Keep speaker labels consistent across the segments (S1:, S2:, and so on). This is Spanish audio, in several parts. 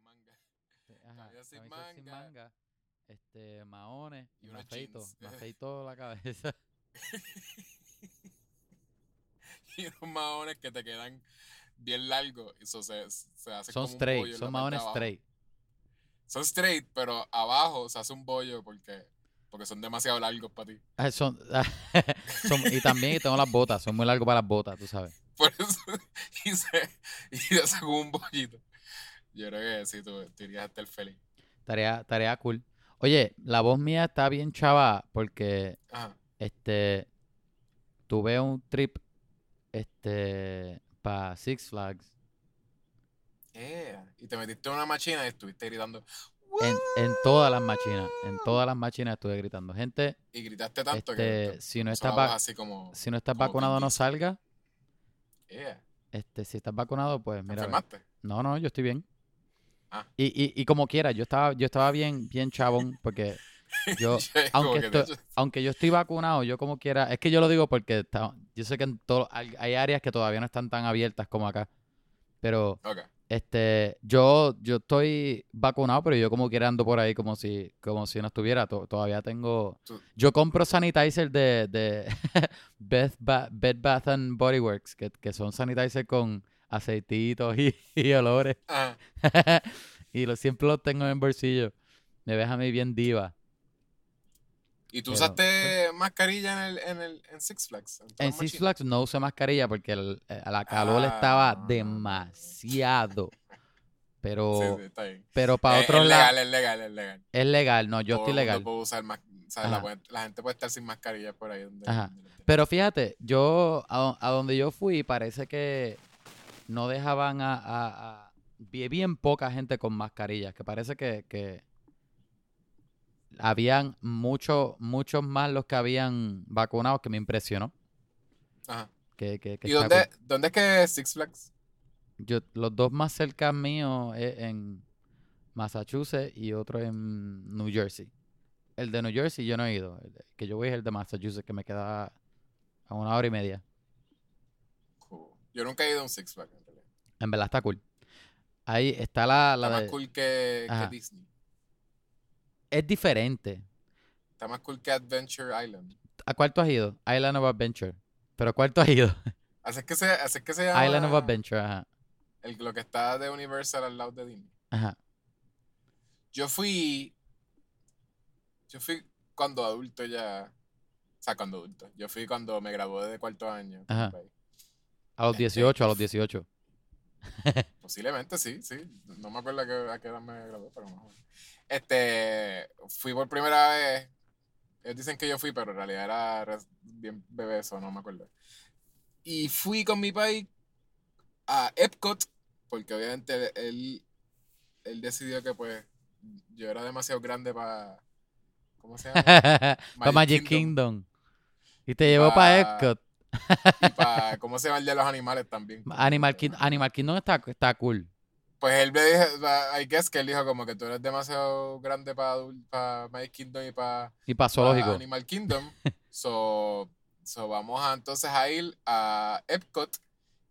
S1: manga.
S2: Ajá,
S1: Camisa sin
S2: camisas sin
S1: manga.
S2: manga, Este, maones.
S1: Y
S2: Y me
S1: unos
S2: afeito.
S1: jeans.
S2: Me afeito la cabeza.
S1: Y unos maones que te quedan bien largos. y Eso se, se hace
S2: Son
S1: como un bollo
S2: straight.
S1: en
S2: Son
S1: la parte de
S2: maones
S1: abajo.
S2: straight.
S1: Son straight, pero abajo se hace un bollo porque, porque son demasiado largos para ti.
S2: Ah, son- son- y también tengo las botas. Son muy largos para las botas, tú sabes.
S1: Por eso, y se, y se hace como un bollito. Yo creo que sí, tú te irías a estar feliz.
S2: Tarea, tarea cool. Oye, la voz mía está bien chava porque
S1: Ajá.
S2: este tuve un trip este para Six Flags.
S1: Yeah. Eh, Y te metiste en una machina y estuviste gritando.
S2: En, en todas las machinas, en todas las machinas estuve gritando. Gente,
S1: Y gritaste tanto que
S2: este,
S1: te
S2: si no
S1: puso
S2: estás
S1: la voz
S2: va-
S1: así como.
S2: si no estás
S1: como Vin
S2: vacunado no
S1: Diesel.
S2: salga.
S1: Yeah.
S2: Este, si estás vacunado, pues
S1: ¿Te
S2: mira, ve.
S1: enfermaste?
S2: no, no, yo estoy bien.
S1: Ah.
S2: Y, y, y como quiera, yo estaba, yo estaba bien, bien chabón, porque yo,
S1: Es como
S2: aunque
S1: que te-
S2: estoy, aunque yo estoy vacunado, yo como quiera, es que yo lo digo porque está- yo sé que en todo, hay hay áreas que todavía no están tan abiertas como acá, pero
S1: Ok.
S2: este, yo, yo estoy vacunado, pero yo como quiera ando por ahí como si, como si no estuviera, to- todavía tengo,
S1: Tú-
S2: yo compro sanitizer de, de Bed, Ba- Bed Bath and Body Works, que, que son sanitizer con aceititos y, y olores,
S1: Ajá.
S2: y los, siempre los tengo en el bolsillo, me ves a mí bien diva.
S1: ¿Y tú
S2: Pero-
S1: usaste mascarilla en, el, en, el, en Six Flags? todas
S2: En
S1: las
S2: Six
S1: machinas?
S2: Flags no usé mascarilla porque el- eh, la calor estaba
S1: Ah.
S2: demasiado. Pero,
S1: Sí, sí, está bien. Eh,
S2: pero para
S1: Es-
S2: otros
S1: es legal,
S2: lados
S1: es legal, es legal.
S2: es legal. No, yo
S1: Todo
S2: estoy
S1: el mundo
S2: legal.
S1: puede usar mas- o sea, la,
S2: Ajá.
S1: puede- la gente puede estar sin mascarilla por ahí. Donde,
S2: Ajá.
S1: donde lo esté.
S2: Pero fíjate, yo a, don- a donde yo fui parece que no dejaban a, a- a- vi bien poca gente con mascarillas, que parece que, que habían muchos muchos más los que habían vacunados que me impresionó.
S1: Ajá.
S2: Que, que, que
S1: ¿Y
S2: está cool.
S1: dónde, dónde es que es Six Flags?
S2: Yo, los dos más cerca míos es en Massachusetts y otro en New Jersey. El de New Jersey yo no he ido. El que yo voy es el de Massachusetts, que me queda a una hora y media.
S1: Cool. Yo nunca he ido a un Six Flags. En realidad.
S2: En verdad está cool. Ahí está la, la
S1: Está más
S2: de-
S1: cool que, que
S2: Ajá.
S1: Disney.
S2: Es diferente.
S1: Está más cool que Adventure Island.
S2: ¿A cuál tú has ido? Island of Adventure. ¿Pero cuál tú has ido?
S1: Así es que se, así es que se llama
S2: Island of Adventure, ajá.
S1: el- lo que está de Universal al lado de Disney.
S2: Ajá.
S1: Yo fui. Yo fui cuando adulto ya. O sea, cuando adulto. Yo fui cuando me gradué de cuarto año.
S2: Ajá.
S1: por ahí.
S2: A los
S1: Este,
S2: 18, a los 18.
S1: Posiblemente sí, sí. No me acuerdo a qué, a qué edad me gradué, pero más o menos. Este. Fui por primera vez. Ellos dicen que yo fui, pero en realidad era re- bien bebé eso, no me acuerdo. Y fui con mi país a Epcot, porque obviamente él, él decidió que pues yo era demasiado grande para... ¿Cómo se llama?
S2: para Magic Kingdom. Y te llevó para
S1: Pa-
S2: Epcot.
S1: Y para, ¿cómo se llama el de los animales también?
S2: Animal, King- Animal Kingdom está, está cool.
S1: Pues él me dijo, I guess que él dijo como que tú eres demasiado grande para para Magic Kingdom y para
S2: Y para zoológico.
S1: Animal Kingdom. So, so vamos a, entonces a ir a Epcot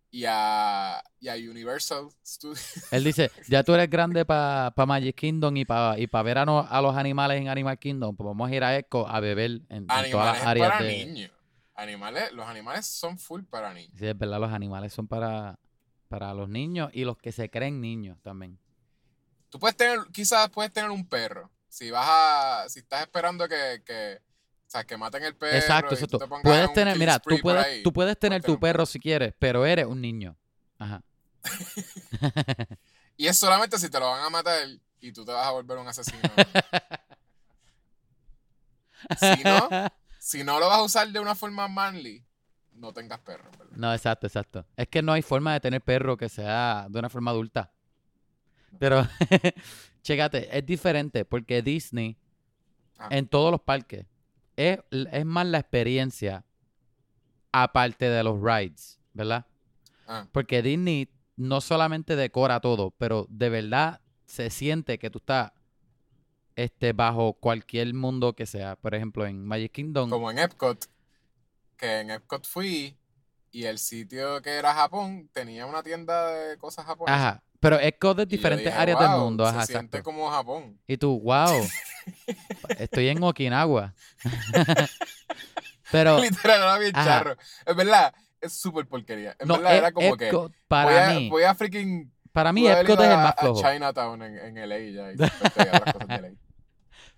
S1: y a, y a Universal Studios.
S2: Él dice, ya tú eres grande para Magic Kingdom y para y pa ver a, no- a los animales en Animal Kingdom, pues vamos a ir a Echo a beber en, en todas
S1: Animales
S2: las
S1: es
S2: áreas
S1: para
S2: de...
S1: niños. Animales, los animales son full para niños.
S2: Sí, es verdad, los animales son para, para los niños y los que se creen niños también.
S1: Tú puedes tener, quizás puedes tener un perro. Si vas a, si estás esperando que, que o sea, que maten el perro.
S2: exacto,
S1: y tú
S2: exacto.
S1: te pongas en
S2: Puedes
S1: un
S2: tener,
S1: killing
S2: mira, tú
S1: spree por ahí.
S2: puedes, tú puedes tener
S1: tener
S2: tu
S1: un perro.
S2: perro si quieres, pero eres un niño. Ajá.
S1: Y es solamente si te lo van a matar y tú te vas a volver un asesino. si no, si no lo vas a usar de una forma manly, no tengas perro, en ¿verdad?
S2: No, exacto, exacto. Es que no hay forma de tener perro que sea de una forma adulta. Pero, chécate, es diferente porque Disney
S1: Ah.
S2: en todos los parques es, es más la experiencia aparte de los rides, ¿verdad?
S1: Ah,
S2: Porque Disney no solamente decora todo, pero de verdad se siente que tú estás este, bajo cualquier mundo que sea. Por ejemplo, en Magic Kingdom.
S1: como en Epcot, que en Epcot fui y el sitio que era Japón tenía una tienda de cosas japonesas.
S2: Ajá, Pero ecos de
S1: Y yo
S2: diferentes
S1: dije,
S2: áreas del
S1: "Wow,
S2: mundo. Ajá,
S1: Se siente
S2: exacto.
S1: como Japón.
S2: Y tú, wow, estoy en Okinawa. Pero
S1: Literal, era bien
S2: Ajá.
S1: charro. Es verdad, es súper porquería. En
S2: no,
S1: verdad,
S2: e-
S1: era como que.
S2: Epcot,
S1: voy,
S2: para
S1: a,
S2: mí,
S1: voy a freaking.
S2: para mí
S1: pude haber
S2: Epcot
S1: ido
S2: es el
S1: a-
S2: más
S1: a
S2: flojo.
S1: Chinatown en, en LA ya. y investigar las cosas de LA.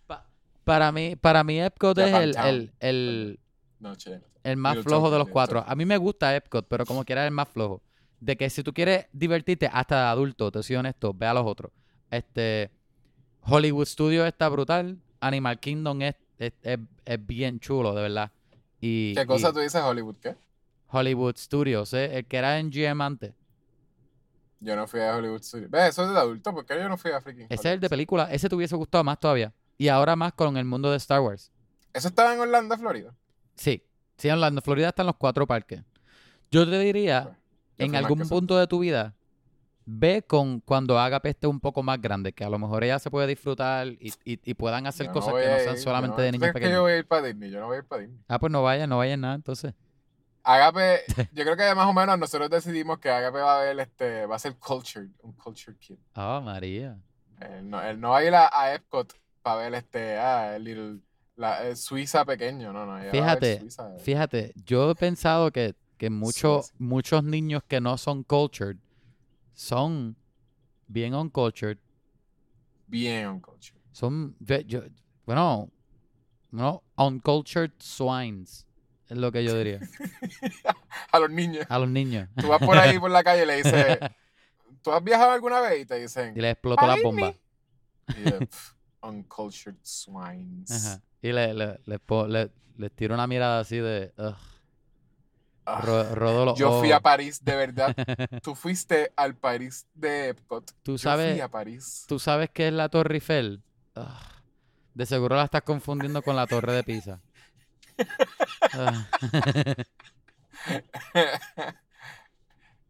S2: Pa- para mí, para mí Epcot es el,
S1: Japantown,
S2: el, el,
S1: No, Chinatown.
S2: el más
S1: Little
S2: flojo de
S1: Tokyo,
S2: los
S1: Little
S2: cuatro.
S1: Tokyo.
S2: A mí me gusta Epcot, pero como quiera es el más flojo. De que si tú quieres divertirte hasta de adulto, te soy honesto, ve a los otros. Este, Hollywood Studios está brutal. Animal Kingdom es, es, es- es bien chulo, de verdad. Y,
S1: ¿Qué cosa
S2: y
S1: tú dices, Hollywood? ¿Qué?
S2: Hollywood Studios, eh, el que era en GM antes.
S1: Yo no fui a Hollywood Studios. Ve, eso es de adulto. ¿Por qué yo no fui a freaking
S2: Ese es el de
S1: Hollywood?
S2: película. Ese te hubiese gustado más todavía. Y ahora más con el mundo de Star Wars.
S1: Eso estaba en Orlando, Florida.
S2: Sí, sí, en Orlando, Florida están los cuatro parques. Yo te diría,
S1: Ok. Yo
S2: en
S1: fui más que
S2: algún
S1: eso.
S2: punto de tu vida, ve con cuando haga peste un poco más grande, que a lo mejor ella se puede disfrutar y, y- y puedan hacer
S1: Yo
S2: cosas
S1: voy
S2: que no
S1: a
S2: sean
S1: ir, yo
S2: solamente
S1: no-
S2: de
S1: ¿Tú
S2: niños
S1: sabes que yo
S2: pequeños.
S1: voy a ir para Disney. Yo no voy a ir para Disney.
S2: Ah, pues no vaya, no vaya nada, entonces.
S1: Agape, yo creo que más o menos nosotros decidimos que Agape va a ver este, va a ser cultured, un cultured kid.
S2: Ah, María.
S1: Él Eh, no, él no va a ir a, a Epcot para ver este, ah, el little- la, el Suiza pequeño, no, no. ella va a ver
S2: Fíjate,
S1: Suiza. eh,
S2: Fíjate, yo he pensado que, que mucho-
S1: sí.
S2: muchos niños que no son cultured son bien uncultured.
S1: Bien un cultured.
S2: Son, yo- yo- bueno, no, uncultured swines, es lo que yo diría,
S1: A los niños.
S2: a los niños.
S1: Tú vas por ahí por la calle y le dices, ¿tú has viajado alguna vez? Y te dicen,
S2: Y les explotó la
S1: "Ay,
S2: bomba.
S1: mi-". Y yo, "Pff, uncultured swines.
S2: Ajá. Y le- le- les po- le- les tiro una mirada así de, "Ugh".
S1: Ah.
S2: Ro- oh. rodó los
S1: Yo fui a
S2: ojos.
S1: París, de verdad. Tú fuiste al París de Epcot.
S2: Tú
S1: Yo
S2: sabes,
S1: fui a París.
S2: tú sabes qué es la Torre Eiffel. Ugh. De seguro la estás confundiendo con la Torre de Pisa. Ah, Ugh.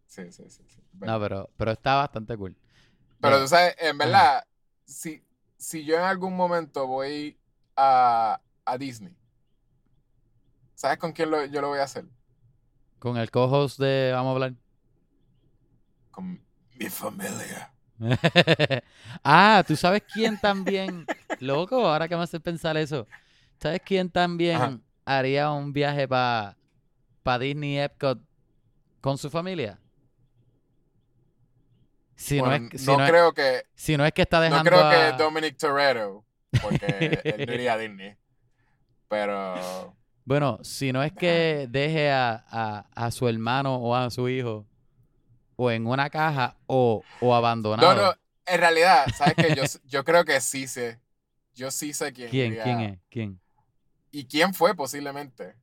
S1: sí, sí, sí. sí. Bueno,
S2: no, pero, pero está bastante cool.
S1: pero
S2: Bueno,
S1: tú sabes, en verdad, si, si yo en algún momento voy a, a Disney, ¿sabes con quién lo- yo lo voy a hacer?
S2: con el co-host de Vamos a hablar.
S1: Con mi familia.
S2: ah, tú sabes quién también, loco, ahora que me haces pensar eso, ¿sabes quién también
S1: Ajá.
S2: haría un viaje para pa Disney Epcot con su familia? Si
S1: Bueno,
S2: no
S1: no,
S2: es, si no es-
S1: creo que,
S2: si no es que está
S1: no
S2: dejando
S1: creo que
S2: a-
S1: Dominic Toretto, porque él no iría a Disney. Pero
S2: Bueno, si no es que deje a, a- a su hermano o a su hijo o en una caja o, o abandonado.
S1: No, no, eh, en realidad, ¿sabes qué? Yo, s- yo creo que sí sé. Yo sí sé quién,
S2: ¿Quién,
S1: iría.
S2: quién es? ¿Quién?
S1: ¿Y quién fue posiblemente?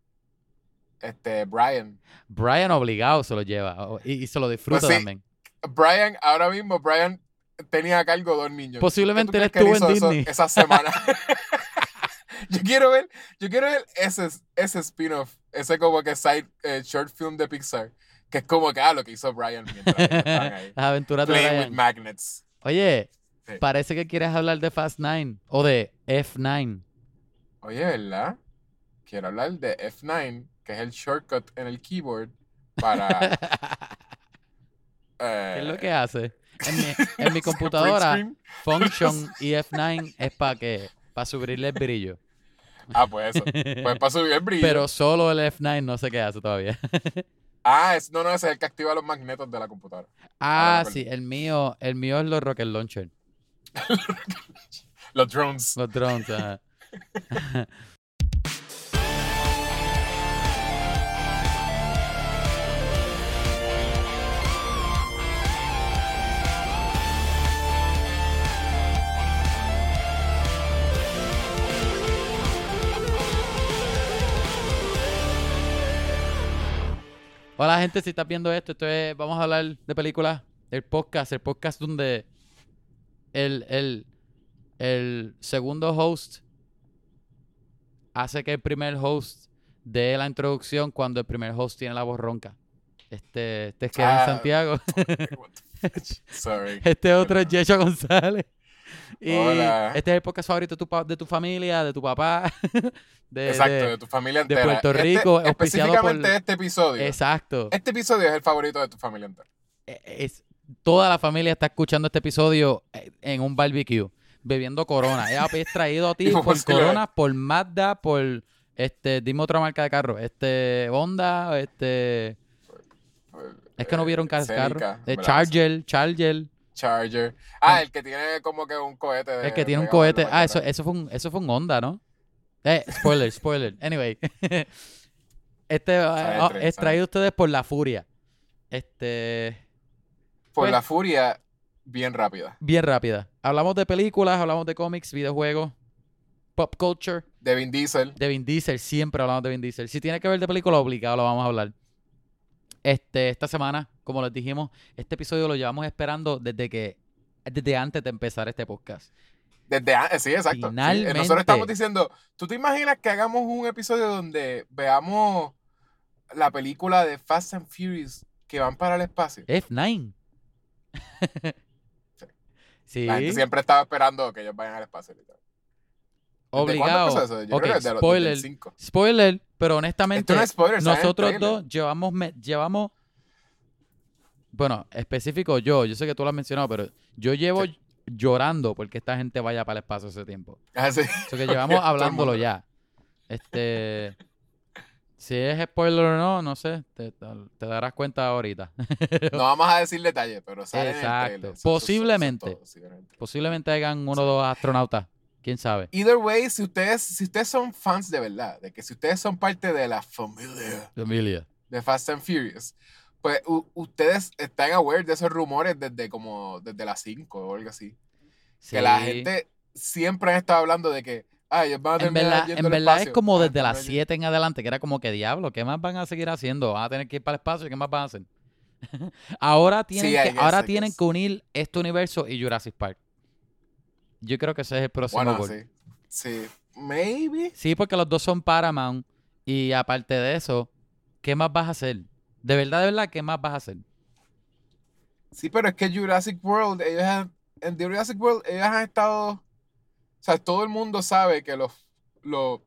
S1: Este, Brian.
S2: Brian obligado se lo lleva o- y, y se lo disfruta
S1: Pues sí,
S2: también.
S1: Brian, ahora mismo, Brian tenía a cargo dos niños.
S2: Posiblemente él
S1: ¿Qué tú
S2: estuvo en
S1: crees que él hizo eso-
S2: Disney.
S1: esa semana. yo quiero ver, yo quiero ver ese, ese spin-off, ese como que side eh, short film de Pixar, que es como que, ah, lo que hizo Brian mientras ellos estaban ahí.
S2: Las aventuras de
S1: Playing with
S2: Brian.
S1: magnets.
S2: Oye,
S1: Sí.
S2: parece que quieres hablar de Fast 9 o de F9.
S1: Oye, ¿verdad? Quiero hablar de F9, que es el shortcut en el keyboard para...
S2: ¿Qué es lo
S1: eh,
S2: que hace? En mi, en mi
S1: print
S2: computadora,
S1: screen.
S2: Function y F9 es para que para subirle el brillo.
S1: Ah, pues eso. Pues para subir el brillo.
S2: Pero solo el F9 no sé qué hace todavía.
S1: Ah, es, no, no, ese es el que activa los magnetos de la computadora.
S2: Ah,
S1: recuerdo.
S2: sí, el mío, el mío es los Rocket Launcher,
S1: Los drones.
S2: los drones. ajá. Hola gente, si estás viendo esto, esto es, vamos a hablar de películas, el podcast, el podcast donde el, el, el segundo host hace que el primer host dé la introducción cuando el primer host tiene la voz ronca. Este, este es Kevin
S1: Ah.
S2: Santiago,
S1: What the fuck? Sorry.
S2: este otro es Yecho González. Y
S1: Hola.
S2: este es el podcast favorito de tu, pa- de tu familia, de tu papá, de,
S1: Exacto,
S2: de-
S1: de tu familia
S2: de
S1: entera.
S2: Puerto
S1: Este-
S2: Rico, auspiciado por-
S1: específicamente este episodio.
S2: exacto.
S1: Este episodio es el favorito de tu familia entera.
S2: eh, es, toda la familia está escuchando este episodio en un barbecue, bebiendo Corona. pues, Es traído a ti por Corona, por Mazda, por este, dime otra marca de carro, este Honda, este es que no vieron car carro, eh, Charger, Charger.
S1: Charger. Ah, el que tiene como que un cohete. De,
S2: el que tiene un cohete. Ah, eso, eso, fue un, eso fue un Honda, ¿no? Eh, spoiler, spoiler. Anyway. este oh, tren, es traído ustedes por la furia. Este.
S1: Por pues, la furia, bien rápida.
S2: Bien rápida. Hablamos de películas, hablamos de cómics, videojuegos, pop culture.
S1: De Vin Diesel.
S2: De Vin Diesel, siempre hablamos de Vin Diesel. Si tiene que ver de película, obligado lo vamos a hablar. Este, esta semana, como les dijimos, este episodio lo llevamos esperando desde que, desde antes de empezar este podcast.
S1: Desde antes, sí, exacto.
S2: Finalmente. Sí,
S1: nosotros estamos diciendo, ¿tú te imaginas que hagamos un episodio donde veamos la película de Fast and Furious que van para el espacio?
S2: F9.
S1: sí. sí. La gente siempre estaba esperando que ellos vayan al espacio. ¿no?
S2: Obligado. Eso? Yo okay, creo que spoiler. De los, spoiler, pero honestamente,
S1: no es spoiler,
S2: nosotros dos llevamos, me, llevamos, bueno, específico yo, yo sé que tú lo has mencionado, pero yo llevo sí. llorando porque esta gente vaya para el espacio ese tiempo.
S1: Ah, sí.
S2: So que llevamos hablándolo ya. Este, si es spoiler o no, no sé, te, te darás cuenta ahorita.
S1: no vamos a decir detalles, pero sale
S2: Exacto. En el
S1: eso,
S2: posiblemente, eso, eso, todo, posiblemente hagan uno o sí. dos astronautas quién sabe.
S1: Either way, si ustedes, si ustedes son fans de verdad, de que si ustedes son parte de la familia,
S2: familia.
S1: de Fast and Furious, pues u, ustedes están aware de esos rumores desde como desde las 5 o algo así. Sí. Que la gente siempre ha estado hablando de que ah, ellos van a
S2: terminar En verdad, yendo en verdad es
S1: Ah,
S2: como desde las 7 en adelante, que era como que diablo, ¿qué más van a seguir haciendo? Van a tener que ir para el espacio, ¿qué más van a hacer? ahora tienen, sí, que, guess, ahora tienen que unir este universo y Jurassic Park. Yo creo que ese es el próximo
S1: bueno,
S2: gol.
S1: Sí. sí. Maybe.
S2: Sí, porque los dos son Paramount. Y aparte de eso, ¿qué más vas a hacer? De verdad, de verdad, ¿qué más vas a hacer?
S1: Sí, pero es que Jurassic World, ellos han, en Jurassic World, ellos han estado. O sea, todo el mundo sabe que los, los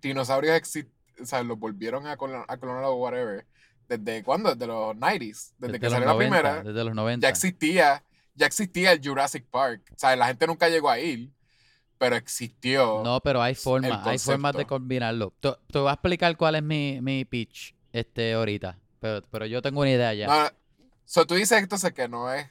S1: dinosaurios existen. O sea, los volvieron a, colon, a clonar o whatever. ¿Desde cuándo? Desde los 90s. Desde, desde que salió 90, la primera.
S2: Desde los 90.
S1: Ya existía ya existía el Jurassic Park. O sea, la gente nunca llegó a ir, pero existió.
S2: No, pero hay formas, hay formas de combinarlo. Te, te, voy a explicar cuál es mi, mi pitch este, ahorita, pero, pero yo tengo una idea ya. No,
S1: so, tú dices entonces que no es...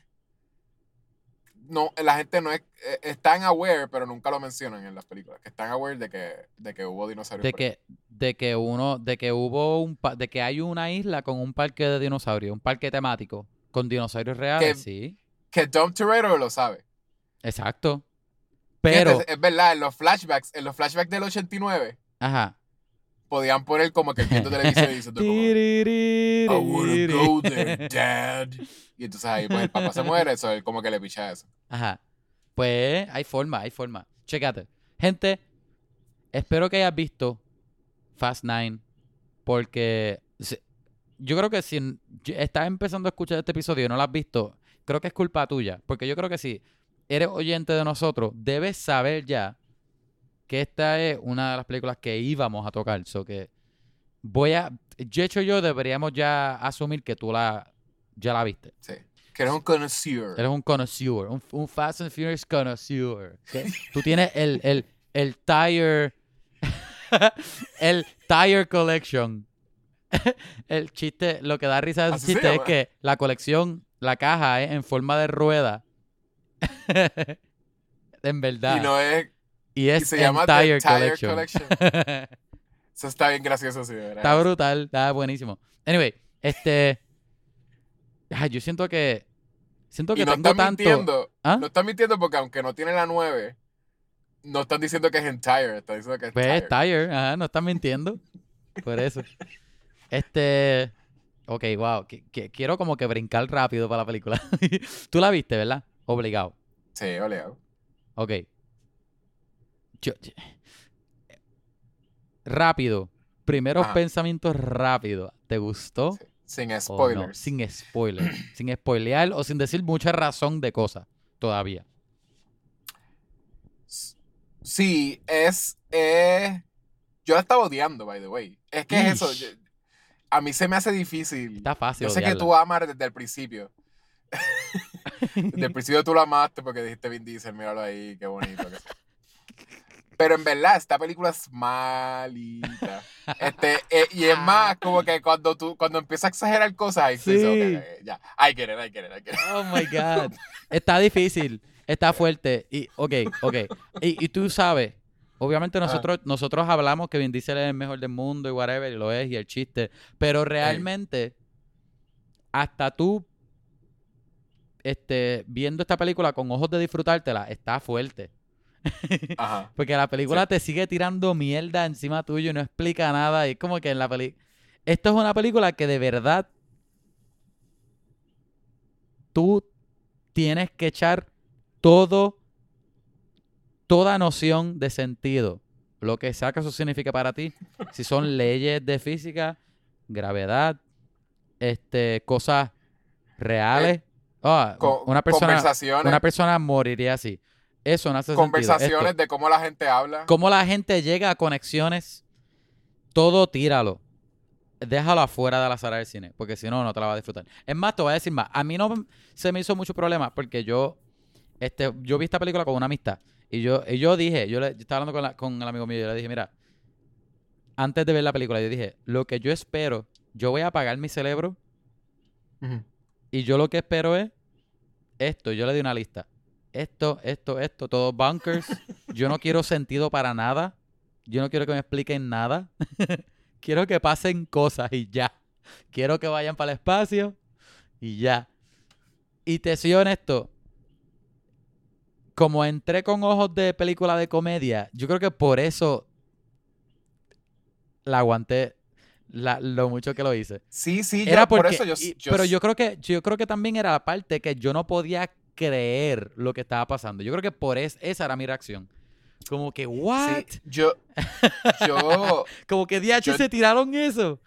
S1: No, la gente no es, eh, están aware, pero nunca lo mencionan en las películas. Que están aware de que, de que hubo dinosaurios.
S2: De que, de que uno, de que hubo un, de que hay una isla con un parque de dinosaurios, un parque temático con dinosaurios reales,
S1: que,
S2: sí
S1: que Dom Toretto lo sabe.
S2: Exacto. Pero.
S1: Entonces, es verdad, en los flashbacks, en los flashbacks del 89.
S2: Ajá.
S1: Podían poner como que el viento televisor diciendo como, I wanna go there, dad. Y entonces ahí pues el papá se muere, eso él como que le picha eso.
S2: Ajá. Pues hay forma, hay forma. Checate. Gente, espero que hayas visto Fast Nine porque yo creo que si estás empezando a escuchar este episodio y no lo has visto, creo que es culpa tuya, porque yo creo que si eres oyente de nosotros, debes saber ya que esta es una de las películas que íbamos a tocar, so que voy a, de hecho yo deberíamos ya asumir que tú la, ya la viste.
S1: Sí. Que eres un connoisseur.
S2: Eres un connoisseur, un, un Fast and Furious connoisseur. tú tienes el, el, el tire, el tire collection. el chiste, lo que da risa de ese chiste sea, es man. que la colección la caja es en forma de rueda. en verdad.
S1: Y no es.
S2: Y es y se llama Entire, The Entire Collection. Collection.
S1: Eso está bien gracioso, sí, ¿verdad?
S2: Está brutal, está buenísimo. Anyway, este. Ay, yo siento que. Siento que
S1: y no
S2: tengo
S1: están
S2: tanto.
S1: Mintiendo, ¿Ah? No están mintiendo porque aunque no tiene la 9, no están diciendo que es Entire, están diciendo que es
S2: pues Entire. Tire, ajá, no están mintiendo. Por eso. Este. Ok, wow. Qu qu quiero como que brincar rápido para la película. Tú la viste, ¿verdad? Obligado.
S1: Sí, obligado.
S2: Ok. Yo, yo. Rápido. Primeros Ajá. pensamientos rápidos. ¿Te gustó? Sí.
S1: Ah. Sin spoilers. No?
S2: Oh. Sin spoilers. sin spoilear o sin decir mucha razón de cosas todavía.
S1: Sí, es. Eh... Yo la estaba odiando, by the way. Es que Ish. es eso. Yo a mí se me hace difícil.
S2: Está fácil.
S1: Yo sé odiarla. que tú amas desde el principio. Desde el principio tú lo amaste porque dijiste Vin Diesel, míralo ahí, qué bonito. que sea. Pero en verdad, esta película es malita. Este, eh, y es más, como que cuando tú cuando empiezas a exagerar cosas, ahí tú dices,
S2: Sí.
S1: "Ok, ok, ya, hay que hay que hay que
S2: Oh my God. Está difícil. Está fuerte. Y, ok, ok. Y, y tú sabes, obviamente nosotros, nosotros hablamos que Vin Diesel es el mejor del mundo y whatever, y lo es, y el chiste. Pero realmente, hasta tú este, viendo esta película con ojos de disfrutártela, está fuerte.
S1: Ajá.
S2: Porque la película
S1: Sí.
S2: te sigue tirando mierda encima tuyo y no explica nada. Y es como que en la peli. Esto es una película que de verdad. Tú tienes que echar todo. Toda noción de sentido. Lo que sea que eso signifique para ti. Si son leyes de física, gravedad, este, cosas reales. Ah,
S1: Eh, Co-
S2: una persona.
S1: conversaciones
S2: Una persona moriría así. Eso no hace sentido. Este Esto-
S1: conversaciones de cómo la gente habla.
S2: cómo la gente llega a conexiones, todo tíralo. Déjalo afuera de la sala del cine, porque si no, no te la vas a disfrutar. Es más, te voy a decir más. A mí no m- se me hizo mucho problema, porque yo, este, yo vi esta película con una amistad. Y yo, y yo dije, yo, le, yo estaba hablando con, la- con el amigo mío, yo le dije, mira, antes de ver la película, yo dije, lo que yo espero, yo voy a apagar mi cerebro
S1: Ujú.
S2: y yo lo que espero es esto. Yo le di una lista. Esto, esto, esto, todo bunkers. Yo no quiero sentido para nada. Yo no quiero que me expliquen nada. quiero que pasen cosas y ya. Quiero que vayan para el espacio y ya. Y te soy honesto. Como entré con ojos de película de comedia, yo creo que por eso la aguanté la- lo mucho que lo hice
S1: Sí, sí, yo-
S2: era
S1: por
S2: porque,
S1: eso yo,
S2: y-
S1: yo-
S2: pero yo creo que yo creo que también era la parte que yo no podía creer lo que estaba pasando. Yo creo que por es, esa era mi reacción. Como que what?
S1: sí, yo, yo,
S2: Como que DH
S1: Yo-
S2: se tiraron eso.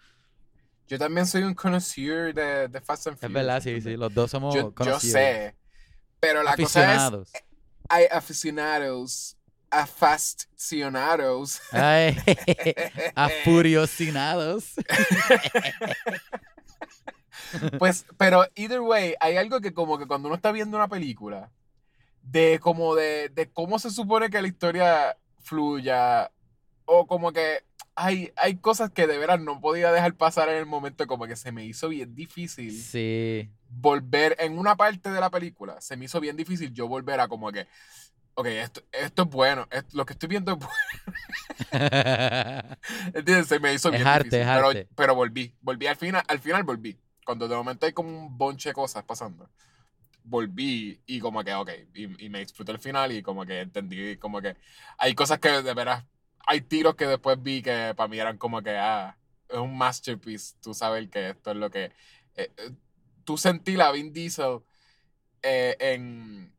S1: yo también soy un connoisseur de, de Fast and
S2: Es
S1: Furious.
S2: verdad, sí, sí,
S1: ¿entiendes?
S2: los dos somos
S1: Yo, yo
S2: conocidos,
S1: sé. Pero la cosa es,
S2: aficionados.
S1: hay aficionados, a fastionados.
S2: Ay, a furiosinados.
S1: Pues, pero either way, hay algo que como que cuando uno está viendo una película, de como de, de cómo se supone que la historia fluya, o como que hay, hay cosas que de veras no podía dejar pasar en el momento, como que se me hizo bien difícil
S2: Sí.
S1: volver en una parte de la película, se me hizo bien difícil yo volver a como que, ok, esto, esto es bueno, esto- lo que estoy viendo es bueno,
S2: es
S1: ¿entiendes? Se me hizo
S2: Es
S1: bien
S2: arte,
S1: difícil,
S2: es
S1: pero,
S2: arte.
S1: pero volví, volví al final, al final volví, cuando de momento hay como un bonche de cosas pasando. volví y como que, ok, y, y me disfruté el final y como que entendí, como que hay cosas que de veras, hay tiros que después vi que para mí eran como que, ah, es un masterpiece, tú sabes que esto es lo que... eh, eh, tú sentí la Vin Diesel eh, en...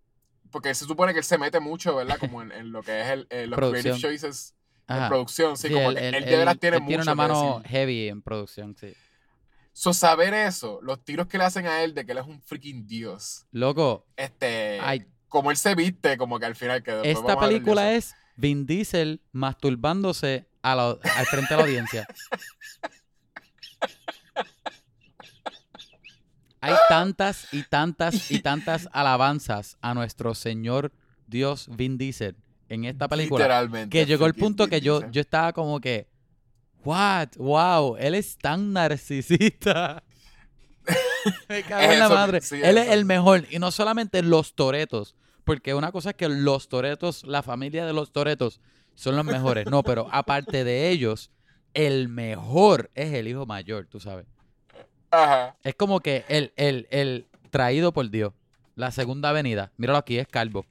S1: Porque él se supone que él se mete mucho, ¿verdad? Como en, en lo que es el, eh, los creative
S2: Producción.
S1: choices en producción, sí, como que él, de
S2: él-
S1: veras tiene
S2: él
S1: mucho
S2: tiene una
S1: que
S2: mano
S1: decir.
S2: heavy en producción, sí.
S1: So, saber eso, los tiros que le hacen a él de que él es un freaking dios,
S2: Loco,
S1: este...
S2: ay,
S1: como él se viste, como que al final que después
S2: Esta
S1: pues vamos a hablar de
S2: película
S1: eso.
S2: es Vin Diesel masturbándose a la- al frente de la audiencia. Hay tantas y tantas y tantas alabanzas a nuestro Señor Dios Vin Diesel en esta película
S1: Literalmente.
S2: que llegó el
S1: freaking
S2: punto que
S1: Vin
S2: yo,
S1: Diesel.
S2: yo estaba como que, what, wow, él es tan narcisista. Me cago
S1: Es
S2: en la
S1: eso,
S2: madre.
S1: sí, es
S2: él es
S1: eso.
S2: el mejor. Y no solamente los toretos. Porque una cosa es que los toretos, la familia de los toretos, son los mejores. No, pero aparte de ellos, el mejor es el hijo mayor, tú sabes.
S1: Ajá.
S2: Es como que el, el, el traído por Dios. La segunda avenida. Míralo aquí, es calvo.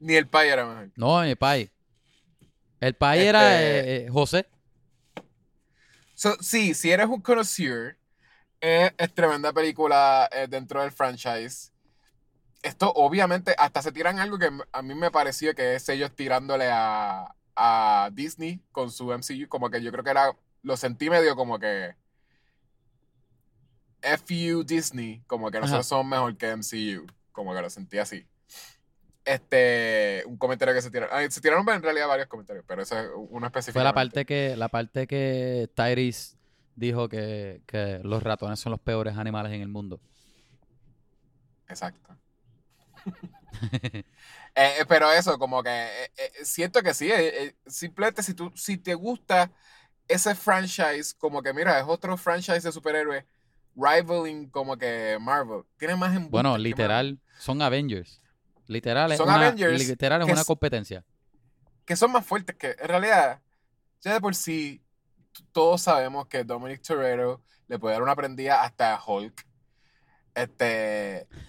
S1: Ni el pai era mejor.
S2: No, mi pai. El pai era
S1: Este-
S2: eh, eh, José.
S1: So, sí, si eres un connoisseur, eh, es tremenda película eh, dentro del franchise. Esto obviamente hasta se tiran algo que a mí me pareció que es ellos tirándole a, a Disney con su MCU, como que yo creo que era, lo sentí medio como que FU Disney, como que nosotros somos mejor que MCU, como que lo sentí así. Este, un comentario que se tiraron, ah, se tiraron en realidad varios comentarios, pero eso es uno específico.
S2: Fue la parte que, la parte que Tyrese dijo que, que los ratones son los peores animales en el mundo.
S1: Exacto. Eh, pero eso, como que eh, eh, siento que sí, eh, eh, simplemente si, tú, si te gusta ese franchise, como que mira, es otro franchise de superhéroes, rivaling como que Marvel. Tiene más en
S2: Bueno, literal, son Avengers. Literal es,
S1: Son
S2: una,
S1: Avengers
S2: literal es
S1: que
S2: una
S1: s-
S2: competencia.
S1: que son más fuertes que en realidad ya de por sí t- todos sabemos que Dominic Torero le puede dar una prendida hasta a Hulk este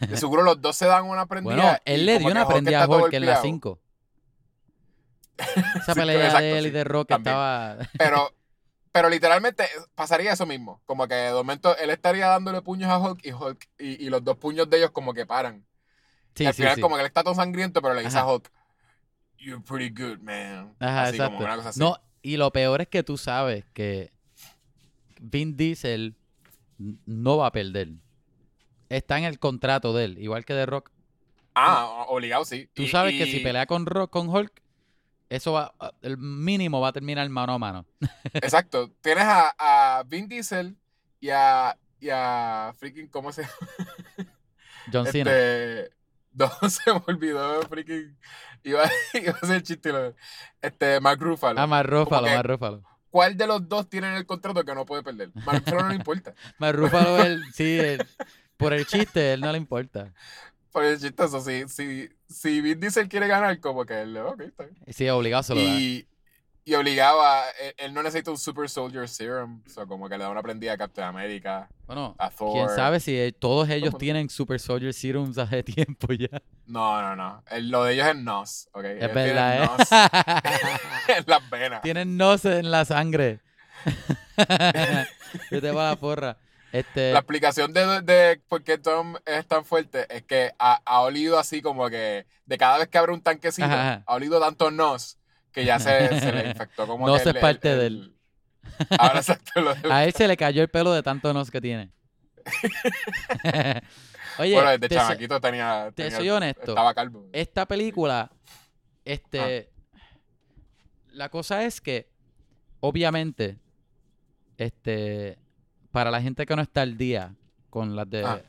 S1: de seguro los dos se dan una prendida
S2: Bueno, él
S1: y
S2: le
S1: como
S2: dio
S1: que
S2: una prendida a
S1: está todo
S2: Hulk en la
S1: golpeado.
S2: 5. Esa
S1: Sí,
S2: pelea
S1: exacto,
S2: de él y
S1: sí,
S2: de Rock
S1: también.
S2: estaba...
S1: pero pero literalmente pasaría eso mismo como que de momento él estaría dándole puños a Hulk y Hulk y, y los dos puños de ellos como que paran
S2: Sí,
S1: y al
S2: sí,
S1: final
S2: sí.
S1: como que él está todo sangriento pero le dice
S2: Ajá.
S1: a Hulk you're pretty good man
S2: Ajá,
S1: así
S2: exacto.
S1: como una cosa así
S2: No, y lo peor es que tú sabes que Vin Diesel n- no va a perder. Está en el contrato de él, igual que de Rock.
S1: ah obligado sí
S2: Tú
S1: Y-
S2: sabes que si
S1: y-
S2: pelea con Rock, con Hulk, eso va, ah, el mínimo va a terminar mano a mano.
S1: Exacto. Tienes a, a Vin Diesel y a, y a freaking, ¿cómo se llama?
S2: John Cena.
S1: Este, no, se me olvidó, freaking. Iba, iba a hacer el chiste. lo- Este, Mark Ruffalo.
S2: ah, más Rúfalo,
S1: como que-
S2: más Rúfalo.
S1: ¿Cuál de los dos tienen el contrato que no puede perder? Mark Ruffalo no le importa.
S2: Más Rúfalo, él, sí, él- por el chiste, él no le importa.
S1: Por el chistoso, si, si, si Vin Diesel quiere ganar, como que él, ok, está bien.
S2: Sí, obligado se lo da.
S1: Y, y obligaba, él, él no necesita un Super Soldier Serum, o sea, como que le da una prendida a Captain America,
S2: Bueno,
S1: a Thor.
S2: quién sabe si eh, todos ellos
S1: mundo.
S2: tienen Super Soldier Serums hace tiempo ya.
S1: No, no, no. El- lo de ellos es nos, ¿ok?
S2: Es
S1: Ellos tienen
S2: verdad, ¿eh?
S1: nos en las venas.
S2: Tienen nos en la sangre. Yo te voy a la porra. Este,
S1: La explicación de, de por qué Tom es tan fuerte es que ha, ha olido así como que de cada vez que abre un tanquecito,
S2: Ajá, ajá.
S1: ha olido tanto nos que ya se, se le infectó como
S2: Nos
S1: que
S2: es parte de él.
S1: el- Ahora exacto. Lo del-
S2: a él se le cayó el pelo de tanto nos que tiene. Oye,
S1: bueno, desde
S2: te so-
S1: chamaquito tenía,
S2: te
S1: tenía-
S2: soy honesto.
S1: Estaba calvo.
S2: esta película, este,
S1: Ah.
S2: la cosa es que, obviamente, este, para la gente que no está al día con las de
S1: Ah.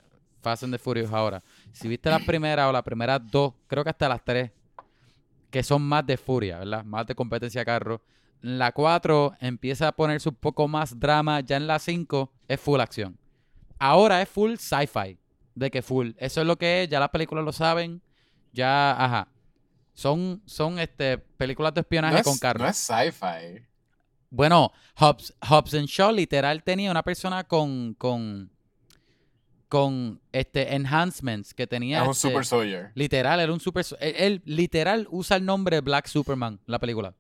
S2: Fast and the Furious ahora, si viste la primera o la primera dos, creo que hasta las tres, que son más de furia, ¿verdad? Más de competencia de carro. La 4 empieza a ponerse un poco más drama, ya en la 5 es full acción. Ahora es full sci-fi, de que full. Eso es lo que es, ya las películas lo saben, ya, ajá. Son, son este, películas de espionaje
S1: No es,
S2: con carros.
S1: no es sci-fi.
S2: Bueno, Hobbs, Hobbs and Shaw literal tenía una persona con, con, con este, enhancements que tenía...
S1: Es un
S2: este,
S1: super soldier.
S2: Literal, era un super... Él, él literal usa el nombre Black Superman, la película.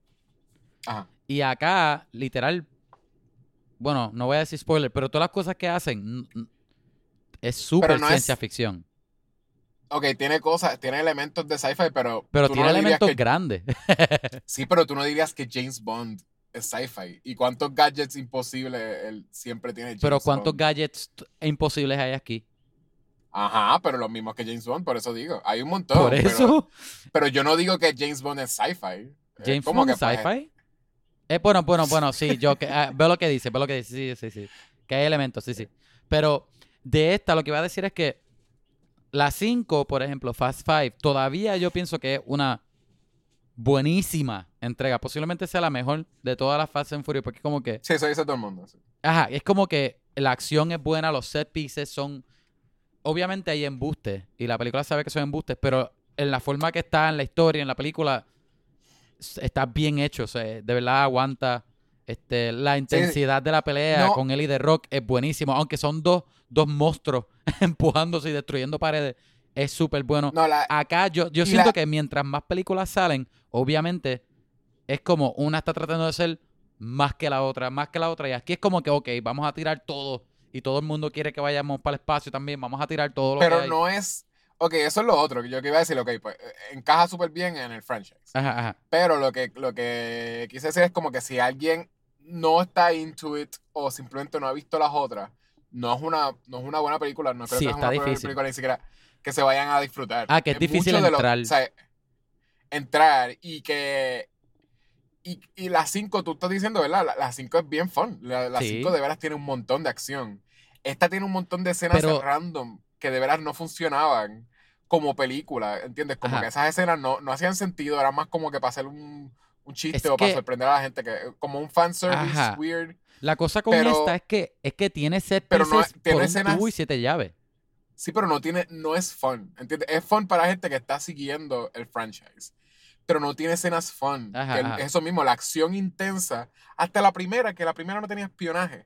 S1: Ajá.
S2: Y acá, literal, bueno, no voy a decir spoiler, pero todas las cosas que hacen mm, mm, es súper
S1: no es-
S2: ciencia ficción.
S1: Ok, tiene cosas, tiene elementos de sci-fi, pero.
S2: Pero
S1: tú
S2: tiene
S1: no dirías
S2: elementos
S1: que
S2: grandes.
S1: Sí, pero tú no dirías que James Bond es sci-fi. ¿Y cuántos gadgets imposibles él siempre tiene James
S2: pero cuántos
S1: Bond?
S2: gadgets t- imposibles hay aquí.
S1: Ajá, pero los mismos que James Bond, por eso digo. Hay un montón.
S2: Por
S1: pero- Pero,
S2: eso,
S1: yo no digo que James Bond es sci-fi. Es
S2: James
S1: como
S2: Bond
S1: que, pues,
S2: sci-fi. Eh, bueno, bueno, bueno, sí, yo que, ah, veo lo que dice, veo lo que dice, sí, sí, sí. Que hay elementos, sí, sí. Pero de esta lo que iba a decir es que la 5, por ejemplo, Fast Five, todavía yo pienso que es una buenísima entrega. Posiblemente sea la mejor de todas las Fast and Furious, porque es como que,
S1: Sí, eso dice todo el mundo. sí.
S2: ajá, es como que la acción es buena, los set pieces son, obviamente hay embustes, y la película sabe que son embustes, pero en la forma que está, en la historia, en la película, s- está bien hecho, o sea, de verdad aguanta. Este, la intensidad de la pelea
S1: No.
S2: con él y The Rock es buenísimo, aunque son dos, dos monstruos empujándose y destruyendo paredes, es súper bueno
S1: No, la,
S2: acá yo, yo
S1: Y
S2: siento
S1: la-
S2: que mientras más películas salen, obviamente es como una está tratando de ser más que la otra, más que la otra. Y aquí es como que, ok, vamos a tirar todo. Y todo el mundo quiere que vayamos para el espacio también. Vamos a tirar todo lo que
S1: pero
S2: hay.
S1: no es. Ok, eso es lo otro que yo que iba a decir. Ok, pues eh, encaja súper bien en el franchise.
S2: Ajá, ajá.
S1: Pero lo que, lo que quise decir es como que si alguien no está into it o simplemente no ha visto las otras, no es una, no es una buena película, no creo
S2: Sí,
S1: que es
S2: está
S1: una buena
S2: difícil.
S1: película ni siquiera que se vayan a disfrutar.
S2: Ah, que es difícil
S1: mucho de lo-
S2: entrar.
S1: o sea, entrar y que... Y, y las cinco, tú estás diciendo, ¿verdad? La- Las cinco es bien fun. La- Las
S2: Sí.
S1: cinco de veras tiene un montón de acción. Esta tiene un montón de escenas
S2: Pero-
S1: random que de veras no funcionaban. como película, ¿entiendes? Como
S2: Ajá.
S1: que esas escenas no, no hacían sentido, era más como que para hacer un, un chiste
S2: Es
S1: o para
S2: que-
S1: sorprender a la gente, que como un fanservice
S2: Ajá.
S1: weird.
S2: La cosa con
S1: Pero-
S2: esta es que, es que tiene set
S1: pero no-
S2: pieces
S1: tiene
S2: por un
S1: escenas-
S2: tubo y siete llaves.
S1: Sí, pero no tiene, no es fun, ¿entiendes? Es fun para gente que está siguiendo el franchise, pero no tiene escenas fun.
S2: Ajá,
S1: que el-
S2: ajá.
S1: Eso mismo, la acción intensa, hasta la primera, que la primera no tenía espionaje.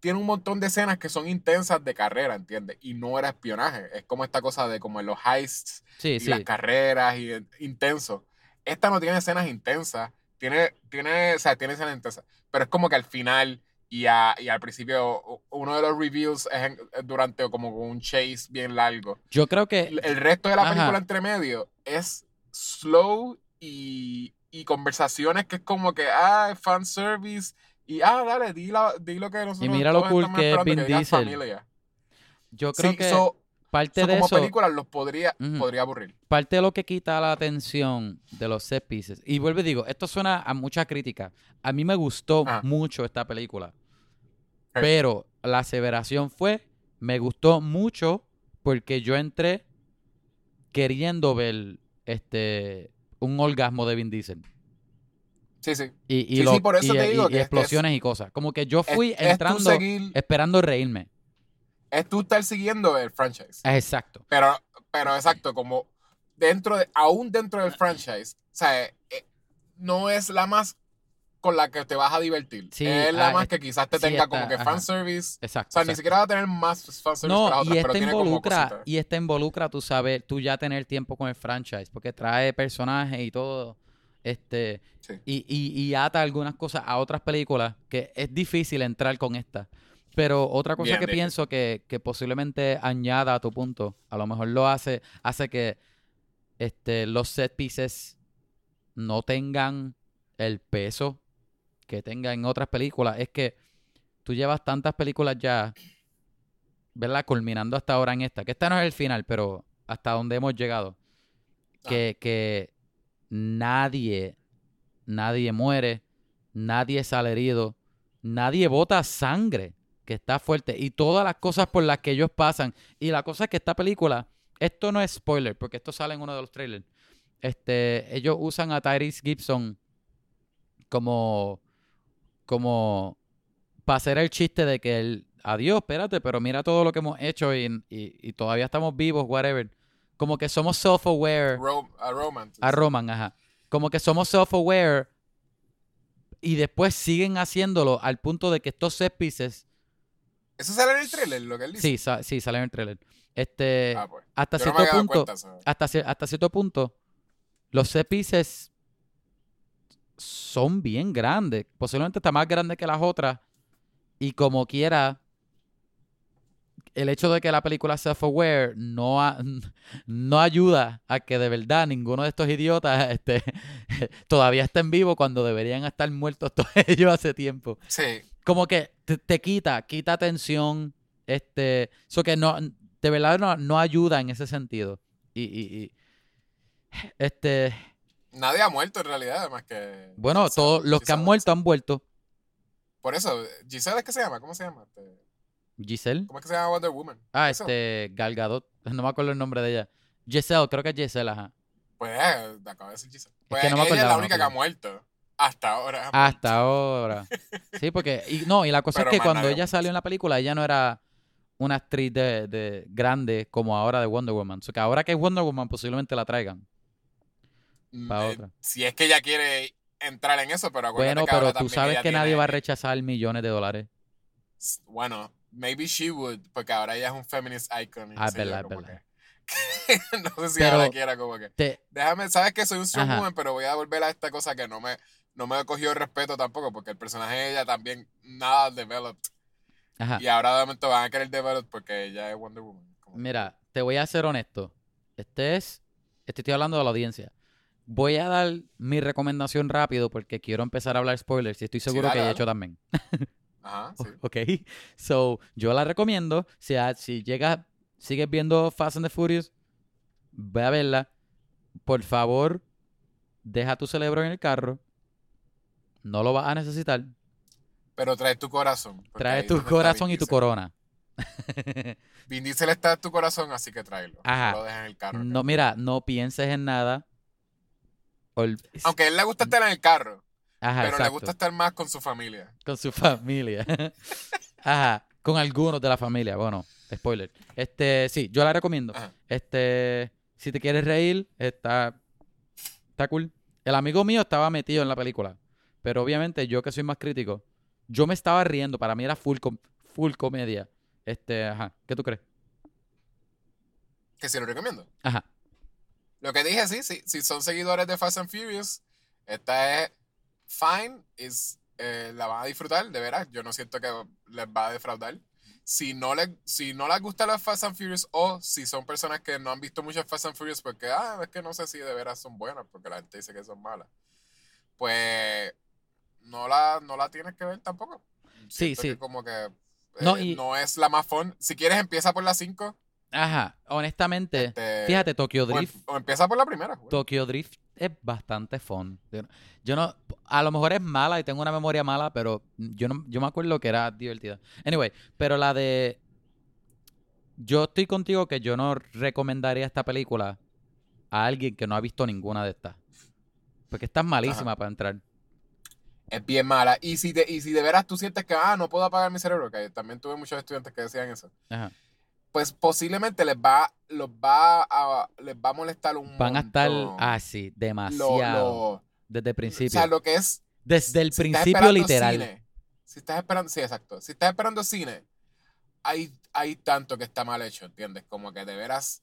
S1: Tiene un montón de escenas que son intensas de carrera, ¿entiendes? Y no era espionaje. Es como esta cosa de como en los heists
S2: Sí,
S1: y
S2: sí.
S1: las carreras y el- intenso. Esta no tiene escenas intensas, tiene, tiene, o sea, tiene escenas intensas, pero es como que al final y, a- y al principio u- uno de los reviews es en- eh, durante como un chase bien largo.
S2: Yo creo que
S1: El, el resto de la
S2: Eh, Ajá.
S1: película entre medio es slow y, y conversaciones que es como que, ah, fanservice y, ah, dale, di, la- di lo que nosotros
S2: mira lo
S1: todos
S2: cool
S1: estamos
S2: que es
S1: esperando,
S2: Vin
S1: digas
S2: Diesel.
S1: familia.
S2: Yo creo
S1: Sí,
S2: que
S1: so-
S2: parte
S1: so
S2: de
S1: como
S2: eso,
S1: película los podría,
S2: Ujú.
S1: podría aburrir.
S2: parte de lo que quita la atención de los set pieces, y vuelvo y digo, esto suena a mucha crítica. A mí me gustó
S1: Ajá.
S2: mucho esta película,
S1: Hey.
S2: pero la aseveración fue, me gustó mucho porque yo entré queriendo ver este un orgasmo de Vin Diesel.
S1: Sí, sí.
S2: Y, y
S1: Sí,
S2: lo-
S1: sí, por eso
S2: y-
S1: te
S2: y-
S1: digo
S2: y
S1: que es-
S2: explosiones y cosas. Como que yo
S1: Es-
S2: fui
S1: es tú
S2: entrando
S1: seguir-
S2: esperando reírme.
S1: es tú estar siguiendo el franchise.
S2: Exacto.
S1: Pero, pero exacto, como dentro de, aún dentro del franchise, o sea, eh, eh, no es la más con la que te vas a divertir.
S2: Sí,
S1: es la
S2: ah,
S1: más
S2: es-
S1: que quizás te
S2: sí
S1: tenga
S2: está,
S1: como que
S2: ajá.
S1: fanservice.
S2: Exacto.
S1: O sea,
S2: exacto.
S1: ni siquiera va a tener más fanservice que las
S2: No,
S1: otras,
S2: y
S1: pero
S2: esta
S1: tiene como
S2: involucra,
S1: cositas.
S2: y esta involucra, tú sabes, tú ya tener tiempo con el franchise, porque trae personajes y todo, este,
S1: Sí.
S2: y, y, y ata algunas cosas a otras películas, que es difícil entrar con esta. Pero otra cosa
S1: Bien
S2: que
S1: difícil.
S2: pienso que, que posiblemente añada a tu punto, a lo mejor lo hace, hace que este, los set pieces no tengan el peso que tenga en otras películas, es que tú llevas tantas películas ya, ¿verdad? Culminando hasta ahora en esta, que esta no es el final, pero hasta donde hemos llegado,
S1: Ah.
S2: que, que nadie, nadie muere, nadie sale herido, nadie bota sangre, que está fuerte, y todas las cosas por las que ellos pasan. Y la cosa es que esta película, esto no es spoiler, porque esto sale en uno de los trailers, este, ellos usan a Tyrese Gibson como, como para hacer el chiste de que él, adiós, espérate, pero mira todo lo que hemos hecho y, y- y todavía estamos vivos, whatever. Como que somos self-aware.
S1: Ro- a romance.
S2: er A Roman, ajá. Como que somos self-aware y después siguen haciéndolo al punto de que estos set pieces.
S1: Eso sale en el trailer, lo que él dice.
S2: Sí, sa- sí, sale en el trailer. Este,
S1: Ah, pues.
S2: hasta
S1: Yo no me
S2: cierto
S1: había dado
S2: punto
S1: cuenta. o sea,
S2: hasta, cier- hasta cierto punto, los set pieces son bien grandes. Posiblemente está más grande que las otras. Y como quiera, el hecho de que la película sea self-aware no, a- no ayuda a que de verdad ninguno de estos idiotas este, todavía estén vivos cuando deberían estar muertos todos ellos hace tiempo
S1: Sí,
S2: como que te, te quita, quita tensión, este, eso que no, de verdad no, no ayuda en ese sentido. Y, y- y, este,
S1: nadie ha muerto en realidad, además que.
S2: bueno,
S1: Giselle,
S2: todos los que han
S1: Giselle.
S2: muerto han vuelto.
S1: Por eso, Giselle es que se llama, ¿cómo se llama? Este,
S2: Giselle,
S1: ¿Cómo es que se llama Wonder Woman?
S2: ah,
S1: Eso.
S2: este, Gal Gadot, no me acuerdo el nombre de ella. Giselle, creo que es Giselle, ajá.
S1: Pues, eh, te acabo de decir Giselle. Pues,
S2: que no me
S1: ella es
S2: acordaba, Ah,
S1: la
S2: no me
S1: única que ha muerto. Hasta ahora.
S2: Hasta ahora. Sí, porque, y, no, y la cosa es
S1: Pero
S2: que
S1: más
S2: cuando
S1: nadie ha
S2: ella
S1: muerto.
S2: salió en la película, ella no era una actriz de, de grande como ahora de Wonder Woman. O sea, que ahora que es Wonder Woman, posiblemente la traigan.
S1: Mm,
S2: pa'
S1: eh,
S2: otra.
S1: Si es que ella quiere entrar en eso, pero acuérdate
S2: Bueno,
S1: que
S2: pero
S1: ahora
S2: tú
S1: también
S2: sabes
S1: ella
S2: que nadie
S1: tiene-
S2: va a rechazar millones de dólares.
S1: s- Bueno, maybe she would, porque ahora ella es un feminist icon. y
S2: Ah,
S1: qué
S2: es
S1: sé yo,
S2: verdad, es
S1: como
S2: verdad.
S1: que- no sé si ahora
S2: Pero-
S1: quiera como que...
S2: Te-
S1: Déjame, sabes que soy un strongwoman,
S2: Ajá.
S1: pero voy a volver a esta cosa que no me, no me cogió el respeto tampoco, porque el personaje de ella también nada developed.
S2: ajá.
S1: Y ahora de momento van a querer develop porque ella es Wonder Woman. como que-
S2: Mira, te voy a ser honesto. Este es. Este estoy hablando de la audiencia. Voy a dar mi recomendación rápido porque quiero empezar a hablar spoilers y estoy seguro
S1: dale,
S2: que ya he
S1: dale.
S2: hecho también.
S1: Ajá, sí.
S2: Ok. So, yo la recomiendo. Si, a- si llegas, sigues viendo Fast and the Furious, ve a verla. Por favor, deja tu cerebro en el carro. No lo vas a necesitar.
S1: Pero trae tu corazón. porque
S2: Trae
S1: ahí
S2: tu
S1: donde está Vin
S2: corazón y tu
S1: Diesel.
S2: corona.
S1: Vin Diesel está en tu corazón, así que tráelo.
S2: Ajá.
S1: No lo dejes en el carro.
S2: No, mira, no pienses en nada. Ol-
S1: Aunque a él le gusta estar en el carro,
S2: Mm. Ajá,
S1: pero le
S2: exacto.
S1: gusta estar más con su familia.
S2: Con su familia. Ajá, con algunos de la familia. Bueno, spoiler. Este, sí, yo la recomiendo.
S1: Ajá.
S2: Este, si te quieres reír, está, está cool. El amigo mío estaba metido en la película, pero obviamente yo que soy más crítico, yo me estaba riendo. Para mí era full, com- full comedia. Este, ajá, ¿qué tú crees?
S1: Que sí lo recomiendo.
S2: Ajá,
S1: Lo que dije, sí, sí. Si son seguidores de Fast and Furious, esta es fine. Es, eh, la van a disfrutar, de veras. Yo no siento que les va a defraudar. Si no, les, si no les gusta las Fast and Furious o si son personas que no han visto muchas Fast and Furious porque, ah, es que no sé si de veras son buenas porque la gente dice que son malas, pues no la, no la tienes que ver tampoco.
S2: Sí,
S1: Siento
S2: sí.
S1: que como que eh,
S2: No,
S1: no,
S2: y-
S1: es la más fun. Si quieres, empieza por la 5.
S2: ajá. Honestamente,
S1: te-
S2: fíjate, Tokyo
S1: o,
S2: Drift.
S1: em- o empieza por la primera. güey.
S2: Tokyo Drift es bastante fun. Yo no- Yo no, a lo mejor es mala y tengo una memoria mala, pero yo no, yo me acuerdo que era divertida. Anyway, pero la de, yo estoy contigo que yo no recomendaría esta película a alguien que no ha visto ninguna de estas, porque esta es malísima para entrar.
S1: Es bien mala. Y si, de, y si de veras tú sientes que, ah, no puedo apagar mi cerebro, que también tuve muchos estudiantes que decían eso,
S2: Ajá.
S1: pues posiblemente les va, los va a, les va a molestar un
S2: Van a estar
S1: montón
S2: así
S1: lo-
S2: demasiado
S1: lo-
S2: desde el
S1: o
S2: principio,
S1: sea, lo que es...
S2: desde el
S1: si estás
S2: principio
S1: esperando
S2: literal.
S1: cine, si estás esperando, sí, exacto. Si estás esperando cine, hay, hay tanto que está mal hecho, ¿entiendes? Como que de veras...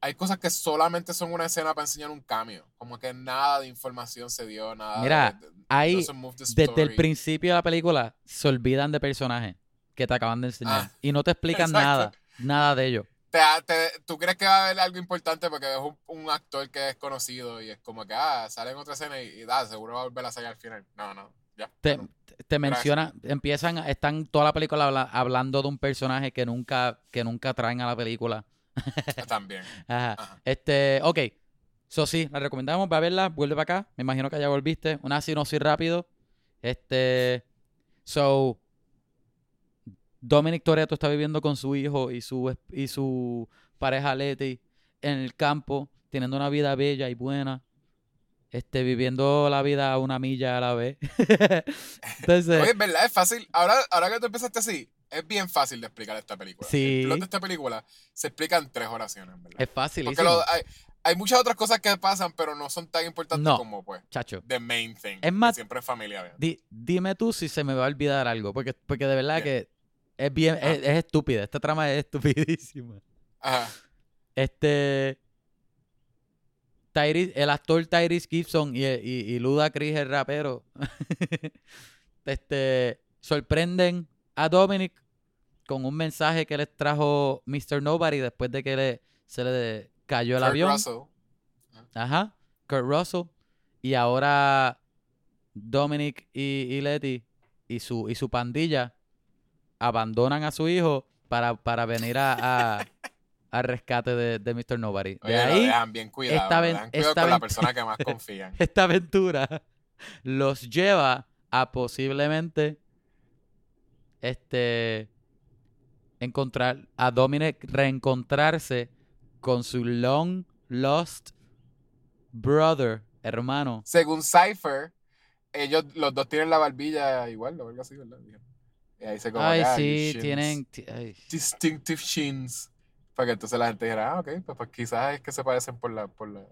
S1: Hay cosas que solamente son una escena para enseñar un cambio. Como que nada de información se dio, nada.
S2: Mira,
S1: de- de-
S2: Ahí
S1: doesn't move the
S2: desde el
S1: story.
S2: principio de la película se olvidan de personajes que te acaban de enseñar
S1: Ah,
S2: y no te explican
S1: exacto.
S2: nada, nada de ellos.
S1: te, te- tú crees que va a haber algo importante porque es un, un actor que es conocido y es como que, ah, sale en otra escena y, y da, seguro va a volver a salir al final. No, no, ya.
S2: Te,
S1: bueno,
S2: te mencionan, empiezan, a- están toda la película habla- hablando de un personaje que nunca, que nunca traen a la película.
S1: También.
S2: Ajá.
S1: Ajá.
S2: Este, ok. So sí, la recomendamos, va a verla, vuelve para acá. Me imagino que ya volviste. Una sinopsis rápido. Este, so Dominic Toretto está viviendo con su hijo y su es- y su pareja Leti en el campo, teniendo una vida bella y buena. Este, viviendo la vida a una milla a la vez.
S1: Oye,
S2: Entonces,
S1: es verdad, es fácil. Ahora, ahora que tú empezaste así, es bien fácil de explicar esta película.
S2: Sí.
S1: El plot de esta película se explica en tres oraciones, en ¿verdad?
S2: es fácil.
S1: porque lo- hay, hay muchas otras cosas que pasan, pero no son tan importantes
S2: No.
S1: como, pues,
S2: Chacho.
S1: the main thing.
S2: Es
S1: que
S2: más-
S1: Siempre es familia, ¿verdad?
S2: Di- dime tú si se me va a olvidar algo, porque, porque de verdad
S1: Bien.
S2: que es bien,
S1: Ah.
S2: es, es estúpida, esta trama es estupidísima.
S1: Ajá.
S2: Este, Tyrese- el actor Tyrese Gibson y, y, y Luda Chris, el rapero, este, sorprenden a Dominic con un mensaje que les trajo Mr. Nobody después de que le, se le cayó el
S1: Kurt
S2: avión.
S1: Russell.
S2: Ajá, Kurt Russell. Y ahora Dominic y, y Letty y su, y su pandilla abandonan a su hijo para, para venir a, a- al rescate de, de Mr. Nobody. De
S1: Oye, lo
S2: ahí,
S1: dejan bien cuidado.
S2: esta
S1: lo
S2: ven-
S1: dejan cuidado
S2: esta
S1: con la
S2: ven-
S1: persona que más confían.
S2: esta aventura los lleva a posiblemente este encontrar a Dominic reencontrarse con su long lost brother, hermano.
S1: Según Cypher, ellos los dos tienen la barbilla igual o algo así, ¿verdad? Dijeron. Y ahí se como
S2: Ay,
S1: que, ah,
S2: sí,
S1: shins.
S2: tienen. ti- ay.
S1: Distinctive shins. Para que entonces la gente dijera, ah, ok, pues, pues quizás es que se parecen por la, por la,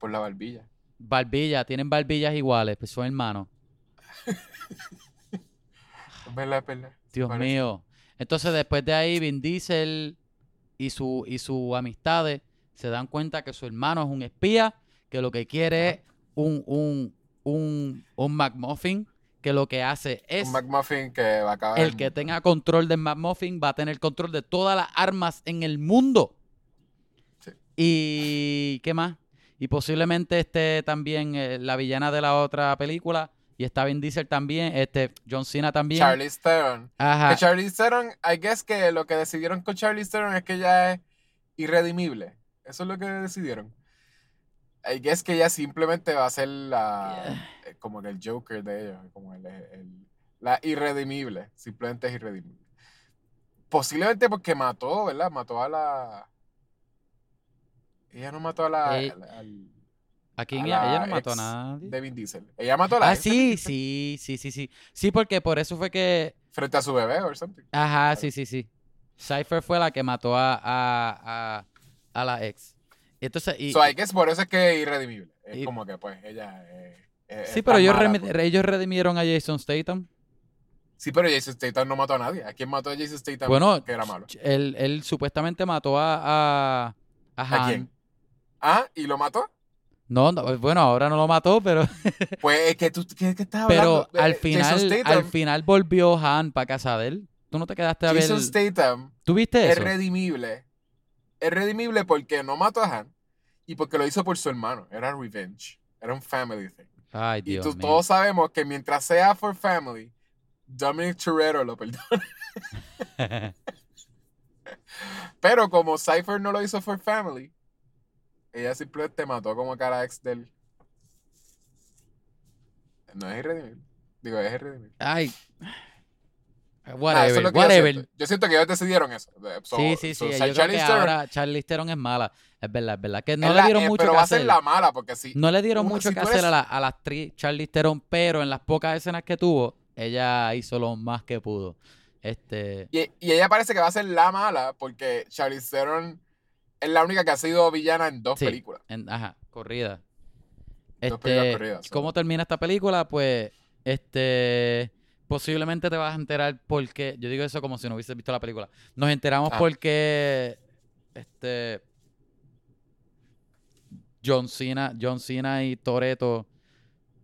S1: por la barbilla.
S2: Barbilla, tienen barbillas iguales, pues son hermanos.
S1: Es verdad, es verdad. Se
S2: Dios
S1: parecen.
S2: mío. Entonces, después de ahí, Vin Diesel y su, y su amistades se dan cuenta que su hermano es un espía, que lo que quiere es un, un, un, un McMuffin, que lo que hace es
S1: Un McMuffin que va a acabar.
S2: el que
S1: mundo.
S2: tenga control del McMuffin va a tener control de todas las armas en el mundo.
S1: Sí.
S2: Y qué más. Y posiblemente esté también eh, la villana de la otra película. Y está Vin Diesel también. Este, John Cena también.
S1: Charlie Theron.
S2: Ajá.
S1: Que Charlie Theron, I guess que lo que decidieron con Charlie Theron es que ella es irredimible. Eso es lo que decidieron. I guess que ella simplemente va a ser la eh, como que el Joker de ellos, como el, el- la irredimible, simplemente es irredimible. Posiblemente porque mató, ¿verdad? Mató a la. Ella no mató a la.
S2: Eh,
S1: al- al-
S2: ¿A quién?
S1: a
S2: Ella, ella
S1: la
S2: no mató a
S1: ex
S2: nadie.
S1: de ¿eh? Vin Diesel. Ella mató a la
S2: Ah,
S1: ex de
S2: sí,
S1: Vin Diesel
S2: sí, sí, sí, sí. Sí, porque por eso fue que.
S1: Frente a su bebé o something.
S2: Ajá,
S1: Claro.
S2: sí, sí, sí. Cypher fue la que mató a, a, a, a la ex. Entonces, y,
S1: so, I guess por eso es que es irredimible. Es
S2: y-
S1: como que, pues, ella. eh, eh,
S2: sí,
S1: es
S2: pero
S1: tan
S2: ellos,
S1: mala,
S2: remi-
S1: pues.
S2: ellos redimieron a Jason Statham.
S1: Sí, pero Jason Statham no mató a nadie. ¿A quién mató a Jason Statham?
S2: Bueno,
S1: que era malo.
S2: Él, él supuestamente mató a. ¿A, a
S1: ¿A
S2: Han.
S1: quién? Ah, ¿y lo mató?
S2: No, no, bueno, ahora no lo mató, pero,
S1: Pues es que tú, ¿qué, qué estás
S2: pero
S1: hablando? Eh,
S2: al
S1: Jason
S2: final,
S1: Statham,
S2: al final volvió Han para casa de él. Tú no te quedaste a ver.
S1: Jason Statham
S2: ¿Tú viste
S1: es
S2: eso?
S1: redimible. Es redimible porque no mató a Han y porque lo hizo por su hermano. Era revenge. Era un family thing.
S2: Ay,
S1: Y
S2: Dios
S1: tú-
S2: mío.
S1: todos sabemos que mientras sea for family, Dominic Toretto lo perdona. Pero como Cypher no lo hizo for family, ella simplemente mató como cara ex del. No es irredimible. Digo, es irredimible.
S2: Ay.
S1: Nada, Ah, eso
S2: Whatever,
S1: es lo que yo
S2: whatever.
S1: siento. Yo siento que ellos decidieron eso. Eh, so-
S2: sí, sí, sí.
S1: so,
S2: yo
S1: Sir
S2: creo
S1: Charlize
S2: que
S1: Theron
S2: ahora Charlize Theron es mala. Es verdad, es verdad. Que no
S1: es
S2: le
S1: la-
S2: dieron
S1: eh,
S2: mucho
S1: Pero
S2: que
S1: va a ser
S2: hacer.
S1: la mala, porque si.
S2: No le dieron
S1: Una-
S2: mucho
S1: si
S2: que
S1: tú
S2: hacer a
S1: eres-
S2: la, a la actriz Charlize Theron, pero en las pocas escenas que tuvo, ella hizo lo más que pudo. Este,
S1: Y, y ella parece que va a ser la mala, porque Charlize Theron es la única que ha sido villana en dos
S2: Sí.
S1: películas.
S2: en- ajá, corrida.
S1: Dos películas
S2: Este,
S1: corridas,
S2: ¿Cómo
S1: so.
S2: termina esta película? Pues, este, posiblemente te vas a enterar porque, yo digo eso como si no hubieses visto la película. Nos enteramos
S1: Ah.
S2: porque, este, John Cena, John Cena y Toreto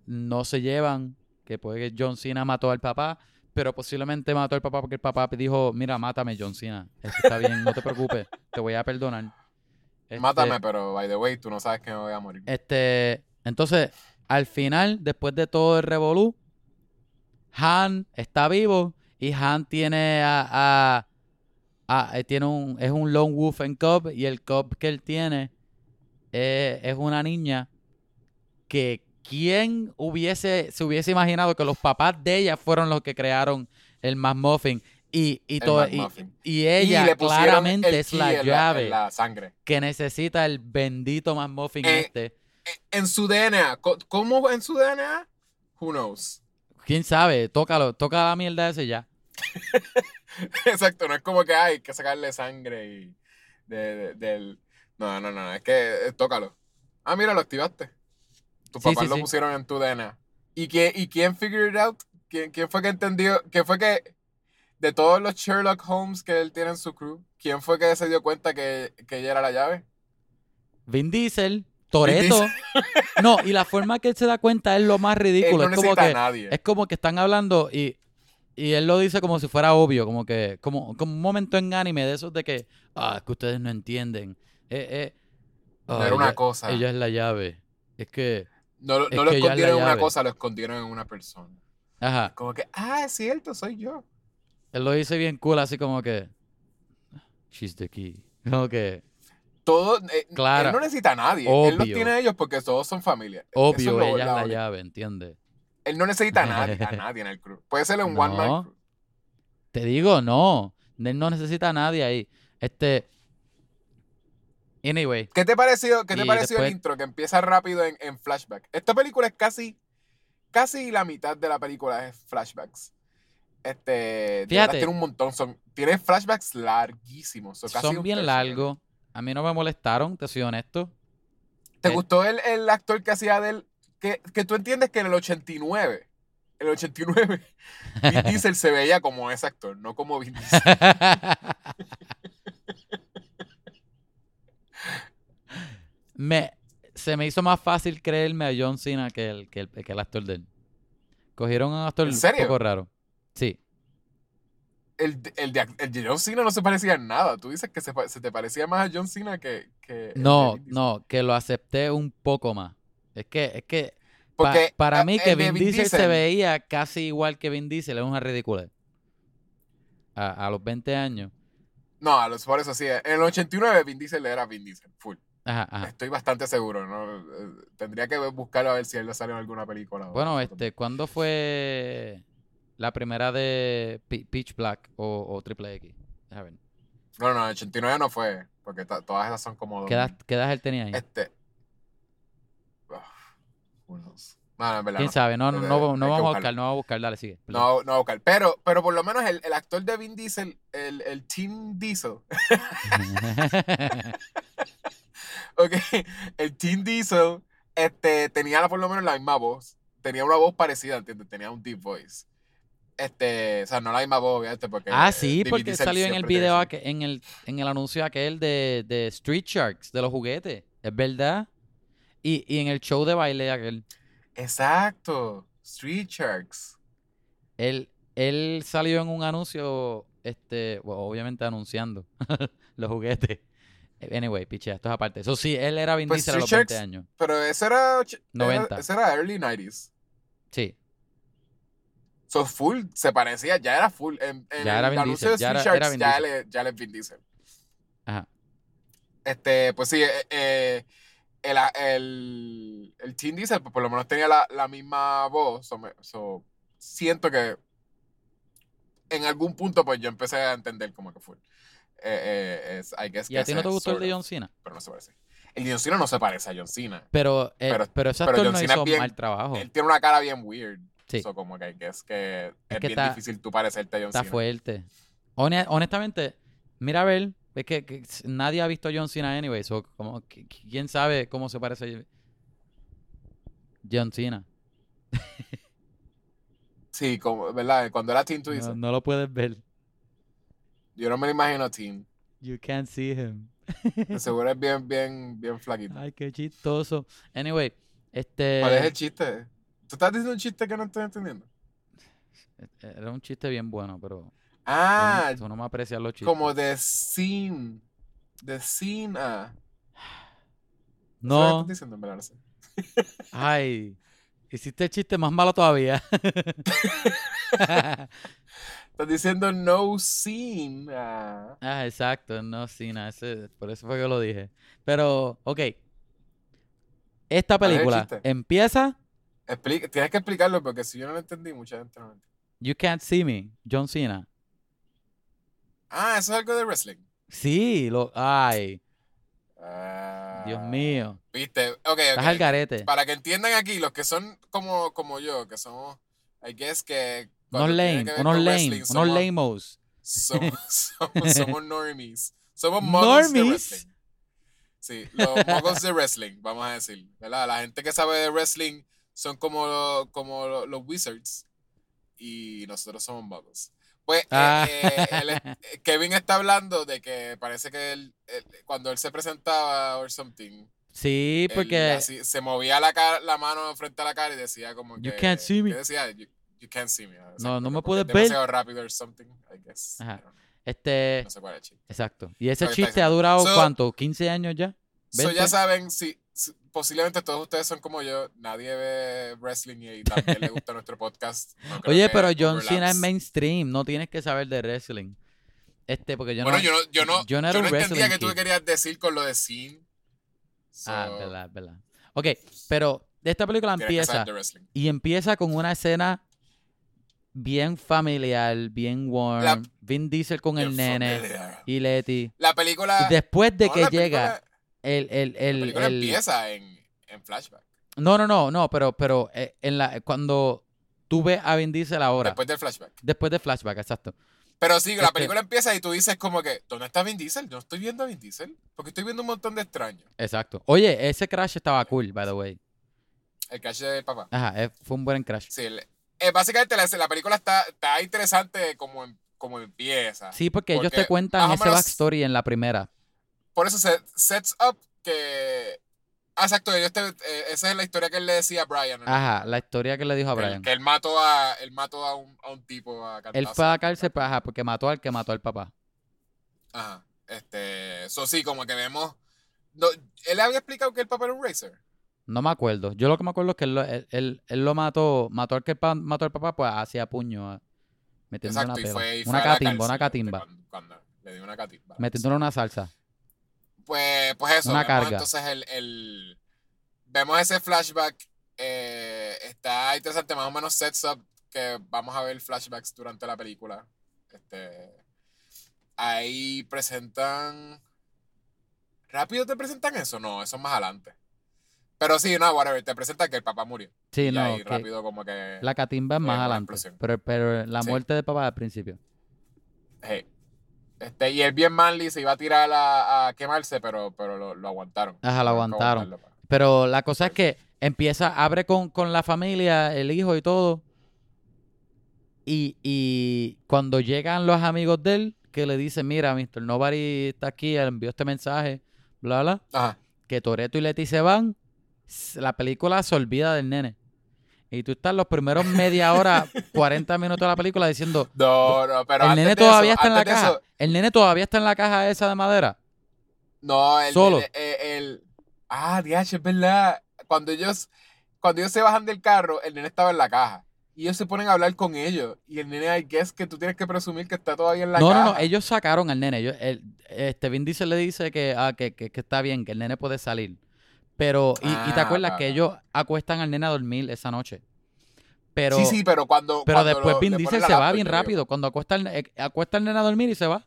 S2: no se llevan, que puede que John Cena mató al papá, pero posiblemente mató al papá porque el papá dijo, mira, mátame John Cena, esto está bien, no te preocupes, te voy a perdonar. Este,
S1: Mátame, pero by the way, tú no sabes que me voy a morir.
S2: este, entonces, al final, después de todo el revolú, Han está vivo y Han tiene a, a- a- eh, tiene un, es un lone wolf en cub y el cub que él tiene eh, es una niña que quién hubiese se hubiese imaginado que los papás de ella fueron los que crearon el McMuffin y y,
S1: El
S2: todo- y-
S1: McMuffin.
S2: y ella
S1: pusieron el
S2: claramente es
S1: key
S2: la
S1: en en
S2: llave
S1: la sangre.
S2: que necesita el bendito McMuffin
S1: Eh,
S2: este
S1: En su DNA. Co- ¿Cómo en su DNA? Who knows.
S2: ¿Quién sabe? Tócalo, toca la mierda ese ya.
S1: Exacto, no es como que hay que sacarle sangre y de- de- del... No, no, no, no, es que eh, tócalo. Ah, mira, lo activaste. Tus
S2: Sí,
S1: papás
S2: sí,
S1: lo
S2: sí.
S1: pusieron en tu DNA. ¿Y quién, y quién figured it out? ¿Quién, quién fue que entendió? ¿Quién fue que... De todos los Sherlock Holmes que él tiene en su crew, ¿quién fue que se dio cuenta que, que ella era la llave?
S2: Vin Diesel, Toreto.
S1: Diesel.
S2: No, y la forma que él se da cuenta es lo más
S1: Él
S2: ridículo.
S1: no
S2: Es como
S1: necesita a
S2: que,
S1: nadie.
S2: es como que están hablando y, y él lo dice como si fuera obvio, como que, como, como un momento en anime de esos de que, ah, es que ustedes no entienden. Eh, eh,
S1: No
S2: ah,
S1: era una
S2: ella-
S1: cosa.
S2: Ella es la llave. Es que,
S1: no lo-
S2: es
S1: no lo
S2: que ella es la
S1: escondieron en una
S2: llave.
S1: cosa, lo escondieron en una persona.
S2: ajá,
S1: Como que, ah, es cierto, soy yo.
S2: él lo dice bien cool, así como que, she's the key. Como que,
S1: Todo, eh,
S2: Claro.
S1: él no necesita a nadie. Él los
S2: Obvio.
S1: tiene a ellos porque todos son familia. Eso es
S2: obvio,
S1: lo-
S2: ella es
S1: la
S2: la
S1: única-
S2: llave, ¿entiendes?
S1: Él no necesita a nadie, a nadie en el crew. Puede ser un
S2: No.
S1: one man crew.
S2: Te digo, no. Él no necesita a nadie ahí. Este. Anyway.
S1: ¿Qué te pareció, qué te
S2: Y
S1: pareció
S2: después-
S1: el intro que empieza rápido en, en flashback? Esta película es casi, casi la mitad de la película es flashbacks. Este, de verdad
S2: Fíjate.
S1: tiene un montón, son, tiene flashbacks larguísimos. son casi
S2: Son
S1: un
S2: bien
S1: tercio, creo.
S2: largos. A mí no me molestaron, te soy honesto.
S1: ¿Te
S2: Eh.
S1: gustó el, el actor que hacía de él? Que, que tú entiendes que en el 89, en el 89, Vin Diesel se veía como ese actor, no como Vin Diesel.
S2: me, se me hizo más fácil creerme a John Cena que el, que el, que el actor de él. Cogieron a un actor
S1: ¿En
S2: un
S1: serio?
S2: poco raro. Sí.
S1: El, de- el, de, el de John Cena no se parecía en nada. Tú dices que se, pa- se te parecía más a John Cena que. que el de
S2: No,
S1: Vin Diesel.
S2: no, que lo acepté un poco más. Es que, es que Pa-
S1: Porque
S2: para
S1: eh,
S2: mí que
S1: el de
S2: Vin, Diesel, se veía casi igual que Vin Diesel es una ridícula. A, a los 20 años.
S1: No, a los por eso sí. En el 89 Vin Diesel era Vin Diesel, full.
S2: Ajá, ajá.
S1: Estoy bastante seguro. ¿no? Eh, Tendría que buscarlo a ver si él le sale en alguna película. o
S2: Bueno,
S1: algo.
S2: este, ¿cuándo fue la primera de Pe- Pitch Black o, o Triple X? Deja ver.
S1: No, no, el 89 no fue, porque ta- todas esas son como...
S2: ¿Qué edad, qué edad él tenía ahí?
S1: Este... Uf, who knows. No, no, en verdad
S2: ¿Quién
S1: no.
S2: sabe? No, no,
S1: eh,
S2: no, no,
S1: hay que
S2: vamos a
S1: buscarlo.
S2: buscar, no vamos a buscar. Dale, sigue. perdón.
S1: No, no, Oscar. Pero, pero por lo menos el, el actor de Vin Diesel, el, el Team Diesel, Eh, ok, el Team Diesel este, tenía la- por lo menos la misma voz. Tenía una voz parecida, ¿entiendes? Tenía un deep voice. Este, o sea, no la misma voz, obviamente, porque.
S2: ah,
S1: eh,
S2: sí,
S1: Vin
S2: porque
S1: Diesel
S2: salió en el
S1: siempre tiene
S2: video,
S1: su-
S2: aquel- en, el, en el anuncio aquel de, de Street Sharks, de los juguetes. Es verdad. Y, y en el show de baile aquel.
S1: Exacto. Street Sharks.
S2: Él, él salió en un anuncio, este, bueno, obviamente anunciando los juguetes. Anyway, piche, esto es aparte. Eso sí, él era Vin
S1: Pues
S2: Diesel a los
S1: Street
S2: 20
S1: Sharks-
S2: años.
S1: Pero ese era. och- era-
S2: 90.
S1: Ese era early 90s.
S2: Sí,
S1: So, full, se parecía, ya era full. En, en
S2: Ya era
S1: el
S2: Vin
S1: anuncio
S2: Diesel, ya
S1: de Street
S2: era- era
S1: Sharks,
S2: Vin
S1: ya,
S2: Diesel.
S1: le- ya le es Vin Diesel.
S2: ajá.
S1: Este, pues sí, eh, eh, el, el, el Team Diesel pues, por lo menos tenía la, la misma voz. So, me- so, siento que en algún punto pues yo empecé a entender como que fue. Eh, eh, es, I guess
S2: ¿Y
S1: que
S2: a ti no
S1: ese
S2: te
S1: es
S2: gustó el
S1: sort
S2: de
S1: of,
S2: John Cena?
S1: Pero no se parece. El de John Cena no se parece a John Cena.
S2: Pero, eh,
S1: Pero-
S2: pero, ese
S1: pero
S2: actor
S1: John
S2: no
S1: Cena es
S2: hizo
S1: bien-
S2: mal trabajo.
S1: Él tiene una cara bien weird.
S2: Oh. Sí.
S1: So, como que I guess que es,
S2: que
S1: bien
S2: está-
S1: difícil tú parecerte a John
S2: Está
S1: Cena.
S2: fuerte. Hone- honestamente, mira a ver, es que, que s- nadie ha visto a John Cena anyway, so como, qui- qui- ¿quién sabe cómo se parece John Cena?
S1: Sí, como, ¿verdad? Cuando era Team tú dices.
S2: No, no lo puedes ver.
S1: Yo no me lo imagino Team.
S2: You can't see him.
S1: De Seguro es bien, bien, bien flaquito.
S2: Ay, qué chistoso. Anyway, este...
S1: ¿Cuál es el chiste? ¿Tú estás diciendo un chiste que no estoy entendiendo?
S2: Era un chiste bien bueno, pero
S1: Ah,
S2: tú, no- tú no me aprecias los chistes.
S1: como de sin. De sin ah. a.
S2: No,
S1: ¿Estás diciendo en verdad? No sé.
S2: ay, hiciste el chiste más malo todavía.
S1: Estás diciendo no sin a.
S2: Ah, exacto, no, sí, nada, ese- por eso fue que lo dije. Pero, ok. Esta
S1: ¿Cuál es el
S2: película
S1: chiste?
S2: empieza
S1: Explica- tienes que explicarlo porque si yo no lo entendí, mucha gente no lo entiende.
S2: You Can't See Me, John Cena.
S1: Ah, eso es algo de wrestling.
S2: Sí, lo, ay,
S1: Ah,
S2: Dios mío.
S1: Viste, ok, ok.
S2: Estás al garete.
S1: Para que entiendan aquí, los que son como, como yo, que somos, I guess que.
S2: Unos
S1: cuando tiene
S2: lame,
S1: que ver
S2: unos
S1: con
S2: lame,
S1: wrestling,
S2: unos
S1: somos-
S2: lamos.
S1: Somos, somos, somos normies. Somos muggles de
S2: Normies.
S1: wrestling. Sí, los muggles de wrestling, vamos a decir. ¿verdad? La gente que sabe de wrestling son como, lo- como lo- los wizards y nosotros somos muggles. Pues eh,
S2: Ah.
S1: eh, él es- eh, Kevin está hablando de que parece que él, él- cuando él se presentaba or something,
S2: Sí,
S1: él
S2: porque
S1: así- se movía la, cara, la mano frente a la cara y decía como que...
S2: You can't see me.
S1: ¿qué decía? You, you can't see me. O sea,
S2: No, no me
S1: como que
S2: puedes ver.
S1: demasiado rápido or something, I guess. I
S2: Ajá.
S1: don't know.
S2: este,
S1: No sé cuál es, chico.
S2: exacto. Y ese
S1: Lo que está
S2: chiste
S1: diciendo.
S2: ha durado
S1: So-
S2: ¿cuánto? 15 años ya.
S1: So, ya
S2: 20.
S1: saben, si, si- posiblemente todos ustedes son como yo, nadie ve wrestling y también le gusta nuestro podcast. No creo
S2: Oye,
S1: que
S2: pero John Cena es
S1: overlaps.
S2: mainstream, no tienes que saber de wrestling. Este, porque yo
S1: Bueno,
S2: no
S1: yo no, yo no,
S2: yo no era un
S1: yo no entendía
S2: wrestling
S1: que tú
S2: kid.
S1: querías decir con lo de sin.
S2: Ah, verdad, verdad. Ok, pero esta película empieza
S1: Empieza.
S2: y empieza con una escena bien familiar, bien warm.
S1: La-
S2: Vin Diesel con el nene y Letty.
S1: La película.
S2: Y después de
S1: Ah, no,
S2: que
S1: la
S2: llega
S1: película-
S2: el, el,
S1: la
S2: el,
S1: película
S2: el-
S1: empieza en, en flashback.
S2: No, no, no, no, pero, pero eh, en la, cuando tú ves a Vin Diesel ahora, después,
S1: Después del flashback.
S2: de flashback, exacto.
S1: Pero sí, la
S2: Este-
S1: película empieza y tú dices como que, ¿dónde está Vin Diesel? No estoy viendo a Vin Diesel. Porque estoy viendo un montón de extraños.
S2: Exacto. Oye, ese crash estaba cool, by the way.
S1: El caché del papá.
S2: Ajá, eh, fue un buen crash.
S1: Sí, el- eh, básicamente la, la película está, está interesante como, em- como empieza.
S2: Sí, porque ellos
S1: Porque
S2: te cuentan
S1: más o
S2: ese
S1: menos-
S2: backstory en la primera.
S1: Por eso se sets up que... Ah, exacto, ellos te- eh, esa es la historia que él le decía a Brian. ¿no?
S2: Ajá, la historia que le dijo a
S1: Que él-
S2: Ah, Brian.
S1: Que él mató a, él mató a, un, a un tipo a
S2: Él
S1: cantazo.
S2: fue a la cárcel pa- ajá, porque mató al que mató al papá.
S1: Ajá. Este, eso sí, como que vemos... no, él había explicado que el papá era un racer.
S2: No me acuerdo. Yo lo que me acuerdo es que él lo, él, él- él lo mató, mató al que pa- mató al papá, pues hacía puño, eh, metiendo una
S1: Exacto, y
S2: pela.
S1: fue, y fue
S2: una
S1: a la
S2: catimba, una
S1: cárcel, este,
S2: catimba.
S1: cuando, cuando le dio una catimba.
S2: Metiéndole una salsa.
S1: Pues, pues eso,
S2: Una
S1: vemos
S2: carga.
S1: entonces el, el- Vemos ese flashback. eh, está interesante, más o menos sets up que vamos a ver flashbacks durante la película. Este, Ahí presentan. ¿Rápido te presentan eso? No, eso es más adelante. Pero sí, no, whatever. Te presentan que el papá murió.
S2: Sí,
S1: y
S2: no.
S1: ahí
S2: que
S1: rápido, como que.
S2: la catimba es
S1: hay
S2: más
S1: una
S2: adelante.
S1: explosión.
S2: Pero, pero la
S1: Sí.
S2: muerte de papá al principio.
S1: Hey. eh, Este, y el bien Manly se iba a tirar a, a quemarse, pero, pero lo, lo aguantaron.
S2: Ajá, lo
S1: Tuvieron que
S2: aguantaron.
S1: aguantarlo, pa.
S2: Pero la cosa es que empieza, abre con, con la familia, el hijo y todo. Y, y cuando llegan los amigos de él, que le dicen, mira, Mr. Nobody está aquí, él envió este mensaje, bla, bla,
S1: Ajá.
S2: que Toreto y Leti se van, s- la película se olvida del nene. Y tú estás los primeros media hora, 40 minutos de la película diciendo,
S1: No, no, pero
S2: el
S1: antes
S2: nene
S1: de
S2: todavía
S1: eso-
S2: está en la
S1: antes de
S2: caja.
S1: eso-
S2: El nene todavía está en la caja esa de madera.
S1: no, el,
S2: Solo.
S1: el- el- el- ah, diache, es verdad. Cuando ellos, cuando ellos se bajan del carro, el nene estaba en la caja. Y ellos se ponen a hablar con ellos. Y el nene, I guess, que tú tienes que presumir que está todavía en la
S2: no,
S1: caja.
S2: no, no, ellos sacaron al nene. Ellos- el- este Vin Diesel le dice que, ah, que, que- que está bien, que el nene puede salir. Pero, y, y te
S1: Ah,
S2: acuerdas
S1: va,
S2: que
S1: va.
S2: ellos acuestan al nene a dormir esa noche. Pero,
S1: sí, sí, pero cuando.
S2: pero
S1: cuando
S2: después
S1: lo-
S2: Vin
S1: le ponen
S2: Diesel
S1: la
S2: se va
S1: laptop,
S2: bien
S1: yo digo.
S2: rápido. Cuando acuesta al, eh, acuesta al nene a dormir y se va.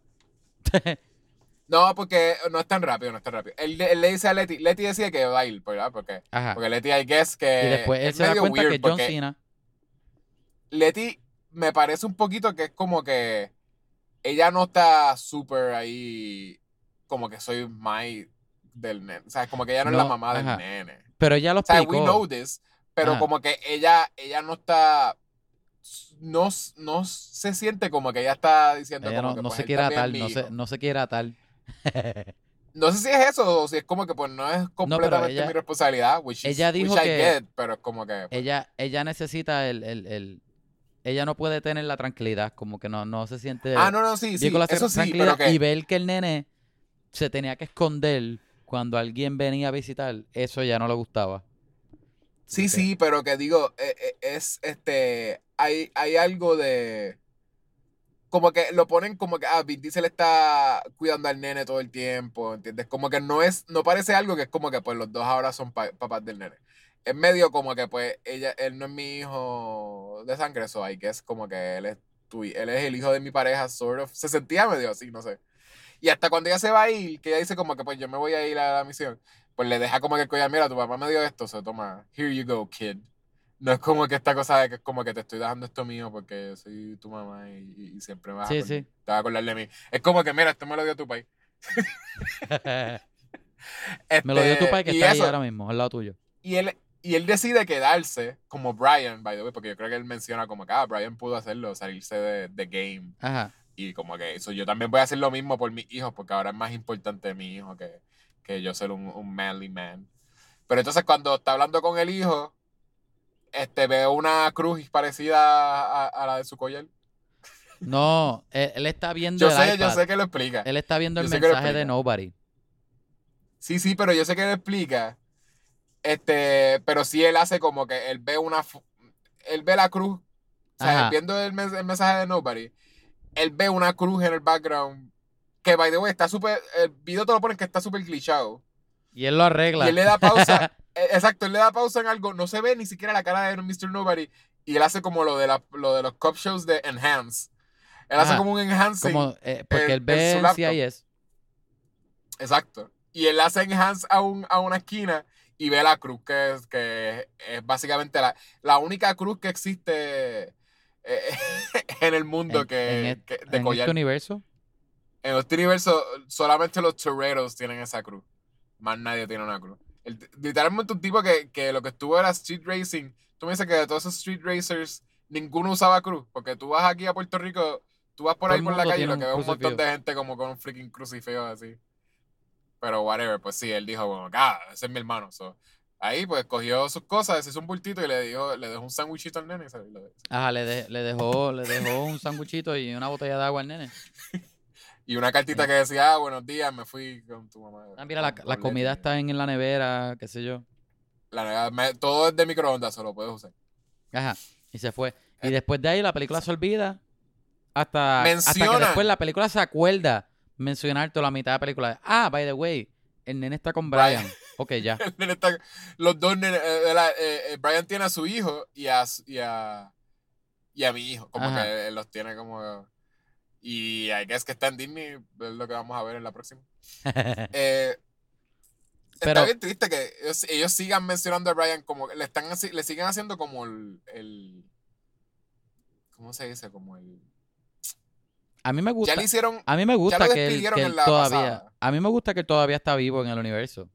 S1: No, porque no es tan rápido, no es tan rápido. Él, él le dice a Leti, Leti decía que va a ir, ¿verdad? Porque,
S2: Ajá.
S1: porque Leti, I guess, que.
S2: y después él
S1: es
S2: se da
S1: medio
S2: cuenta
S1: weird
S2: que es John
S1: porque-
S2: Cena.
S1: Leti me parece un poquito que es como que ella no está súper ahí, como que soy my del nene. O sea, como que ella no, es
S2: No,
S1: la mamá
S2: ajá.
S1: del nene. O
S2: Pero ya lo
S1: sea,
S2: explicó.
S1: we know this, pero
S2: Ajá.
S1: como que ella, ella no está. No, no se siente como que ella está diciendo
S2: Ella
S1: como
S2: no,
S1: que
S2: no
S1: pues,
S2: se
S1: él
S2: quiere
S1: también es
S2: atar,
S1: mi
S2: no se,
S1: hijo.
S2: no se quiere atar.
S1: No sé si es eso o si es como que pues no es completamente
S2: ella-
S1: mi responsabilidad, which, is-
S2: ella dijo
S1: which I
S2: que-
S1: get, pero es como que... pues,
S2: ella, ella necesita el, el- el- Ella no puede tener la tranquilidad, como que no, no se siente
S1: ah, no, no, sí, sí,
S2: bien con la
S1: eso sí,
S2: tranquilidad.
S1: pero que...
S2: Y ver que el nene se tenía que esconder cuando alguien venía a visitar, eso ya no le gustaba.
S1: Sí,
S2: Ok.
S1: sí, pero que digo, e- e- es este, hay, hay algo de, como que lo ponen como que, ah, Vin Diesel está cuidando al nene todo el tiempo, ¿entiendes? Como que no es, no parece algo que es como que pues los dos ahora son pa- papás del nene. Es medio como que pues ella, él no es mi hijo de sangre, so que es como que él es tu, hi- él es el hijo de mi pareja, sort of. Se sentía medio así, no sé. Y hasta cuando ella se va a ir, que ella dice como que pues yo me voy a ir a la misión, pues le deja como que el collar, mira, tu papá me dio esto, se toma, here you go, kid. No es como que esta cosa de que es como que te estoy dejando esto mío porque yo soy tu mamá y, y- y siempre vas a
S2: Sí,
S1: por-
S2: sí.
S1: te vas a acordar de mí. Es como que, mira, esto me lo dio tu país.
S2: Me lo dio tu
S1: Este,
S2: pai que
S1: y
S2: está ahí
S1: eso,
S2: ahora mismo, al lado tuyo.
S1: Y él, y él decide quedarse como Brian, by the way, porque yo creo que él menciona como que ah, Brian pudo hacerlo, salirse de, de game.
S2: Ajá.
S1: Y como que eso, yo también voy a hacer lo mismo por mis hijos, porque ahora es más importante mi hijo que, que yo ser un, un manly man. Pero entonces cuando está hablando con el hijo, este, veo una cruz parecida a, a la de su collar.
S2: No, él, él está viendo
S1: Yo
S2: el
S1: sé, yo
S2: iPad.
S1: sé que lo explica.
S2: Él está viendo el
S1: yo sé que lo
S2: mensaje de
S1: explica.
S2: Nobody.
S1: Sí, sí, pero yo sé que él explica. Este, pero sí él hace como que él ve una. fu- Él ve la cruz. O sea,
S2: Ajá.
S1: viendo el, mes- el mensaje de Nobody, él ve una cruz en el background. Que by the way, está súper. El video te lo ponen que está súper glitchado.
S2: Y él lo arregla.
S1: Y él le da pausa. eh, Exacto, él le da pausa en algo. No se ve ni siquiera la cara de Mr. Nobody. Y él hace como lo de, la, lo de los cop shows de Enhance. Él hace
S2: Ajá.
S1: como un enhancing.
S2: Como, eh, porque
S1: en-
S2: él
S1: en
S2: ve
S1: su
S2: en
S1: laptop.
S2: CIS.
S1: Exacto. Y él hace enhance a, un, a una esquina y ve la cruz, que es, que es básicamente la, la única cruz que existe eh, en el mundo
S2: En,
S1: que,
S2: en este-
S1: que- de
S2: en
S1: collar.
S2: este universo.
S1: En este universo, solamente los toreros tienen esa cruz. Más nadie tiene una cruz. El- literalmente un tipo que, que lo que estuvo era street racing. Tú me dices que de todos esos street racers, ninguno usaba cruz. Porque tú vas aquí a Puerto Rico, tú vas por
S2: Todo
S1: ahí
S2: el
S1: por la
S2: mundo
S1: calle y
S2: tiene
S1: lo que
S2: un
S1: ves un montón
S2: crucifijo.
S1: de gente como con un freaking crucifijo así. Pero whatever, pues sí, él dijo, bueno, acá, ese es mi hermano. So, ahí pues cogió sus cosas, se hizo un bultito y le dijo, le dejó un sándwichito al nene y se lo dio.
S2: Ajá, le, de- le dejó, le dejó un sanguchito y una botella de agua al nene.
S1: Y una cartita
S2: Sí.
S1: que decía, ah, buenos días, me fui con tu mamá.
S2: Ah, mira, la,
S1: con-
S2: la
S1: con
S2: comida
S1: Leti".
S2: está en, la nevera, qué sé yo.
S1: La nega- me- todo es de microondas, solo puedes usar.
S2: Ajá, y se fue. Y
S1: Eh,
S2: después de ahí la película se olvida hasta, hasta que
S1: Mencionan.
S2: después la película se acuerda mencionar toda la mitad de la película. Ah, by the way, el nene está con
S1: Brian.
S2: Brian. Ok, ya.
S1: El nene está- los dos nenes, eh, eh, la- eh, eh, Brian tiene a su hijo y a, su- y a, y a mi hijo. Como
S2: Ajá.
S1: que él los tiene como. Y I guess que está en Disney, es lo que vamos a ver en la próxima. Eh, está
S2: Pero-
S1: bien triste que ellos, ellos sigan mencionando a Brian como que le están así- le siguen haciendo como el, el- ¿cómo se dice? Como el
S2: A mí me gusta.
S1: ya le hicieron
S2: A mí me gusta que él,
S1: despidieron
S2: que
S1: en
S2: él
S1: la
S2: todavía.
S1: pasada.
S2: A mí me gusta que él todavía está vivo en el universo.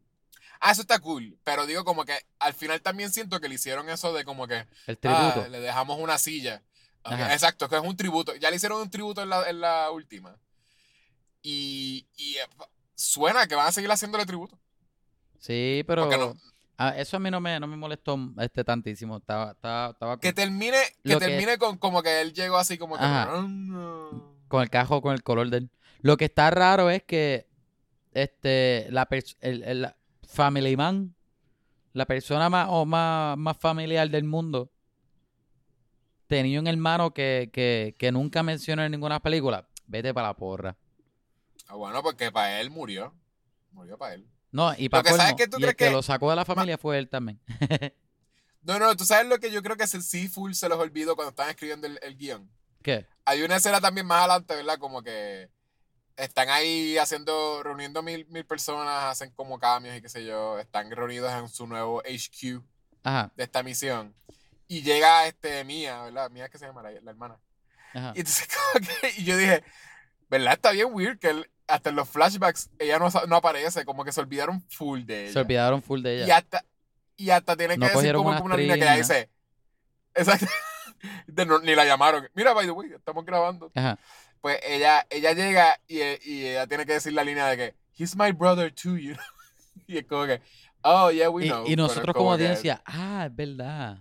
S1: ah eso está cool pero digo como que al final también siento que le hicieron eso de como que
S2: El
S1: ah,
S2: tributo.
S1: le dejamos una silla Ok,
S2: Ajá.
S1: exacto que es un tributo ya le hicieron un tributo en la, en la última y, y, eh, suena que van a seguir haciéndole tributo
S2: sí, pero.
S1: porque no-
S2: ah, eso a mí no me, no me molestó este tantísimo. Estaba, estaba, estaba
S1: que
S2: con,
S1: termine que
S2: eh, Lo que-
S1: termine con como que él llegó así como que "Ah,
S2: Ajá. con el cajo, con el color del. Lo que está raro es que este la pers- el, el- la- Family Man, la persona más, o más, más familiar del mundo, tenía un hermano que, que, que nunca menciona en ninguna película. Vete para la porra.
S1: Ah, bueno porque para él murió murió para él
S2: No, y para
S1: que sabes que tú
S2: y el
S1: crees
S2: que,
S1: que-
S2: lo sacó de la familia fue él también.
S1: no no tú sabes lo que yo creo que se- sí full se los olvidó cuando estaban escribiendo el, el guión
S2: ¿Qué?
S1: hay una escena también más adelante, ¿verdad? Como que están ahí haciendo, reuniendo mil, mil personas, hacen como cambios y qué sé yo, están reunidos en su nuevo HQ
S2: Ajá,
S1: de esta misión. Y llega este Mía, ¿verdad? Mía que se llama la, la hermana.
S2: ajá.
S1: Y entonces como que, y yo dije, ¿verdad? Está bien weird que él- hasta en los flashbacks ella no, sa- no aparece, como que se olvidaron full de ella.
S2: Se olvidaron full de
S1: Y
S2: ella.
S1: hasta, y hasta tienen
S2: No
S1: que decir
S2: cogieron
S1: como
S2: una
S1: que una línea que
S2: actriz,
S1: ya dice. Exacto. De no- ni la llamaron. Mira, by the way, estamos grabando.
S2: Ajá.
S1: Pues ella, ella llega y, e, y ella tiene que decir la línea de que he's my brother too, you know. Y es como que, oh yeah, we
S2: Y,
S1: know.
S2: y
S1: pero es
S2: nosotros como
S1: que
S2: audiencia, ah, es verdad.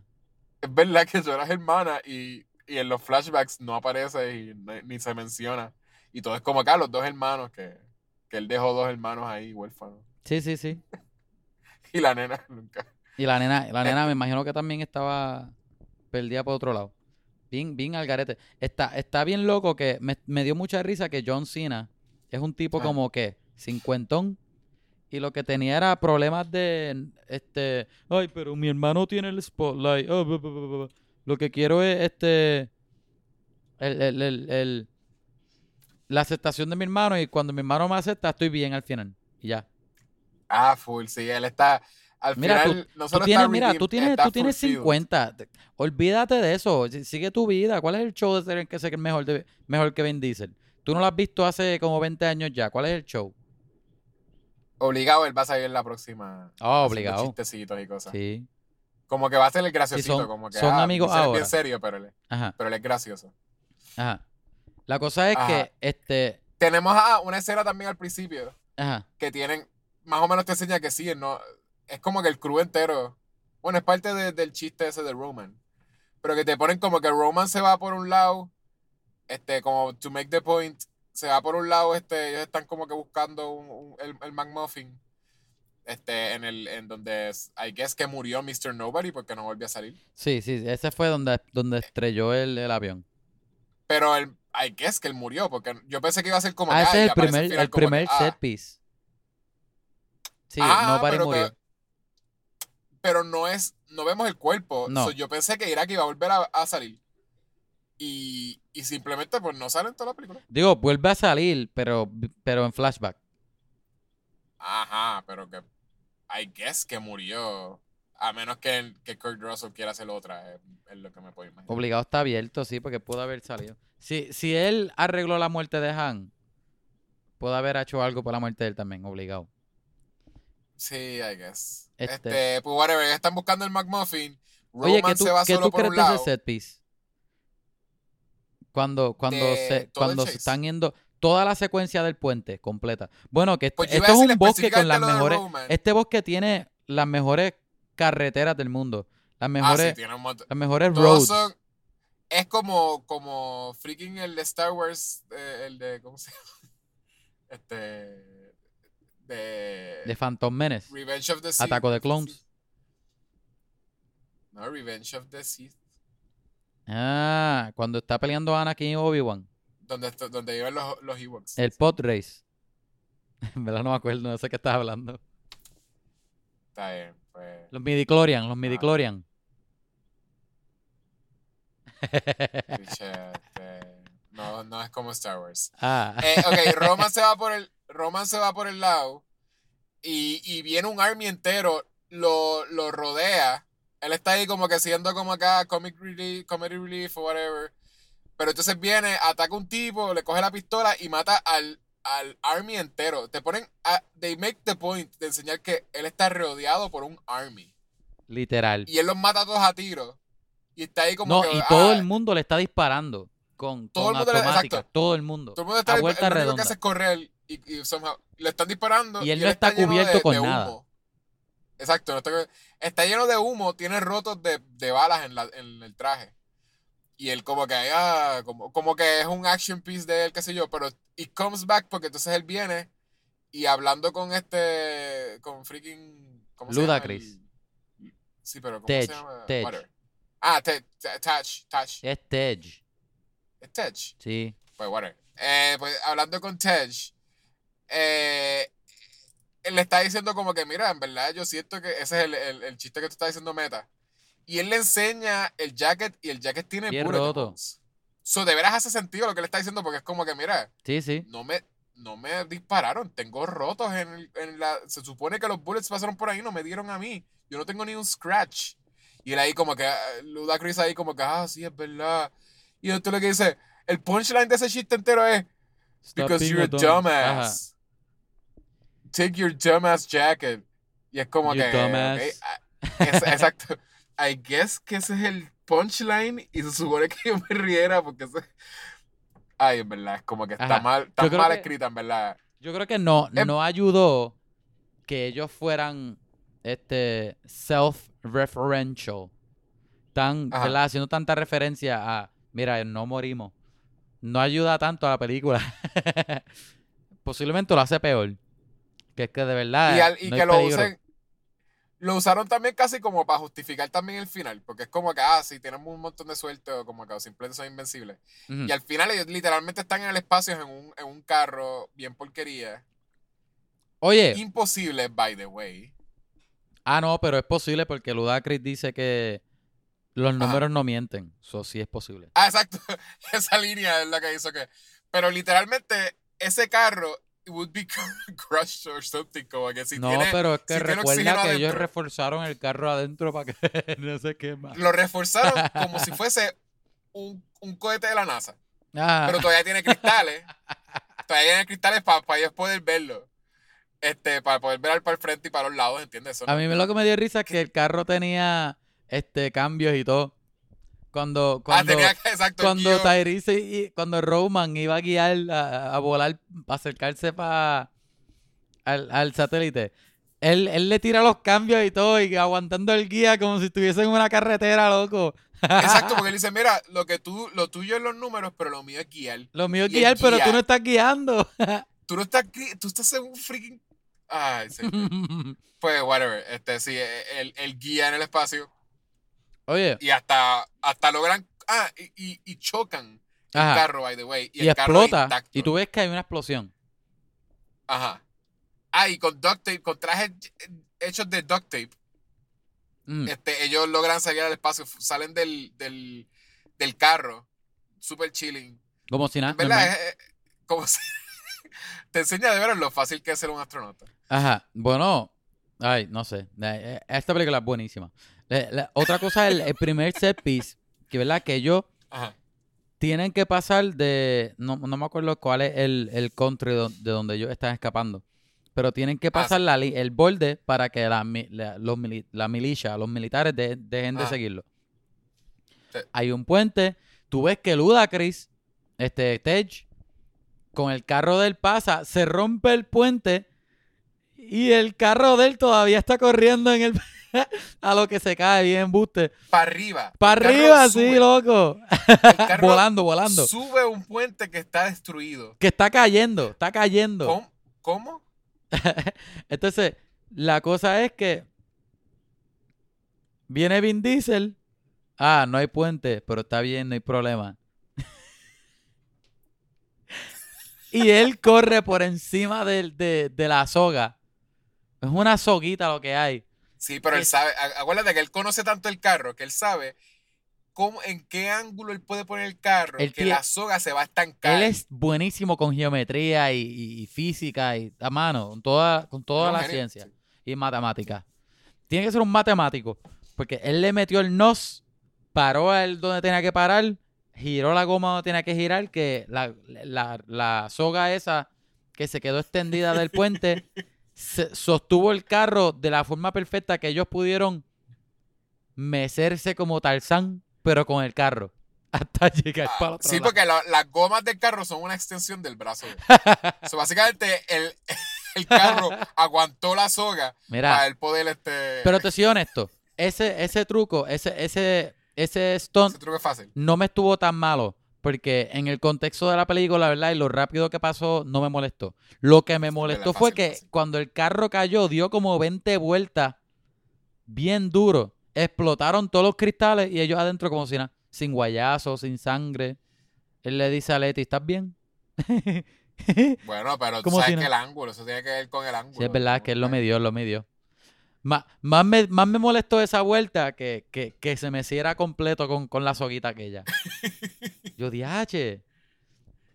S1: Es verdad que tú eras hermana y, y en los flashbacks no aparece y no- ni se menciona. Y todo es como acá, los dos hermanos que, que él dejó dos hermanos ahí huérfanos.
S2: Sí, sí, sí.
S1: Y la nena nunca.
S2: Y la nena, la nena me imagino que también estaba perdida por otro lado. Bien, bien al garete. Está, está bien loco que me, me dio mucha risa que John Cena es un tipo
S1: Ah.
S2: como que cincuentón y lo que tenía era problemas de este, ay, pero mi hermano tiene el spotlight. ah, bu, bu, bu, bu, bu". Lo que quiero es este el, el- el- el- la aceptación de mi hermano y cuando mi hermano me acepta estoy bien al final y ya.
S1: Ah, full, sí, él está. Al
S2: Mira, tú-
S1: final, no
S2: Tú
S1: solo
S2: tienes,
S1: está
S2: mira, tú
S1: redeemed,
S2: tienes,
S1: está
S2: tú tienes
S1: fulfilled.
S2: 50. Te- Olvídate de eso. si- Sigue tu vida. ¿Cuál es el show de ser el que ser el mejor, de- mejor que Vin Diesel? Tú no lo has visto hace como 20 años ya. ¿Cuál es el show?
S1: Ah, Obligado, él va a salir en la próxima.
S2: Ah,
S1: haciendo
S2: obligado.
S1: Chistecitos y cosas.
S2: Sí.
S1: Como que va a ser el graciosito,
S2: son-
S1: como que.
S2: son
S1: ah,
S2: amigos
S1: Michelle es
S2: ahora.
S1: bien serio, pero él,
S2: Ajá,
S1: pero él es gracioso.
S2: ajá. La cosa es
S1: Ajá.
S2: que, este,
S1: Tenemos ah, una escena también al principio
S2: ajá,
S1: que tienen. Más o menos te enseña que sí, no, es como que el crew entero. Bueno, es parte de- del chiste ese de Roman. Pero que te ponen como que Roman se va por un lado, este, como to make the point, se va por un lado, este, ellos están como que buscando un- un- el, el McMuffin. Este, en el, en donde es- I guess que murió Mr. Nobody porque no volvió a salir.
S2: sí, sí, ese fue donde, donde estrelló el, el avión.
S1: Pero el, I guess que él murió, porque yo pensé que iba a ser como
S2: Ah,
S1: que,
S2: ese
S1: ay,
S2: es el
S1: aparece al
S2: primer,
S1: final
S2: el
S1: como que,
S2: primer
S1: ah,
S2: set piece. Sí,
S1: ah,
S2: no Nobody
S1: pero que-
S2: murió.
S1: pero no es, no vemos el cuerpo.
S2: No.
S1: So, yo pensé que Irak iba a volver a, a salir. Y, y simplemente pues no sale en toda la película.
S2: Digo, vuelve a salir, pero, pero en flashback.
S1: Ajá, pero que I guess que murió. A menos que, que Kurt Russell quiera hacer otra, es, es lo que me puedo imaginar.
S2: Obligado está abierto, sí, porque pudo haber salido. Si, si él arregló la muerte de Han, pudo haber hecho algo por la muerte de él también, obligado.
S1: Sí, I guess.
S2: Este-
S1: Este, pues whatever, ellos están buscando el McMuffin. Roman
S2: Oye, ¿qué tú,
S1: se va
S2: qué
S1: solo
S2: tú
S1: por
S2: crees
S1: un
S2: de ese
S1: lado.
S2: set piece? Cuando, cuando,
S1: De
S2: se,
S1: todo el
S2: cuando se
S1: chase.
S2: están yendo, toda la secuencia del puente completa. Bueno, que
S1: Pues yo
S2: esto
S1: iba a
S2: es
S1: decir
S2: un bosque con
S1: específicamente
S2: las
S1: lo de
S2: mejores.
S1: Roman.
S2: Este bosque tiene las mejores carreteras del mundo. Las mejores,
S1: Ah, sí, tiene un montón.
S2: las mejores roads.
S1: Todos son. Es como, como freaking el de Star Wars, eh, el de. ¿Cómo se llama? Este. De.
S2: de Phantom Menace.
S1: Revenge of the Sith.
S2: Ataco de clones.
S1: No, Revenge of the Sith.
S2: Ah, cuando está peleando Anakin y Obi-Wan.
S1: Donde, esto- donde iban los, los Ewoks.
S2: El pod race. En verdad no me acuerdo, no sé qué estás hablando.
S1: Está bien, pues.
S2: Los midichlorian, los midichlorian.
S1: piche, este, No, no es como Star Wars.
S2: Ah,
S1: Eh, ok, Roman se va por el, Roman se va por el lado y, y viene un army entero, lo, lo rodea. Él está ahí como que siendo como acá comic relief, comedy relief o whatever. Pero entonces viene, ataca un tipo, le coge la pistola y mata al, al army entero. Te ponen, a- they make the point de enseñar que él está rodeado por un army.
S2: literal.
S1: Y él los mata a todos a tiro. Y está ahí como
S2: No,
S1: que...
S2: y todo
S1: ah,
S2: el mundo le está disparando con,
S1: Todo
S2: con
S1: el mundo le-
S2: automática.
S1: exacto.
S2: todo el mundo.
S1: Todo el mundo está
S2: a vuelta
S1: el único que
S2: redonda.
S1: hace es correr y, y somehow- le están disparando.
S2: Y él no está
S1: lleno
S2: cubierto con nada.
S1: humo. Exacto, no está, cu- está lleno de humo, tiene rotos de, de balas en, la- en el traje. Y él como que, ah, como, como que es un action piece de él, qué sé yo, pero y comes back porque entonces él viene y hablando con este, con freaking... ¿cómo se llama?
S2: Ludacris.
S1: El- Sí, pero ¿cómo
S2: Tej,
S1: se llama?
S2: Tej.
S1: Whatever. Ah, Tej, Tej, Tej,
S2: Es Tej,
S1: Es Tej
S2: sí.
S1: pues bueno, eh, pues hablando con Tej, eh, él le está diciendo como que, mira, en verdad yo siento que ese es el, el- el chiste que tú estás diciendo, Meta. Y él le enseña el jacket y el jacket tiene
S2: Bien
S1: bullet
S2: roto.
S1: holes. So, de veras hace sentido lo que le está diciendo porque es como que, mira,
S2: Sí, sí.
S1: no me, no me dispararon, tengo rotos en, el- en la... Se supone que los bullets pasaron por ahí, no me dieron a mí. Yo no tengo ni un scratch. Y él ahí como que, ah, Ludacris ahí como que, ah, sí, es verdad. Y entonces lo que dice, el punchline de ese chiste entero es,
S2: Stop
S1: Because
S2: being
S1: you're a
S2: dumbass.
S1: dumbass. Take your dumbass jacket. Y es como
S2: You
S1: que.
S2: dumbass.
S1: ok, ah, es- exacto. I guess que ese es el punchline y se supone que yo me riera porque ese. Ay, en verdad, es como que está
S2: Ajá.
S1: mal, está
S2: Yo creo
S1: mal
S2: que-
S1: escrita, en verdad.
S2: Ajá. Yo creo que no,
S1: Em-
S2: no ayudó que ellos fueran este self-referential. Tan,
S1: Ajá.
S2: ¿verdad? Haciendo tanta referencia a, mira, no morimos. No ayuda tanto a la película. Posiblemente lo hace peor. Que es que de verdad.
S1: y al- y
S2: Ah, no hay
S1: que lo
S2: peligro.
S1: usen. Lo usaron también casi como para justificar también el final, porque es como que, ah, sí, tenemos un montón de suerte o como que o simplemente son invencibles.
S2: Ujú.
S1: Y al final ellos literalmente están en el espacio en un, en un carro bien porquería.
S2: Oye,
S1: Imposible, by the way.
S2: ah, no, pero es posible porque Ludacris dice que los
S1: Ajá.
S2: números no mienten. Eso sí es posible.
S1: Ah, exacto. Esa línea es la que hizo que. Pero literalmente, ese carro would be crushed or something. Como que si
S2: no,
S1: tiene.
S2: pero es que
S1: si tiene
S2: recuerda que
S1: oxígeno
S2: ellos
S1: adentro.
S2: reforzaron el carro adentro para que no se quema.
S1: Lo reforzaron como si fuese un, un cohete de la NASA.
S2: Ah,
S1: Pero todavía tiene cristales. Todavía tiene cristales para ellos poder verlo. Este, para poder ver al para el frente y para los lados, ¿entiendes? Eso no-
S2: a mí me- lo que me dio risa es que el carro tenía este cambios y todo. Cuando,
S1: Ah,
S2: cuando,
S1: tenía que, exacto, el
S2: cuando
S1: guión.
S2: Tyrese y y- cuando Roman iba a guiar a, a volar, a acercarse para al, al satélite, él, él le tira los cambios y todo, y aguantando el guía como si estuviese en una carretera, loco.
S1: Exacto, porque él dice, mira, lo que tú, lo tuyo es los números, pero lo mío es guiar.
S2: Lo mío es
S1: Y el
S2: guiar, pero tú
S1: guía.
S2: no estás guiando.
S1: Tú no estás, gri- tú estás en un freaking. Ay, sí. Pues, whatever. Este, sí, el, el guía en el espacio.
S2: Oye,
S1: Y hasta, hasta logran. Ah, y, y- y chocan el
S2: ajá,
S1: carro, by the way. Y,
S2: Ah. y,
S1: el carro
S2: explota,
S1: intacto.
S2: y tú ves que hay una explosión.
S1: Ajá. Ah, y con duct tape, con trajes eh, hechos de duct tape,
S2: Mm.
S1: este, ellos logran salir al espacio. f- Salen del, del, del carro. Super chilling.
S2: Como si nada.
S1: En verdad,
S2: normal.
S1: es- es- como si- te enseña de veras lo fácil que es ser un astronauta.
S2: Ajá, bueno, ay, no sé. Eh, eh, Esta película es buenísima. La- la- otra cosa, el, el primer set piece, que verdad que ellos
S1: Ajá.
S2: tienen que pasar de. No, no me acuerdo cuál es el, el country do- de donde ellos están escapando. Pero tienen que
S1: Ah,
S2: pasar
S1: sí.
S2: la li- el borde para que la, mi- la- los mili- la milicia, los militares de- dejen de
S1: Ah. Eh.
S2: seguirlo.
S1: Sí.
S2: Hay un puente. Tú ves que Ludacris, este Tej, con el carro del pasa, se rompe el puente y el carro de él todavía está corriendo en el a lo que se cae bien buste.
S1: Para arriba. el
S2: Para
S1: carro
S2: arriba,
S1: sube,
S2: sí, loco.
S1: el carro
S2: volando, volando.
S1: Sube un puente que está destruido.
S2: Que está cayendo, está cayendo.
S1: ¿Cómo? ¿Cómo?
S2: Entonces, la cosa es que viene Vin Diesel. Ah, no hay puente, pero está bien, no hay problema. y él corre por encima del- de, de la soga. Es una soguita lo que hay.
S1: Sí, pero él
S2: Es-
S1: sabe. a- Acuérdate que él conoce tanto el carro que él sabe cómo, en qué ángulo él puede poner el carro,
S2: Él
S1: que
S2: tie-
S1: la soga se va a estancar.
S2: Él es buenísimo con geometría y, y- y física y a mano, con toda, con toda
S1: Un
S2: la
S1: genio,
S2: ciencia
S1: sí.
S2: y matemática. Tiene que ser un matemático, porque él le metió el nos, paró él donde tenía que parar, giró la goma donde tenía que girar, que la, la- la soga esa que se quedó extendida del puente se- sostuvo el carro de la forma perfecta que ellos pudieron mecerse como Tarzán, pero con el carro, hasta llegar para el otro
S1: Sí,
S2: lado.
S1: porque la- las gomas del carro son una extensión del brazo. de él. So, básicamente, el, el carro aguantó la soga
S2: Mira,
S1: para el poder este.
S2: Ah. Pero te soy honesto, ese, ese truco, ese, ese, ese stunt
S1: ese truco es fácil.
S2: no me estuvo tan malo. Porque en el contexto de la película, la verdad, y lo rápido que pasó, no me molestó. Lo que me molestó
S1: verdad,
S2: fue
S1: fácil,
S2: que
S1: fácil.
S2: cuando el carro cayó, dio como 20 vueltas bien duro. Explotaron todos los cristales y ellos adentro como si nada. Sin guayazo, sin sangre. Él le dice a Leti, ¿estás bien?
S1: Bueno, pero tú
S2: ¿Cómo
S1: sabes
S2: tiene?
S1: que el ángulo, eso tiene que ver con el ángulo. Eh,
S2: Sí, es verdad que él lo
S1: medio
S2: midió, lo midió. Ma- más, me, más me molestó esa vuelta que, que, que se me hiciera completo con, con la soguita aquella. Yo diache.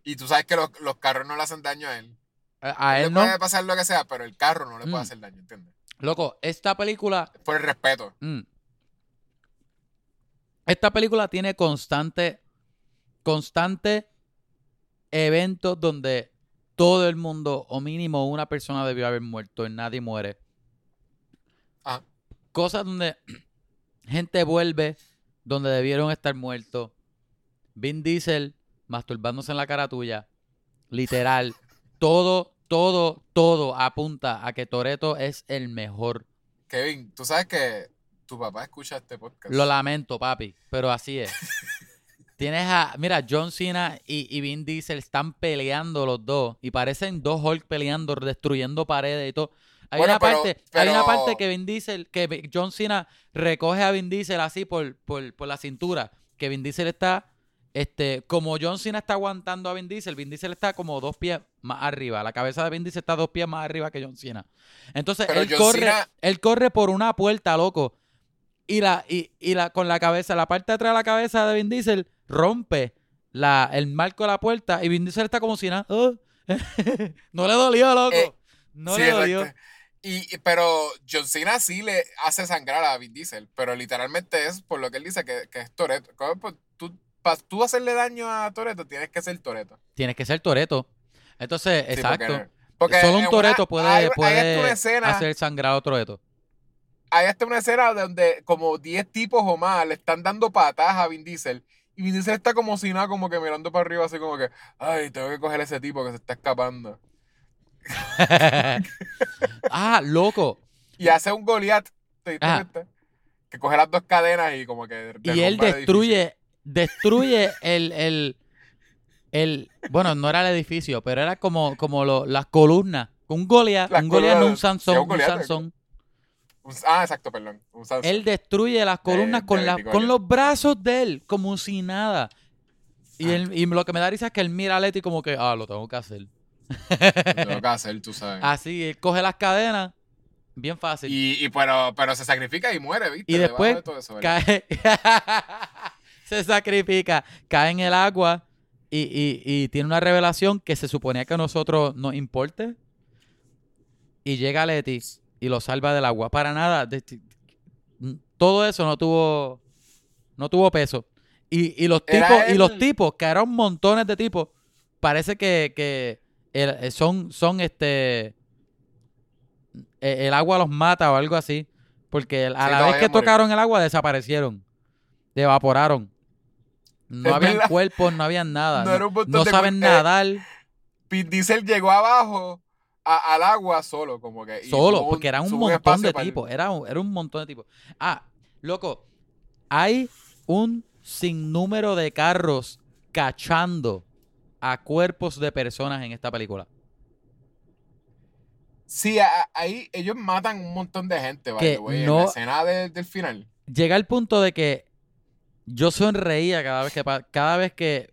S1: Y tú sabes que los, los carros no le hacen daño a él.
S2: A, a
S1: Él
S2: él
S1: le
S2: no.
S1: puede pasar lo que sea, pero el carro no le
S2: Mm.
S1: puede hacer daño, ¿entiendes?
S2: Loco, esta película.
S1: Por el respeto.
S2: mm. Esta película tiene constante. Constante eventos donde todo el mundo, o mínimo una persona, debió haber muerto y nadie muere.
S1: Ajá.
S2: cosas donde gente vuelve donde debieron estar muertos. Vin Diesel masturbándose en la cara tuya. Literal. todo, todo, todo apunta a que Toreto es el mejor.
S1: Kevin, tú sabes que tu papá escucha este podcast.
S2: Lo lamento, papi, pero así es. Tienes a, mira, John Cena y, y Vin Diesel están peleando los dos y parecen dos Hulk peleando, destruyendo paredes y todo. Hay
S1: Bueno,
S2: una
S1: pero-
S2: parte, hay una
S1: pero-
S2: parte que Vin Diesel, que Vi- John Cena recoge a Vin Diesel así por, por, por la cintura, que Vin Diesel está, este, como John Cena está aguantando a Vin Diesel, Vin Diesel está como dos pies más arriba, la cabeza de Vin Diesel está dos pies más arriba que John Cena. Entonces
S1: Pero
S2: él
S1: John
S2: corre,
S1: Cena-
S2: él corre por una puerta, loco. Y la, y, y la con la cabeza, la parte de atrás de la cabeza de Vin Diesel rompe la, el marco de la puerta y Vin Diesel está como si nada. "Oh". no le dolió, loco.
S1: Eh,
S2: no
S1: Sí,
S2: le
S1: exacto.
S2: dolió.
S1: Y, y- pero John Cena sí le hace sangrar a Vin Diesel, pero literalmente es por lo que él dice que, que es Toreto. Tú, para tú hacerle daño a Toreto, tienes que ser Toreto.
S2: Tienes que ser Toreto. Entonces, exacto.
S1: en
S2: Solo un
S1: una-
S2: Toreto puede,
S1: eh, hay- hay hasta
S2: puede
S1: una escena-
S2: hacer sangrar a otro Toreto.
S1: hay hasta una escena donde como 10 tipos o más le están dando patadas a Vin Diesel. Y Vin Diesel está como si nada, como que mirando para arriba, así como que, ay, tengo que coger a ese tipo que se está escapando.
S2: ah, loco.
S1: Y hace un Goliath, ¿te diste
S2: Ajá.
S1: cuenta? Que coge las dos cadenas y como que...
S2: Y él
S1: derrumba el edificio.
S2: destruye, destruye el, el, el- bueno, no era el edificio, pero era como, como lo- las columnas. Un Goliath,
S1: Las
S2: un Goliath no un
S1: columnas, sí,
S2: Sansón,
S1: un
S2: un,
S1: Goliath,
S2: Sansón.
S1: Un- ah, exacto, perdón. Un Samsung.
S2: Él destruye las columnas
S1: de
S2: con, la-
S1: Benigorio.
S2: con los brazos de él, como si nada. Y,
S1: Ah.
S2: él- y lo que me da risa es que él mira a Leti como que, ah, lo tengo que hacer.
S1: Lo tengo que hacer, tú sabes.
S2: Así, él coge las cadenas, bien fácil.
S1: Y, y pero, pero se sacrifica y muere, ¿viste?
S2: Y
S1: Debajo
S2: después
S1: de todo eso, ¿verdad?
S2: cae, se sacrifica, cae en el agua y, y- y tiene una revelación que se suponía que a nosotros nos importe. Y llega Leti y lo salva del agua. Para nada. de- todo eso no tuvo. No tuvo peso. Y, y los
S1: Era
S2: tipos, y los
S1: el-
S2: tipos, que eran montones de tipos. Parece que, que el- eh, son, son este. e- El agua los mata o algo así. Porque el- a
S1: Sí,
S2: la
S1: todos
S2: vez que
S1: ellos murieron.
S2: tocaron el agua, desaparecieron. Evaporaron. No
S1: Es
S2: habían
S1: verdad.
S2: cuerpos, no habían nada.
S1: No
S2: No,
S1: era un montón
S2: no
S1: de
S2: saben
S1: cuer- eh,
S2: nadar.
S1: Vin Diesel llegó abajo a- al agua solo, como que. y
S2: Solo,
S1: tuvo
S2: porque eran un
S1: tuvo
S2: montón
S1: espacio
S2: de
S1: para el-
S2: tipos. Era un, era un montón de tipos. Ah, loco, hay un sinnúmero de carros cachando a cuerpos de personas en esta película.
S1: Sí, a- a- ahí ellos matan un montón de gente, by
S2: Que
S1: the way,
S2: no-
S1: en la escena de- del final.
S2: Llega el punto de que yo sonreía cada vez que pa- cada vez que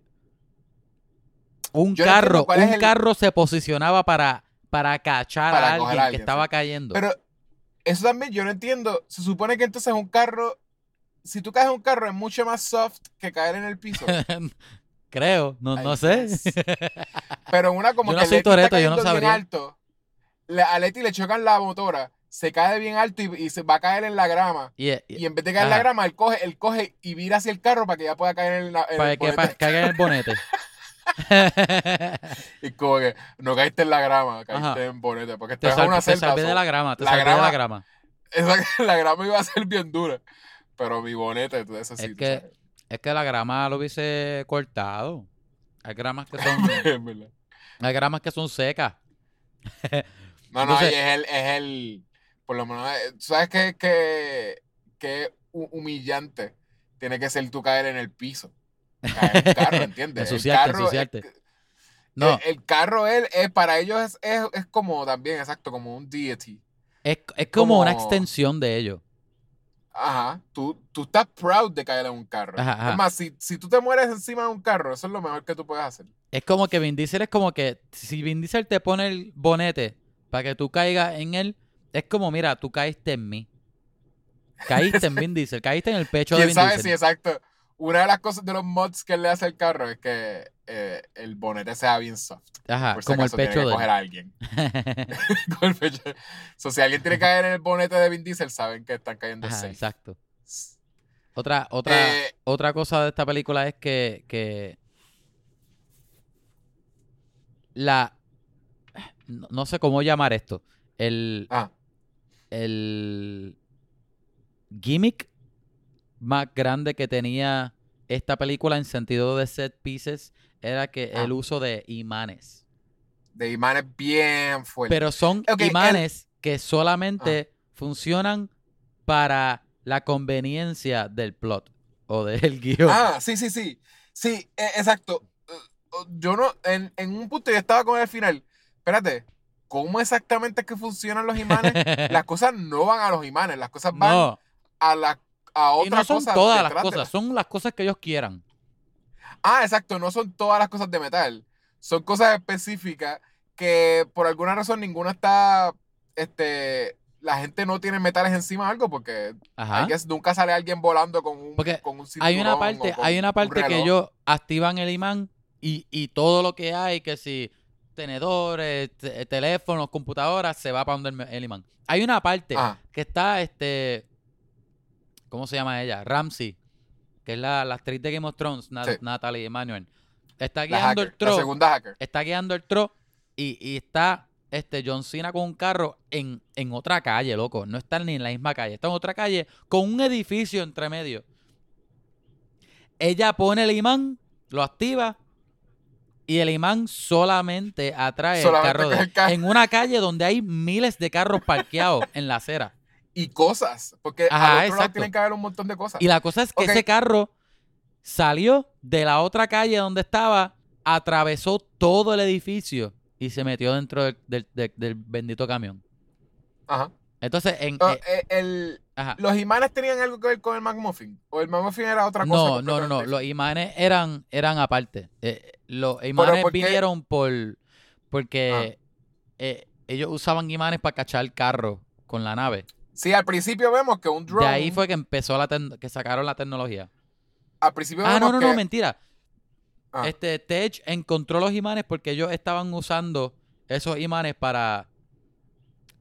S2: un
S1: Yo no entiendo
S2: carro,
S1: cuál
S2: un
S1: es el-
S2: carro se posicionaba para, para cachar
S1: Para
S2: a,
S1: coger
S2: alguien que
S1: a alguien,
S2: estaba
S1: sí.
S2: cayendo.
S1: Pero eso también yo no entiendo. Se supone que entonces un carro si tú caes en un carro es mucho más soft que caer en el piso.
S2: Creo, no,
S1: I
S2: no sé.
S1: guess. Pero en una como
S2: Yo no
S1: que
S2: soy
S1: Leti está
S2: Toretto, yo no
S1: cayendo bien
S2: sabría.
S1: alto. le- a Leti le chocan la motora, se cae bien alto y, y se va a caer en la grama.
S2: Y- y-
S1: Y en vez de caer en
S2: Ajá.
S1: la grama, él coge, él coge y vira hacia el carro para que ya pueda caer en, la, en el
S2: para que
S1: bonete.
S2: pa- caiga en el bonete.
S1: Y como que no caíste en la grama, caíste
S2: Ajá.
S1: en bonete. Porque
S2: te
S1: estás en
S2: sal-
S1: una
S2: te
S1: celda.
S2: salvé de
S1: so-
S2: la grama, te
S1: la
S2: salvé de
S1: grama-
S2: la grama.
S1: esa- la grama iba a ser bien dura. Pero mi bonete, tú, eso
S2: Es
S1: sí. tú
S2: que-
S1: sabes.
S2: Es que la grama lo hubiese cortado. Hay gramas que son,
S1: En verdad.
S2: hay gramas que son secas.
S1: Eh, No, no,
S2: Entonces-
S1: y es el, es el. Por lo menos, eh, tú sabes que, que, que hu- humillante tiene que ser tú caer en el piso. Caer en un carro, ¿entiendes? El
S2: Ensuciarte,
S1: carro, eh,
S2: ensuciarte.
S1: el-
S2: No,
S1: El, el carro, él, es- para ellos es, es, es como también, exacto, como un deity.
S2: es, es como una
S1: como-
S2: extensión de ello.
S1: Ajá, tú, tú estás proud de caer en un carro.
S2: Ajá, ajá.
S1: Es más, si, si tú te mueres encima de un carro, eso es lo mejor que tú puedes hacer.
S2: Es como que Vin Diesel es como que si Vin Diesel te pone el bonete para que tú caigas en él, es como, mira, tú caíste en mí. Caíste en Vin Diesel, caíste en el pecho de
S1: ¿Quién
S2: Vin
S1: sabe
S2: Diesel.
S1: si, exacto, una de las cosas de los mods que él le hace al carro es que eh, el bonete sea bien soft.
S2: Ajá,
S1: Por si
S2: Ah, como el
S1: acaso tiene
S2: pecho
S1: que
S2: de
S1: coger
S2: él.
S1: a alguien. Con el pecho. So, si alguien tiene que caer en el bonete de Vin Diesel, saben que están cayendo
S2: Ajá,
S1: safe.
S2: exacto. Otra, otra,
S1: Eh,
S2: otra cosa de esta película es que, que la no, no sé cómo llamar esto. El,
S1: ah,
S2: el gimmick más grande que tenía esta película en sentido de set pieces era que
S1: Ah.
S2: el uso de imanes.
S1: de imanes bien fuerte.
S2: Pero son
S1: Ok, el- Ah.
S2: imanes que solamente funcionan para la conveniencia del plot o del guión.
S1: Ah, sí, sí, sí. Sí, e- exacto. Eh, eh, Yo no, en, en un punto yo estaba con el final. Espérate, ¿cómo exactamente es que funcionan los imanes? las cosas no van a los imanes, las cosas van
S2: no.
S1: a la a
S2: Y
S1: otra
S2: no son
S1: cosa
S2: todas las
S1: detrás de
S2: cosas, son las cosas que ellos quieran.
S1: la- Ah, exacto, no son todas las cosas de metal. Son cosas específicas que por alguna razón ninguna está este la gente no tiene metales encima o algo porque
S2: Ajá.
S1: I guess, nunca sale alguien volando con un
S2: Ah. Porque
S1: con un
S2: Hay una
S1: cinturón
S2: parte,
S1: o con
S2: hay una
S1: un
S2: parte que
S1: reloj.
S2: ellos activan el imán y, y todo lo que hay, que si tenedores, te- teléfonos, computadoras, se va para donde el, me- el imán. Hay una parte
S1: Ah,
S2: que está este ¿cómo se llama ella? Ramsey, que es la, la actriz de Game of Thrones, Na-
S1: Sí.
S2: Natalie Emanuel. Está
S1: la,
S2: guiando
S1: hacker,
S2: el
S1: la
S2: tro
S1: segunda hacker.
S2: está guiando el tro y, y está este John Cena con un carro en, en otra calle, loco. No está ni en la misma calle, está en otra calle con un edificio entre medio. Ella pone el imán, lo activa y el imán solamente atrae
S1: Solamente
S2: el carro
S1: coge
S2: de
S1: el carro.
S2: en una calle donde hay miles de carros parqueados en la acera.
S1: y cosas. Porque
S2: Ajá,
S1: al otro lado
S2: exacto.
S1: tienen que haber un montón de cosas.
S2: Y la cosa es que
S1: Ok.
S2: ese carro salió de la otra calle donde estaba, atravesó todo el edificio y se metió dentro del, del- del- del bendito camión.
S1: Ajá.
S2: Entonces, en,
S1: Oh,
S2: eh,
S1: eh, el-
S2: ajá.
S1: los imanes tenían algo que ver con el McMuffin. O el McMuffin era otra cosa.
S2: No, no, no, no,
S1: completamente
S2: Los imanes eran, eran aparte. Eh, los imanes
S1: ¿por qué? Ah.
S2: vinieron por porque eh, ellos usaban imanes para cachar carro con la nave.
S1: diferente. Sí, al principio vemos que un drone.
S2: De ahí fue que empezó la tec- que sacaron la tecnología.
S1: Al principio
S2: Ah, no,
S1: vemos
S2: no,
S1: que.
S2: no, mentira.
S1: Ah.
S2: Este, Tech encontró los imanes porque ellos estaban usando esos imanes para.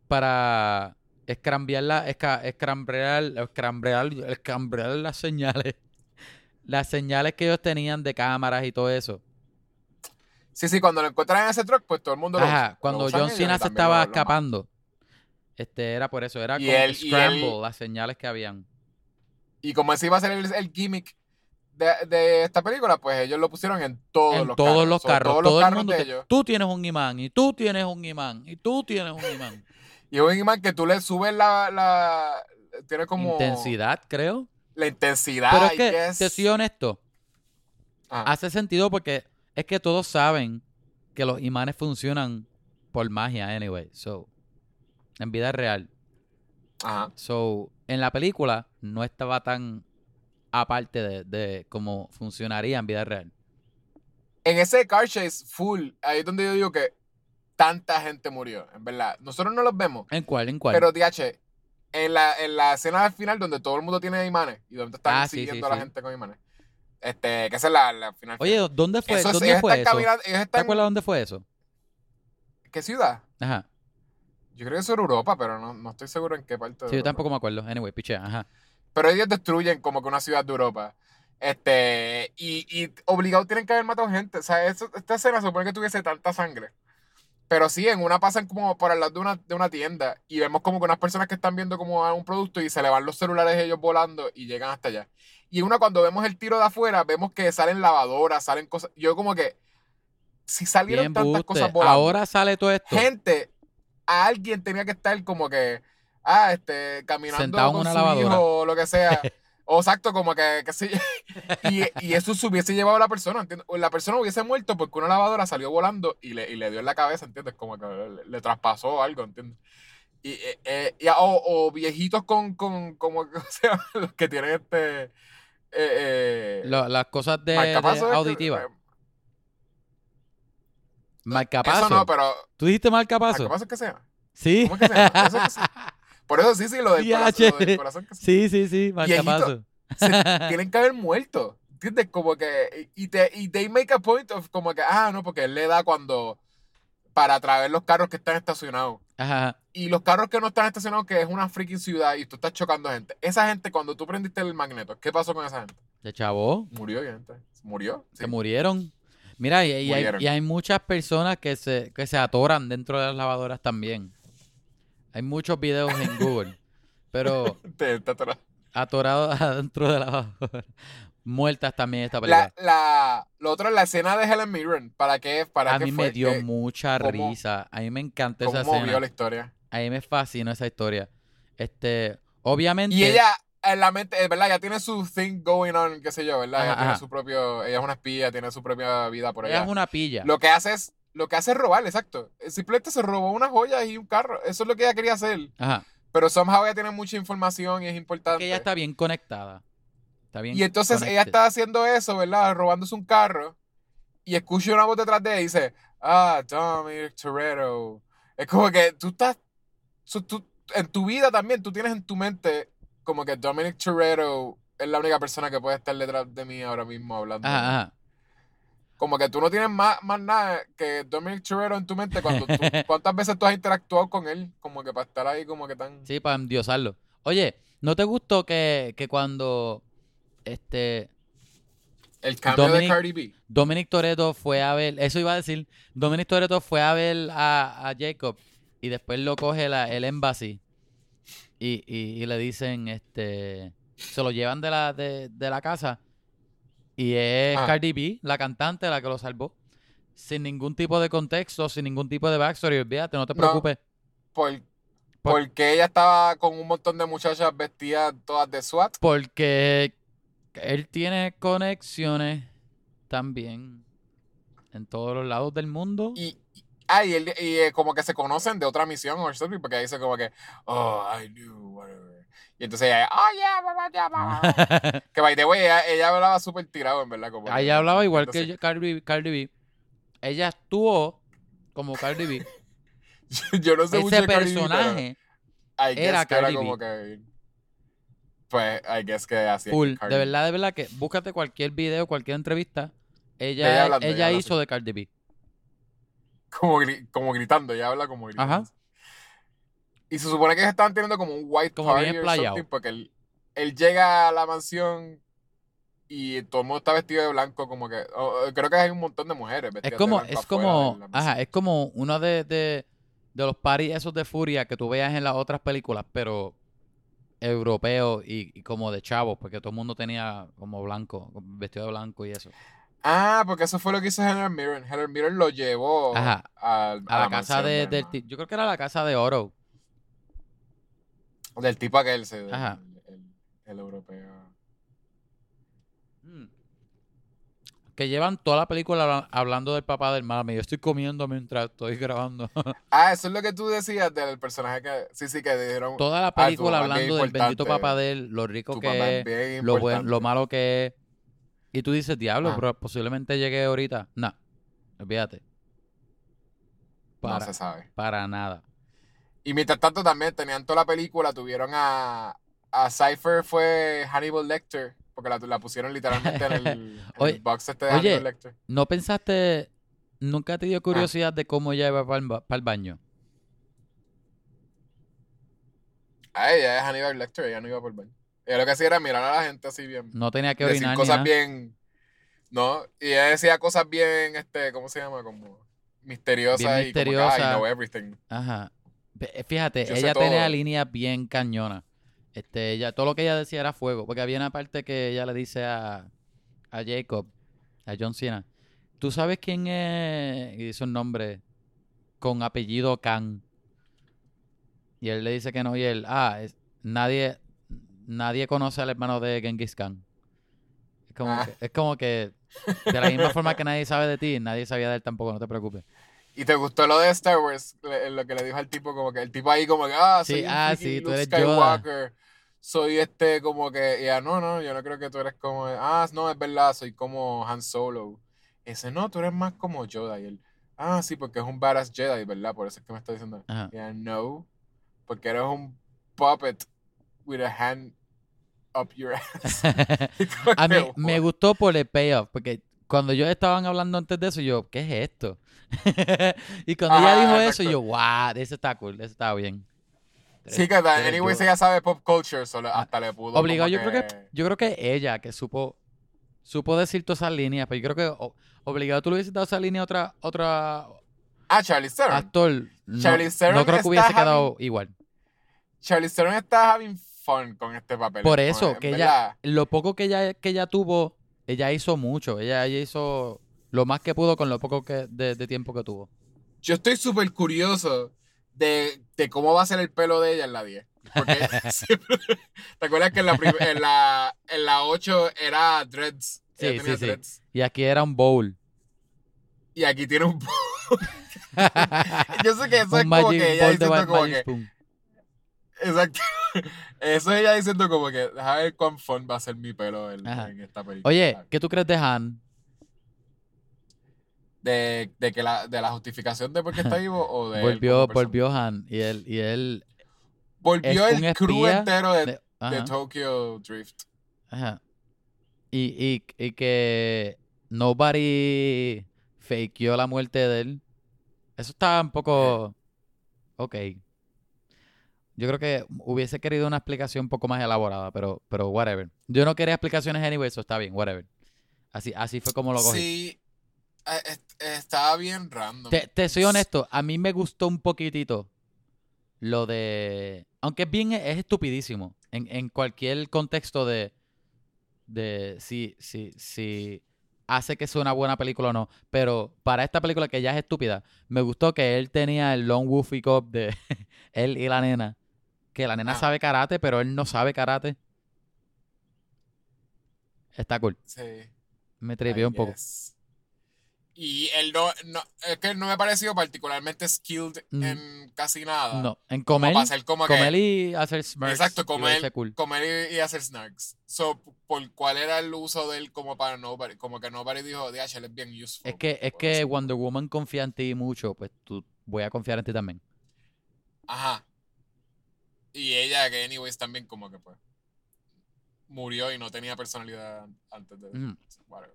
S2: para. escrambear la. esca- escrambrear. escrambrear. escrambrear las señales. Las señales que ellos tenían de cámaras y todo eso.
S1: Sí, sí, cuando lo encuentran en ese truck, pues todo el mundo lo usa.
S2: Ajá,
S1: Lo
S2: cuando
S1: usan
S2: John
S1: ellos y
S2: Cena se
S1: también
S2: estaba
S1: lo- lo matan.
S2: escapando. Este, era por eso, era
S1: Y
S2: como
S1: él- y él-
S2: scramble, las señales que habían.
S1: Y como ese iba a ser el, el gimmick de, de esta película, pues ellos lo pusieron en todos
S2: en
S1: los
S2: todos
S1: carros.
S2: los
S1: So,
S2: carros.
S1: todos los
S2: todo el
S1: carros
S2: mundo.
S1: de
S2: te-
S1: ellos.
S2: tú tienes un imán, y tú tienes un imán, y tú tienes un imán.
S1: Y es un imán que tú le subes la. la tiene como.
S2: Intensidad, creo.
S1: La intensidad.
S2: Pero es
S1: I
S2: que,
S1: guess. Ah.
S2: te soy honesto,
S1: Ajá.
S2: hace sentido porque es que todos saben que los imanes funcionan por magia, anyway. So, en vida real.
S1: Ajá.
S2: So, en la película no estaba tan aparte de, de cómo funcionaría en vida real.
S1: en ese car chase full, ahí es donde yo digo que tanta gente murió, en verdad. Nosotros no los vemos,
S2: ¿En cuál? ¿En cuál?
S1: pero DH, en la, en la escena al final donde todo el mundo tiene imanes y donde están
S2: Ah, sí, sí,
S1: siguiendo a la
S2: sí.
S1: gente con imanes. Este, que esa es la, la final.
S2: Oye, ¿dónde fue
S1: Eso es-
S2: eso? ¿Dónde
S1: ellos
S2: fue
S1: están
S2: eso?
S1: caminando- ellos
S2: ¿Te
S1: están-
S2: acuerdas dónde fue eso?
S1: ¿Qué ciudad?
S2: Ajá.
S1: Yo creo que eso era Europa, pero no, no estoy seguro en qué parte. de
S2: Sí, yo
S1: Europa.
S2: tampoco me acuerdo. Anyway, pichea, ajá.
S1: Pero ellos destruyen como que una ciudad de Europa. Este, y, y obligado tienen que haber matado gente. O sea, eso- esta escena se supone que tuviese tanta sangre. Pero sí, en una pasan como por al lado de una, de una tienda y vemos como que unas personas que están viendo como a un producto y se le van los celulares ellos volando y llegan hasta allá. Y una cuando vemos el tiro de afuera, vemos que salen lavadoras, salen cosas. Yo como que, si salieron
S2: Bien
S1: tantas
S2: buste.
S1: cosas volando
S2: Ahora sale todo esto.
S1: gente, a alguien tenía que estar como que, ah, este, caminando
S2: Sentado en
S1: con
S2: una
S1: su
S2: lavadora.
S1: hijo o lo que sea. O exacto, como que, qué sé yo. Y, y eso se hubiese llevado a la persona, ¿entiendes? O La persona hubiese muerto porque una lavadora salió volando y le, y le dio en la cabeza, ¿entiendes? Como que le, le traspasó algo, ¿entiendes? Y, eh, eh, y a- o, o viejitos con, con como que se llama? los que tienen este... eh, eh,
S2: Lo- las cosas de, de
S1: marcapasos, este,
S2: auditivas.
S1: eh,
S2: Marcapaso.
S1: Eso no, pero...
S2: ¿Tú dijiste marcapaso?
S1: ¿Marcapasos que sea?
S2: Sí.
S1: ¿Cómo es que se llama? Eso es que Por eso sí, sí, lo del,
S2: Diache.
S1: corazón, lo del corazón que
S2: sí, sí, sí, marcapaso.
S1: tienen que haber muerto. ¿Entiendes? Como que. Y, te, y they make a point of como que, ah, no, porque él le da cuando. Para traer los carros que están estacionados.
S2: Ajá.
S1: Y los carros que no están estacionados, que es una freaking ciudad y tú estás chocando gente. Esa gente, cuando tú prendiste el magneto, ¿qué pasó con esa gente?
S2: Ya chavo,
S1: Murió, gente. Murió. sí.
S2: se murieron. Mira, y, y hay,
S1: Murieron.
S2: y hay muchas personas que se, que se atoran dentro de las lavadoras también. Hay muchos videos en Google, pero
S1: Te- te atoró.
S2: atorados adentro de la lavadora. Muertas también esta película.
S1: La, la, lo otro es la escena de Helen Mirren. ¿Para qué? ¿Para
S2: a
S1: qué
S2: mí
S1: fue?
S2: me dio
S1: ¿Qué-
S2: mucha
S1: cómo-
S2: risa. A mí me encantó
S1: ¿Cómo
S2: esa
S1: movió
S2: escena.
S1: la historia?
S2: A mí me fascinó esa historia. Este, obviamente.
S1: Y ella, en la mente, es verdad, ya tiene su thing going on, qué sé yo, ¿verdad?
S2: Ajá,
S1: ella tiene
S2: ajá.
S1: su propio, ella es una espía, tiene su propia vida por
S2: ella
S1: allá.
S2: es una pilla.
S1: Lo que hace es, lo que hace es robar, exacto. Eh, Simplemente se robó unas joyas y un carro. Eso es lo que ella quería hacer.
S2: Ajá.
S1: Pero somehow ella tiene mucha información y es importante.
S2: Que ella está bien conectada. Está bien
S1: y entonces ella
S2: connected.
S1: está haciendo eso, ¿verdad? Robándose un carro. Y escucha una voz detrás de ella y dice, ah, Dominic Toretto. Es como que tú estás, so, tú- en tu vida también, tú tienes en tu mente como que Dominic Toretto es la única persona que puede estar detrás de mí ahora mismo hablando.
S2: Ajá, ajá.
S1: Como que tú no tienes más, más nada que Dominic Toretto en tu mente cuando tú, cuántas veces tú has interactuado con él, como que para estar ahí como que tan...
S2: Sí, para endiosarlo. Oye, ¿no te gustó que, que cuando este
S1: El cambio
S2: Dominic-
S1: de Cardi B.
S2: Dominic Toretto fue a ver, eso iba a decir, Dominic Toretto fue a ver a, a Jacob y después lo coge la, el embassy y, y- y le dicen, este, se lo llevan de la, de, de la casa y es
S1: Ah.
S2: Cardi B, la cantante, la que lo salvó. Sin ningún tipo de contexto, sin ningún tipo de backstory, olvídate, no te
S1: No.
S2: preocupes.
S1: por-
S2: Por-
S1: porque ella estaba con un montón de muchachas vestidas todas de SWAT.
S2: Porque él tiene conexiones también en todos los lados del mundo.
S1: Y, y- ah, y, él- y, eh, como que se conocen de otra misión o something, porque dice como que, oh, I knew, whatever. Y entonces ella, oh, yeah, blah, blah, yeah, blah, blah". Que by the way, ella, ella hablaba súper tirado, en verdad. Como que-
S2: Ahí hablaba igual que
S1: entonces,
S2: yo- Cardi, Cardi B. Ella actuó como Cardi B.
S1: yo. no sé mucho
S2: Ese
S1: de Cardi B, pero
S2: personaje
S1: I guess
S2: era
S1: que
S2: Cardi B.
S1: como que. Pues, I guess que así es
S2: full.
S1: Cardi
S2: De
S1: B.
S2: verdad, de verdad que búscate cualquier video, cualquier entrevista. Ella,
S1: Ella
S2: ella,
S1: hablando, ella habla
S2: hizo de Cardi B.
S1: Como, gri- como gritando, ella habla como gritando.
S2: Ajá.
S1: Y se supone que ellos estaban teniendo como un white
S2: Como bien
S1: party or
S2: playado.
S1: something, porque él, él llega a la mansión y todo el mundo está vestido de blanco, como que o- o creo que hay un montón de mujeres
S2: Es
S1: vestidas
S2: como,
S1: de blanco
S2: es
S1: afuera
S2: como,
S1: de la mansión.
S2: ajá, es como uno de, de, de los paris esos de furia que tú veas en las otras películas, pero europeo y, y como de chavos, porque todo el mundo tenía como blanco, vestido de blanco y eso.
S1: Ah, porque eso fue lo que hizo Helen Mirren. Helen Mirren lo llevó
S2: Ajá.
S1: al-
S2: A la casa
S1: mansión
S2: de,
S1: del,
S2: del ti- yo creo que era la casa de oro.
S1: del tipo aquel, sí, del-
S2: Ajá.
S1: El, el europeo.
S2: Mm. Que llevan toda la película habla- hablando del papá del mami. Yo estoy comiendo mientras estoy grabando.
S1: Ah, eso es lo que tú decías del personaje que, sí, sí, que dijeron,
S2: toda la
S1: tu
S2: película
S1: papá Ah, es bien
S2: hablando del bendito
S1: importante.
S2: papá de él, lo rico
S1: tu
S2: que
S1: papá
S2: es,
S1: es bien
S2: lo, buen-
S1: importante. Ah.
S2: lo malo que es. Y tú dices, diablo,
S1: Ajá.
S2: pero posiblemente llegue ahorita. Nah, olvídate. Para,
S1: No se sabe.
S2: para nada.
S1: Y mientras tanto también tenían toda la película, tuvieron a, a Cypher fue Hannibal Lecter, porque la, la pusieron literalmente en el, en
S2: Oye-
S1: el box este de
S2: oye.
S1: Hannibal Lecter.
S2: ¿No pensaste, nunca te
S1: Ah.
S2: dio curiosidad de cómo ella iba para el baño?
S1: A Ah, ella es Hannibal Lecter, ella no iba por baño. Ella lo que hacía era mirar a la gente así bien.
S2: No tenía que
S1: decir
S2: orinar ni
S1: cosas
S2: nada.
S1: bien. No, y ella decía cosas bien, este, ¿cómo se llama? Como misteriosas
S2: Bien
S1: y como que, "Ah, I
S2: misteriosa.
S1: know everything.
S2: Ajá. Pe- Fíjate,
S1: Yo sé
S2: ella tenía
S1: todo.
S2: líneas bien cañonas. Este, ella, todo lo que ella decía era fuego. Porque había una parte que ella le dice a, a Jacob, a John Cena, ¿tú sabes quién es? Y dice un nombre con apellido Khan. Y él le dice que no, y él, ah, es- nadie, nadie conoce al hermano de Genghis Khan. Es como,
S1: Ah.
S2: que, es como que, de la misma forma que nadie sabe de ti, nadie sabía de él tampoco, no te preocupes.
S1: ¿Y te gustó lo de Star Wars? Le- Lo que le dijo al tipo, como que el tipo ahí como que, ah,
S2: Sí,
S1: soy un
S2: ah,
S1: freaking
S2: sí, tú
S1: Luke
S2: eres Yoda.
S1: Skywalker. Soy este como que, ya, no, no, yo no creo que tú eres como, ah, no, es verdad, soy como Han Solo. Ese, no, tú eres más como Yoda. Y él, ah, sí, porque es un badass Jedi, ¿verdad? Por eso es que me está diciendo.
S2: Ajá.
S1: Yeah, no. Porque eres un puppet with a hand up your ass.
S2: A mí me gustó por el payoff, porque cuando ellos estaban hablando antes de eso, yo, ¿qué es esto? y cuando ella
S1: Ajá,
S2: dijo eso,
S1: exacto.
S2: yo, wow, ese está cool, ese está bien.
S1: Sí, que ta-
S2: Tres
S1: anyways
S2: Yoda. Ah,
S1: ella sabe pop culture, solo hasta le pudo.
S2: Obligado,
S1: como
S2: yo creo que, yo creo que ella que supo, supo decir todas esas líneas, pero yo creo que o- obligado tú le hubieses dado esa línea a otra, otra
S1: Ah, Charlie Theron.
S2: actor. No,
S1: Charlize Theron
S2: no creo que
S1: está
S2: hubiese quedado igual.
S1: Charlie Theron está having fun con este papel.
S2: Por
S1: como
S2: eso,
S1: en
S2: que
S1: verdad.
S2: ella, lo poco que ella, que ella tuvo, ella hizo mucho. Ella, ella hizo lo más que pudo con lo poco que, de, de tiempo que tuvo.
S1: Yo estoy súper curioso de, de cómo va a ser el pelo de ella en la 10. Porque siempre- ¿Te acuerdas que en la, prim- en la, en la 8 era dreads? Ella
S2: Sí,
S1: tenía
S2: sí, sí.
S1: dreads.
S2: Y aquí era un bowl.
S1: Y aquí tiene un Yo sé que eso
S2: un
S1: es como
S2: magic
S1: que ella
S2: bowl de
S1: diciendo
S2: ma-
S1: como
S2: magic
S1: que.
S2: spoon.
S1: Exacto. Eso es ella diciendo como que, deja ver cuán fun va a ser mi pelo en,
S2: Ajá.
S1: en esta película.
S2: Oye, ¿qué tú crees de Han?
S1: De, de que la, de la justificación de por qué está vivo o de. él
S2: Volvió,
S1: como persona.
S2: volvió Han y él, y él
S1: Volvió
S2: es
S1: el
S2: un
S1: crew
S2: espía
S1: entero de,
S2: de-
S1: de
S2: ajá,
S1: Tokyo Drift.
S2: ajá. Y, y, y que nobody fakeó la muerte de él. Eso está un poco. Ok. Yo creo que hubiese querido una explicación un poco más elaborada, pero, pero whatever. Yo no quería explicaciones anyway, eso está bien, whatever. Así, así fue como lo cogí.
S1: Sí. eh, est- Estaba bien random.
S2: Te, te soy honesto, a mí me gustó un poquitito lo de. Aunque es bien, es estupidísimo. En, en cualquier contexto de. De si, si, si hace que sea una buena película o no. Pero para esta película que ya es estúpida, me gustó que él tenía el Long Woofy Cup de él y la nena. Que la nena
S1: Ah.
S2: sabe karate, pero él no sabe karate. Está cool.
S1: Sí.
S2: Me tripeó
S1: I
S2: un poco.
S1: guess. Y él no, no. Es que él no me pareció particularmente skilled
S2: Mm.
S1: en casi nada.
S2: No, en
S1: Como
S2: comer.
S1: para hacer como que.
S2: Comer y hacer smurfs.
S1: Exacto,
S2: y
S1: comer-
S2: verse cool.
S1: comer y, y hacer snacks. So, ¿por cuál era el uso de él como para nobody? Como que nobody dijo, DH, él es bien useful.
S2: Es que, es
S1: Por
S2: que
S1: eso.
S2: Wonder Woman confía en ti mucho, pues tú voy a confiar en ti también.
S1: Ajá. Y ella, que anyways, también como que pues murió y no tenía personalidad antes de...
S2: Ujú.
S1: whatever.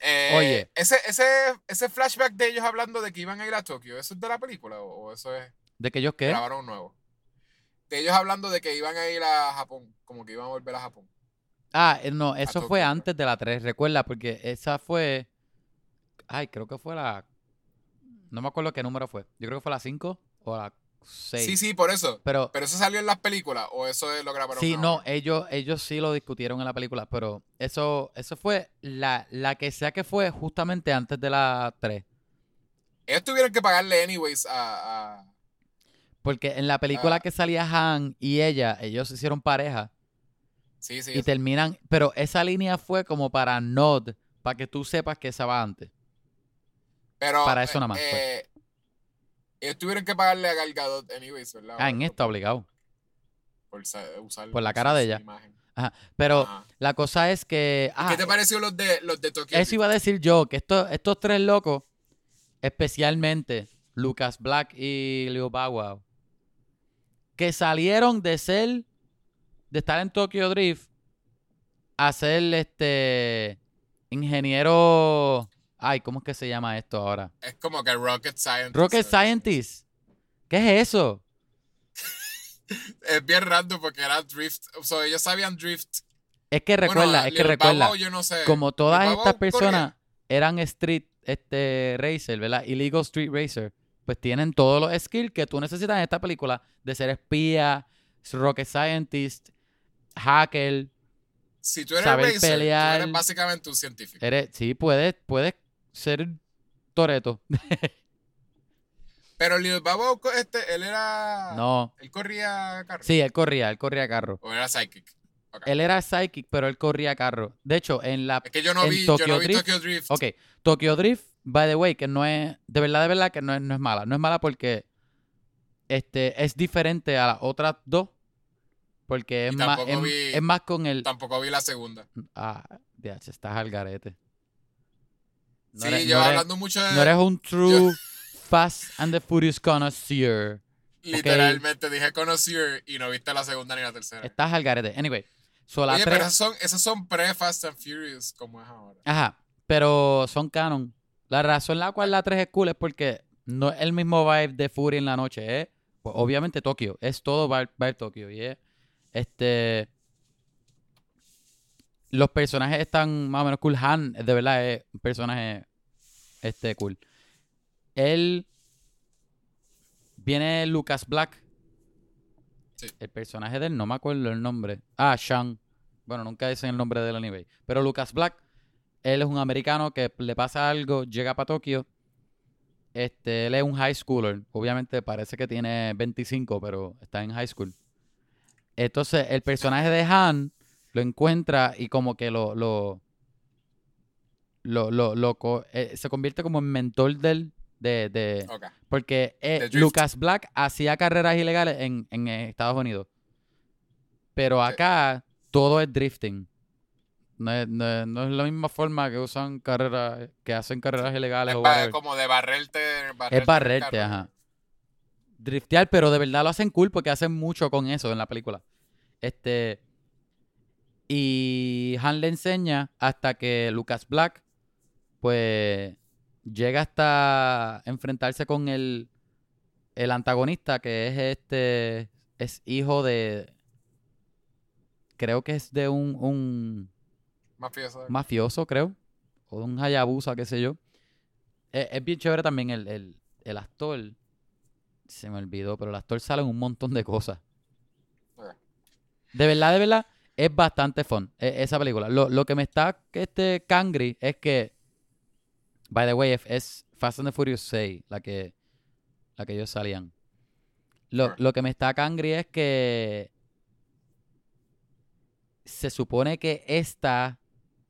S1: Eh,
S2: Oye.
S1: Ese, ese, ese flashback de ellos hablando de que iban a ir a Tokio, ¿eso es de la película o, o eso es...
S2: ¿De que ellos qué?
S1: Grabaron un nuevo. De ellos hablando de que iban a ir a Japón, como que iban a volver a Japón.
S2: Ah, eh, no, eso
S1: Tokio,
S2: fue
S1: creo.
S2: antes de la 3, recuerda, porque esa fue. Ay, creo que fue la. No me acuerdo qué número fue. Yo creo que fue la 5 o la 6.
S1: Sí, sí, por eso.
S2: Pero
S1: ¿Pero eso salió en las películas o eso es lo grabaron
S2: sí,
S1: ahora?
S2: no, ellos, ellos sí lo discutieron en la película, pero eso, eso fue la, la que sea que fue justamente antes de la 3.
S1: Ellos tuvieron que pagarle anyways a... a-
S2: Porque en la película
S1: Ah.
S2: que salía Han y ella, ellos se hicieron pareja.
S1: Sí, sí.
S2: y
S1: eso.
S2: terminan. Pero esa línea fue como para Nod, para que tú sepas que esa va antes.
S1: Pero...
S2: para eso nada más, pues.
S1: eh, ellos tuvieron que pagarle a Gal Gadot anyways, ¿verdad?
S2: Ah, en
S1: Por-
S2: esta obligado.
S1: Por, sa- usar,
S2: por la
S1: usar
S2: cara de
S1: su
S2: ella.
S1: imagen.
S2: Pero
S1: Ajá.
S2: la cosa es que. ah,
S1: Ah. ¿Qué te pareció los de, los de Tokyo?
S2: eso iba a decir yo, que esto- estos tres locos, especialmente Lucas Black y Leo Bow Wow, que salieron de ser, de estar en Tokyo Drift, a ser este ingeniero. Ay, ¿cómo es que se llama esto ahora?
S1: Es como que Rocket Scientist.
S2: Rocket Scientist. ¿Qué es eso?
S1: Es bien random porque era Drift. O sea, ellos sabían Drift.
S2: Es que recuerda,
S1: Bueno,
S2: es que
S1: Lil
S2: recuerda.
S1: Babo, yo no sé.
S2: como todas
S1: Babo
S2: estas personas
S1: corría.
S2: eran street este racer, ¿verdad? Illegal street racer, pues tienen todos los skills que tú necesitas en esta película de ser espía, rocket scientist, hacker,
S1: si tú eres
S2: saber
S1: racer, tú
S2: pelear. Eh.
S1: eres básicamente un científico.
S2: eres sí puedes puedes ser Toreto.
S1: Pero Lil Babo, co- este, él era.
S2: No.
S1: Él corría carro.
S2: Sí, él corría, él corría carro.
S1: O era psychic. Ok.
S2: Él era psychic, pero él corría carro. De hecho, en la
S1: Es que yo no
S2: en
S1: vi, yo
S2: Tokyo
S1: no vi
S2: Drift-
S1: Tokyo Drift.
S2: Ok, Tokyo Drift, by the way, que no es. De verdad, de verdad, que no es, no es mala. No es mala porque este, es diferente a las otras dos. Porque es
S1: Y
S2: más,
S1: tampoco
S2: es,
S1: vi-
S2: es más con el.
S1: Tampoco vi la segunda.
S2: Ah, ya, estás al garete. No
S1: sí,
S2: eres-
S1: yo
S2: no eres-
S1: hablando mucho de.
S2: no eres un true Fast and the Furious connoisseur.
S1: literalmente dije Connoisseur y no viste la segunda ni la tercera.
S2: Estás al garete. Anyway, so la
S1: Oye,
S2: tres-
S1: pero esas son, esas son pre-Fast and Furious, como es ahora.
S2: Ajá, pero son canon. La razón la cual la 3 es cool es porque no es el mismo vibe de Fury en la noche, ¿eh? Pues, obviamente Tokio, es todo vibe, vibe Tokio, y es, este... Los personajes están más o menos cool. Han, de verdad, es un personaje este, cool. Él... Viene Lucas Black.
S1: Sí.
S2: El personaje de él, no me acuerdo el nombre. Ah, Sean. Bueno, nunca dicen el nombre del anime. Pero Lucas Black él es un americano que le pasa algo, llega para Tokio. Este, él es un high schooler. Obviamente parece que tiene 25, pero está en high school. Entonces, el personaje de Han lo encuentra y como que lo. lo, lo, lo- lo co- eh, se convierte como en mentor del. De, de-
S1: Ok.
S2: porque eh,
S1: De Drift.
S2: Lucas Black hacía carreras ilegales en, en eh, Estados Unidos. Pero
S1: Sí.
S2: acá todo es drifting. No es, no es- no es la misma forma que usan carreras, que hacen carreras ilegales
S1: Es
S2: o
S1: ba-
S2: whatever.
S1: como de barrerte. barrerte en
S2: Es
S1: el
S2: barrerte,
S1: carro.
S2: ajá. Driftear, pero de verdad lo hacen cool porque hacen mucho con eso en la película. Este. Y Han le enseña hasta que Lucas Black, pues, llega hasta enfrentarse con el, el antagonista que es este. Es hijo de. Creo que es de un- un
S1: Mafioso.
S2: mafioso, creo. O de un Hayabusa, qué sé yo. Eh, Es, bien chévere también el, el- el actor. Se me olvidó, pero el actor sale en un montón de cosas.
S1: Ok.
S2: De verdad, de verdad, es bastante fun e- esa película. Lo, lo que me está este cangri es que, by the way, es, es Fast and the Furious 6 la que, la que ellos salían. Lo,
S1: Sure.
S2: lo que me está cangri es que se supone que esta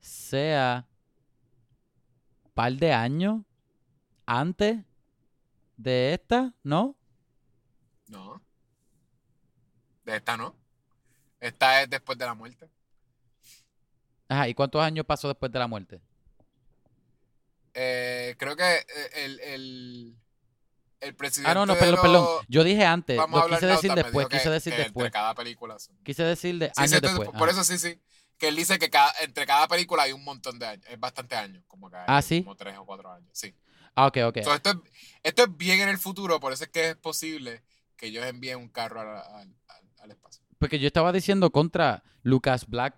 S2: sea par de años antes de esta, ¿no?
S1: No. De esta no. Esta es después de la muerte.
S2: Ajá, ¿y cuántos años pasó después de la muerte?
S1: Eh, creo que eh, el, el, el presidente.
S2: Ah, no, no,
S1: de
S2: perdón,
S1: los-
S2: perdón. Yo dije antes,
S1: Vamos a
S2: lo
S1: hablar
S2: quise
S1: de
S2: decir
S1: otra, me
S2: después,
S1: dijo que-
S2: quise decir
S1: que
S2: después.
S1: Entre cada película. son-
S2: Quise decir de
S1: Sí,
S2: años
S1: sí, entonces,
S2: después.
S1: por- por
S2: ajá.
S1: eso sí, sí. Que él dice que cada- entre cada película hay un montón de años. Es bastante años, como que hay
S2: Ah, ¿sí?
S1: como tres o cuatro años. Sí.
S2: Ah, ok, ok.
S1: So, esto, es, esto es bien en el futuro, por eso es que es posible que ellos envíen un carro al, al- al- al espacio.
S2: Porque yo estaba diciendo contra Lucas Black.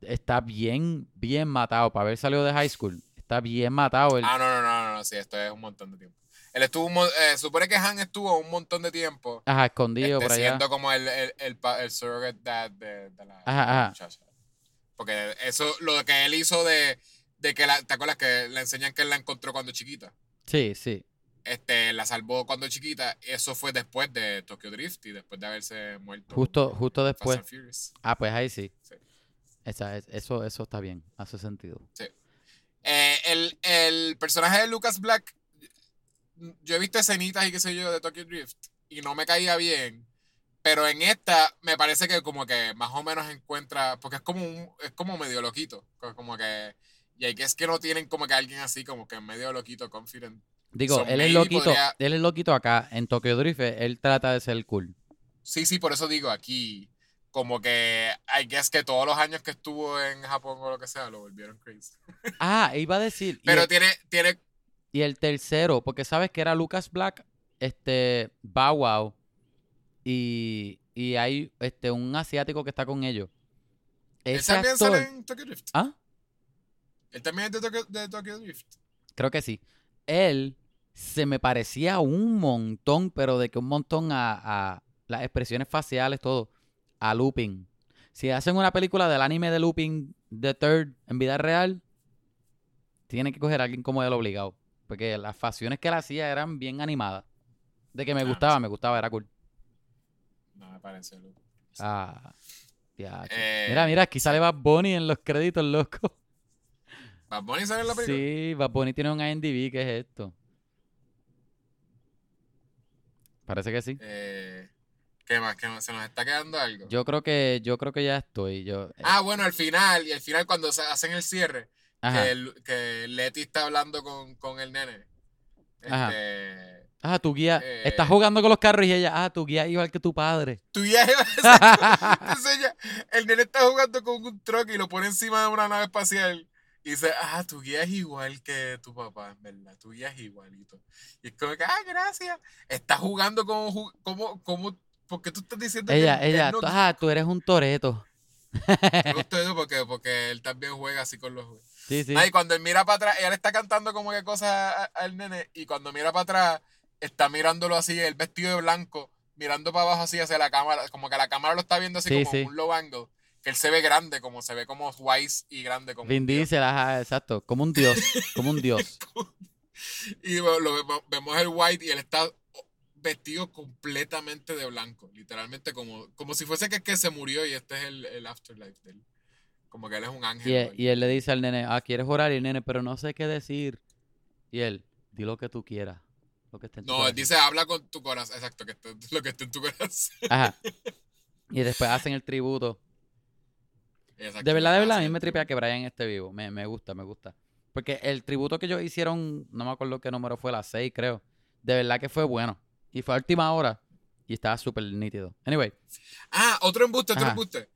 S2: Está bien, bien matado para haber salido de high school. Está bien matado. El...
S1: Ah, no, no, no, no, no, sí, esto es un montón de tiempo. Él estuvo, un mo- eh, supone que Han estuvo un montón de tiempo
S2: Ajá, escondido
S1: este,
S2: por allá.
S1: siendo como el, el, el, pa- el surrogate dad de, de la,
S2: Ajá,
S1: de la
S2: ajá.
S1: muchacha. Porque eso, lo que él hizo de, de que la, ¿te acuerdas que le enseñan que él la encontró cuando chiquita?
S2: Sí, sí.
S1: Este, la salvó cuando chiquita, eso fue después de Tokyo Drift y después de haberse muerto.
S2: Justo,
S1: en
S2: justo
S1: Fast
S2: después.
S1: and Furious.
S2: Ah, pues ahí sí.
S1: Sí.
S2: Esa es- eso, eso está bien. Hace sentido.
S1: Eh, el, el personaje de Lucas Black, yo he visto escenitas y qué sé yo de Tokyo Drift y no me caía bien. Pero en esta me parece que como que más o menos encuentra, porque es como un, es como medio loquito, co- como que y hay que es que no tienen como que alguien así como que medio loquito confident.
S2: Digo,
S1: So,
S2: él es
S1: maybe
S2: loquito.
S1: podría-
S2: Él es loquito acá en Tokyo Drift. Él trata de ser cool.
S1: Sí, sí, por eso digo aquí. Como que, I guess que todos los años que estuvo en Japón o lo que sea, lo volvieron crazy.
S2: Ah, iba a decir. y
S1: Pero
S2: el-
S1: tiene, tiene.
S2: Y el tercero, porque sabes que era Lucas Black, este, Bow Wow, y, y hay este, un asiático que está con ellos.
S1: Él
S2: Ese
S1: también sale
S2: actor,
S1: en Tokyo Drift.
S2: ah,
S1: Él también es de Tokyo, de Tokyo Drift.
S2: creo que sí. Él se me parecía un montón, pero de que un montón a, a las expresiones faciales, todo, a Lupin. Si hacen una película del anime de Lupin The Third en vida real, tienen que coger a alguien como él obligado. Porque las facciones que él hacía eran bien animadas. De que me
S1: Ah, no
S2: gustaba,
S1: sé.
S2: me gustaba, era cool.
S1: No me parece, loco.
S2: Ah, diache.
S1: Eh,
S2: mira, mira, aquí sale Bad Bunny en los créditos, loco.
S1: ¿Bad Bunny sale en la película?
S2: Sí, Bad Bunny tiene un IMDb, ¿qué es esto? Parece que sí.
S1: Eh, ¿Qué más? ¿Qué más? ¿Se nos está quedando algo?
S2: Yo creo que, yo creo que ya estoy. Yo, eh,
S1: Ah, bueno, al final, y al final cuando se hacen el cierre,
S2: ajá.
S1: que, el- que Leti está hablando con, con el nene.
S2: Ajá.
S1: Este,
S2: Ah, tu guía.
S1: eh,
S2: Estás jugando con los carros y ella, ah, tu guía igual que tu padre.
S1: tú ya Entonces ella- el nene está jugando con un truck y lo pone encima de una nave espacial. Y dice, ah, tu guía es igual que tu papá, en verdad, tu guía es igualito. Y es como que, ah, gracias. Estás jugando como, ju- como, como, porque tú estás diciendo
S2: ella,
S1: que él-
S2: ella,
S1: él no-
S2: tú- ah, tú eres un toreto.
S1: Me gusta eso porque, porque él también juega así con los juegos.
S2: Sí, sí.
S1: Ah, y cuando él mira para atrás, ella le está cantando como que cosas a- al nene. Y cuando mira para atrás, está mirándolo así, el vestido de blanco, mirando para abajo así hacia la cámara. Como que la cámara lo está viendo así
S2: Sí,
S1: como
S2: sí.
S1: un low angle. Que él se ve grande, como se ve como wise y grande. Como
S2: Vin
S1: un tío.
S2: Diesel, ajá, exacto. Como un dios, como un dios.
S1: Y lo, lo vemos, vemos el white y él está vestido completamente de blanco. Literalmente como, como si fuese que, que se murió y este es el, el afterlife de él. Como que él es un ángel.
S2: Y
S1: o
S2: él,
S1: algo.
S2: y él le dice al nene, ah, quieres orar, y el nene, pero no sé qué decir. Y él, di lo que tú quieras, lo que esté en tu
S1: No,
S2: corazón".
S1: él dice habla con tu corazón. Exacto, que esté- lo que esté en tu corazón.
S2: Ajá. Y después hacen el tributo.
S1: Exacto,
S2: De verdad, de
S1: lo
S2: verdad, a mí
S1: hacen
S2: me
S1: el
S2: tripea
S1: tributo.
S2: que Brian esté vivo. Me, me gusta, me gusta. Porque el tributo que ellos hicieron, no me acuerdo qué número fue, la 6, creo. De verdad que fue bueno. Y fue a última hora. Y estaba súper nítido. Anyway,
S1: Ah, otro embuste, otro
S2: Ajá.
S1: embuste.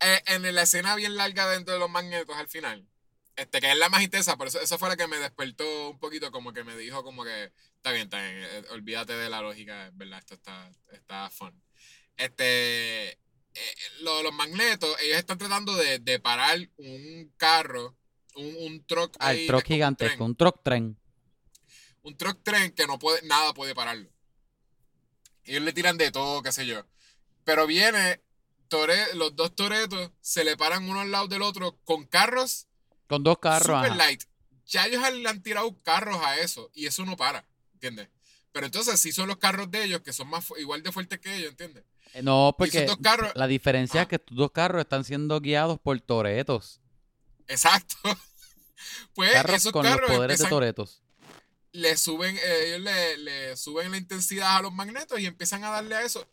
S1: Eh, en la escena bien larga dentro de los magnetos al final. Este, que es la más intensa, por eso, eso fue la que me despertó un poquito, como que me dijo como que está bien, está bien, eh, olvídate de la lógica, es ¿verdad? Esto está, está fun. Este, eh, lo de los magnetos, ellos están tratando de, de parar un carro, un, un truck
S2: al
S1: ahí, que
S2: truck
S1: es como un
S2: gigantesco,
S1: tren.
S2: un truck tren.
S1: un truck tren que no puede, nada puede pararlo. Ellos le tiran de todo, qué sé yo. Pero viene, Tore- los dos toretos se le paran uno al lado del otro con carros
S2: Con dos carros.
S1: super
S2: ajá.
S1: light. Ya ellos le han tirado carros a eso y eso no para, ¿entiendes? Pero entonces sí son los carros de ellos que son más fu- igual de fuertes que ellos, ¿entiendes?
S2: Eh, No,
S1: Y esos
S2: porque
S1: dos carros, Ah.
S2: la diferencia es
S1: Ajá.
S2: que estos dos carros están siendo guiados por toretos.
S1: exacto. Pues
S2: Carros
S1: esos
S2: con
S1: carros
S2: los poderes de
S1: empiezan
S2: toretos.
S1: le suben, eh, ellos le, le suben la intensidad a los magnetos y empiezan a darle a eso.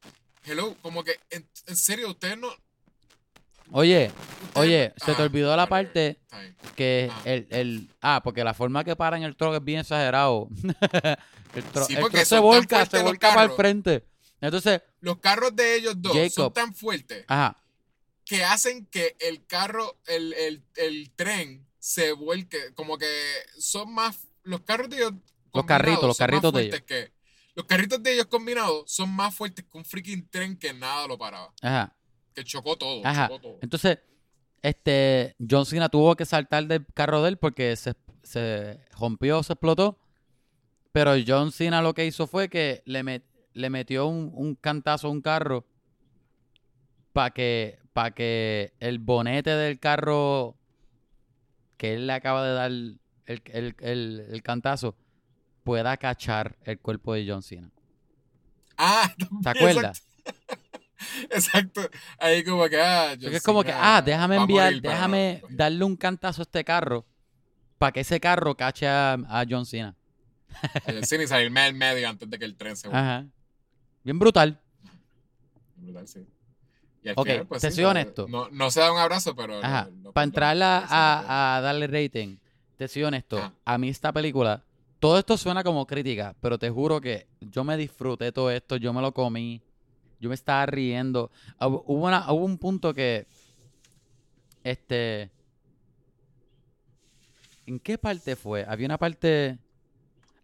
S1: Hello, como que, en, en serio, ustedes no.
S2: Oye,
S1: ustedes-
S2: oye, se te
S1: Ah,
S2: olvidó la
S1: whatever,
S2: parte
S1: está bien.
S2: que
S1: Ah.
S2: el, el ah porque la forma que paran el truck es bien exagerado el truck,
S1: Sí,
S2: el
S1: porque
S2: truck se
S1: son tan
S2: volca
S1: fuertes
S2: se
S1: los
S2: volca para el
S1: carros.
S2: frente entonces
S1: Los carros de ellos dos son
S2: Jacob.
S1: tan fuertes
S2: ajá
S1: que hacen que el carro, el, el, el tren se vuelque. Como que son más. Los carros de ellos.
S2: Los carritos,
S1: combinados
S2: los
S1: son más
S2: carritos de ellos.
S1: fuertes Que, los carritos de ellos combinados son más fuertes que un freaking tren que nada lo paraba.
S2: ajá
S1: Que chocó todo.
S2: Ajá.
S1: Chocó todo.
S2: entonces este John Cena tuvo que saltar del carro de él porque se, se rompió se explotó pero John Cena lo que hizo fue que le, met- le metió un, un cantazo a un carro para que, pa' que el bonete del carro que él le acaba de dar el, el- el- el cantazo pueda cachar el cuerpo de John Cena.
S1: Ah,
S2: ¿Te
S1: también,
S2: acuerdas?
S1: Exacto. Ahí como que, ah,
S2: Porque es como que, ah, déjame enviar, déjame
S1: dar
S2: darle un cantazo a este carro para que ese carro cache a, a John Cena.
S1: El cine y salirme del medio antes de que el tren se vuelva.
S2: Ajá. Bien brutal.
S1: Brutal, sí. Y al
S2: Ok,
S1: final, pues
S2: te
S1: sí,
S2: soy
S1: se-
S2: honesto.
S1: No, no se da un abrazo, pero. lo-
S2: Ajá.
S1: lo-
S2: Para
S1: lo-
S2: entrar a,
S1: lo- lo-
S2: a- a darle rating, te soy honesto,
S1: Ajá.
S2: a mí esta película, todo esto suena como crítica, pero te juro que yo me disfruté todo esto, yo me lo comí, Yo me estaba riendo. Ah, hu- Hubo, una- hubo un punto que. Este. ¿En qué parte fue? Había una parte.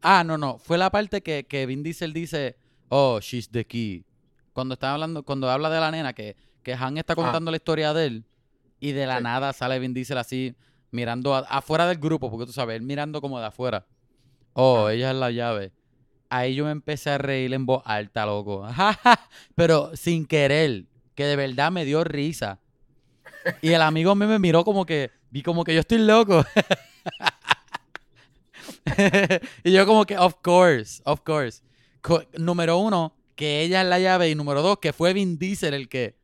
S2: Ah, no, no. Fue la parte que, que Vin Diesel dice. Oh, she's the key. Cuando está hablando, cuando habla de la nena, que, que Han está contando la historia de él. Y de la
S1: Sí.
S2: nada sale Vin Diesel así, mirando a- afuera del grupo, porque tú sabes, él mirando como de afuera. Oh,
S1: Ajá.
S2: ella es la llave. Ahí yo me empecé a reír en voz alta, loco. Pero sin querer, que de verdad me dio risa. Y el amigo mío me miró como que, vi como que yo estoy loco. y yo como que, of course, of course. Co- número uno, que ella es la llave. Y número dos, que fue Vin Diesel el que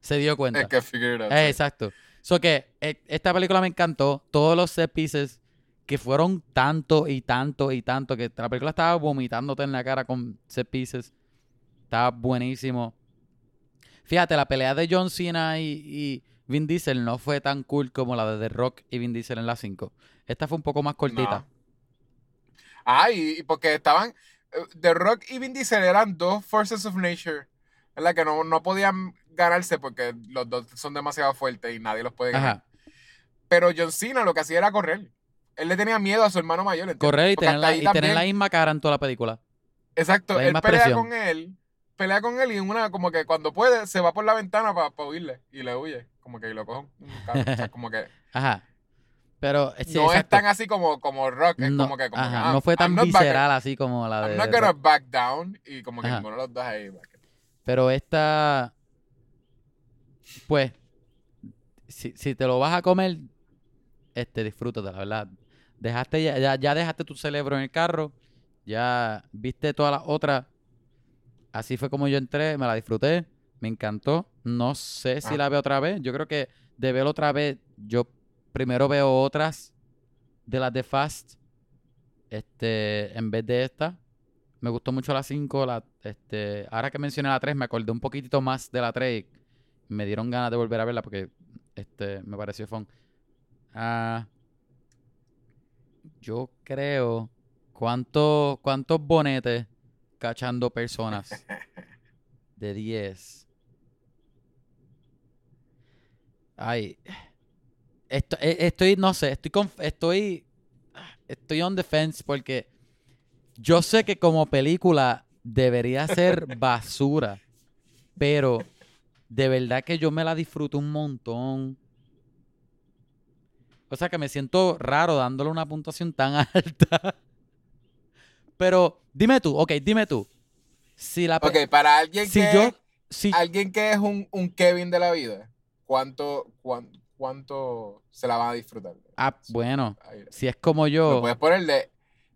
S2: se dio cuenta.
S1: Es que figure it out.
S2: Eh,
S1: sí.
S2: exacto. So que eh, esta película me encantó. Todos los set pieces que fueron tanto y tanto y tanto que la película estaba vomitándote en la cara con set pieces. Estaba buenísimo. Fíjate, la pelea de John Cena y, y Vin Diesel no fue tan cool como la de The Rock y Vin Diesel en la 5. Esta fue un poco más cortita.
S1: No. Ah, y, y porque estaban. eh, The Rock y Vin Diesel eran dos forces of nature. En la que no, no podían ganarse porque los dos son demasiado fuertes y nadie los puede ganar.
S2: Ajá.
S1: Pero John Cena lo que hacía era correr. Él le tenía miedo a su hermano mayor. ¿entiendes?
S2: Correr y
S1: Porque
S2: tener,
S1: hasta
S2: la, y
S1: ahí
S2: tener
S1: también-
S2: la misma cara en toda la película.
S1: Exacto,
S2: la
S1: él
S2: misma
S1: pelea
S2: expresión.
S1: con él. Pelea con él y en una, como que cuando puede, se va por la ventana para huirle. Y le huye. Como que lo cogen. un carro. O sea, como que
S2: Ajá. Pero eh, sí,
S1: no es
S2: exacto.
S1: tan así como, como rock. Es
S2: No,
S1: como que. Como que,
S2: ajá,
S1: "Ah,
S2: no fue tan
S1: I'm not back-
S2: visceral así como la de
S1: I'm
S2: The
S1: not
S2: Rock.
S1: gonna back down. Y como que
S2: Ajá.
S1: ninguno de los dos ahí. back
S2: Pero esta. Pues. Si, si te lo vas a comer, este, disfrútate, la verdad. Dejaste ya, ya, ya dejaste tu cerebro en el carro. Ya viste todas las otras. Así fue como yo entré, me la disfruté. Me encantó. No sé si
S1: Ah.
S2: la veo otra vez. Yo creo que de verla otra vez, yo primero veo otras de las de Fast. Este, en vez de esta. Me gustó mucho la 5. La, este, ahora que mencioné la 3, me acordé un poquitito más de la 3. y Me dieron ganas de volver a verla porque este, me pareció fun. Ah, yo creo. ¿cuánto- ¿Cuántos bonetes cachando personas? De 10. Ay. Esto- e- estoy, no sé, estoy, conf- estoy, estoy on the fence porque yo sé que como película debería ser basura, pero de verdad que yo me la disfruto un montón. O sea que me siento raro dándole una puntuación tan alta. Pero dime tú, ok, dime tú. Si la pe-
S1: Ok, para alguien
S2: Ah, pues, si
S1: que
S2: yo si
S1: alguien que es un, un Kevin de la vida, ¿cuánto, cuán- cuánto se la van a disfrutar?
S2: ah, bueno,
S1: Ahí.
S2: si es como
S1: Lo
S2: yo,
S1: puedes poner de,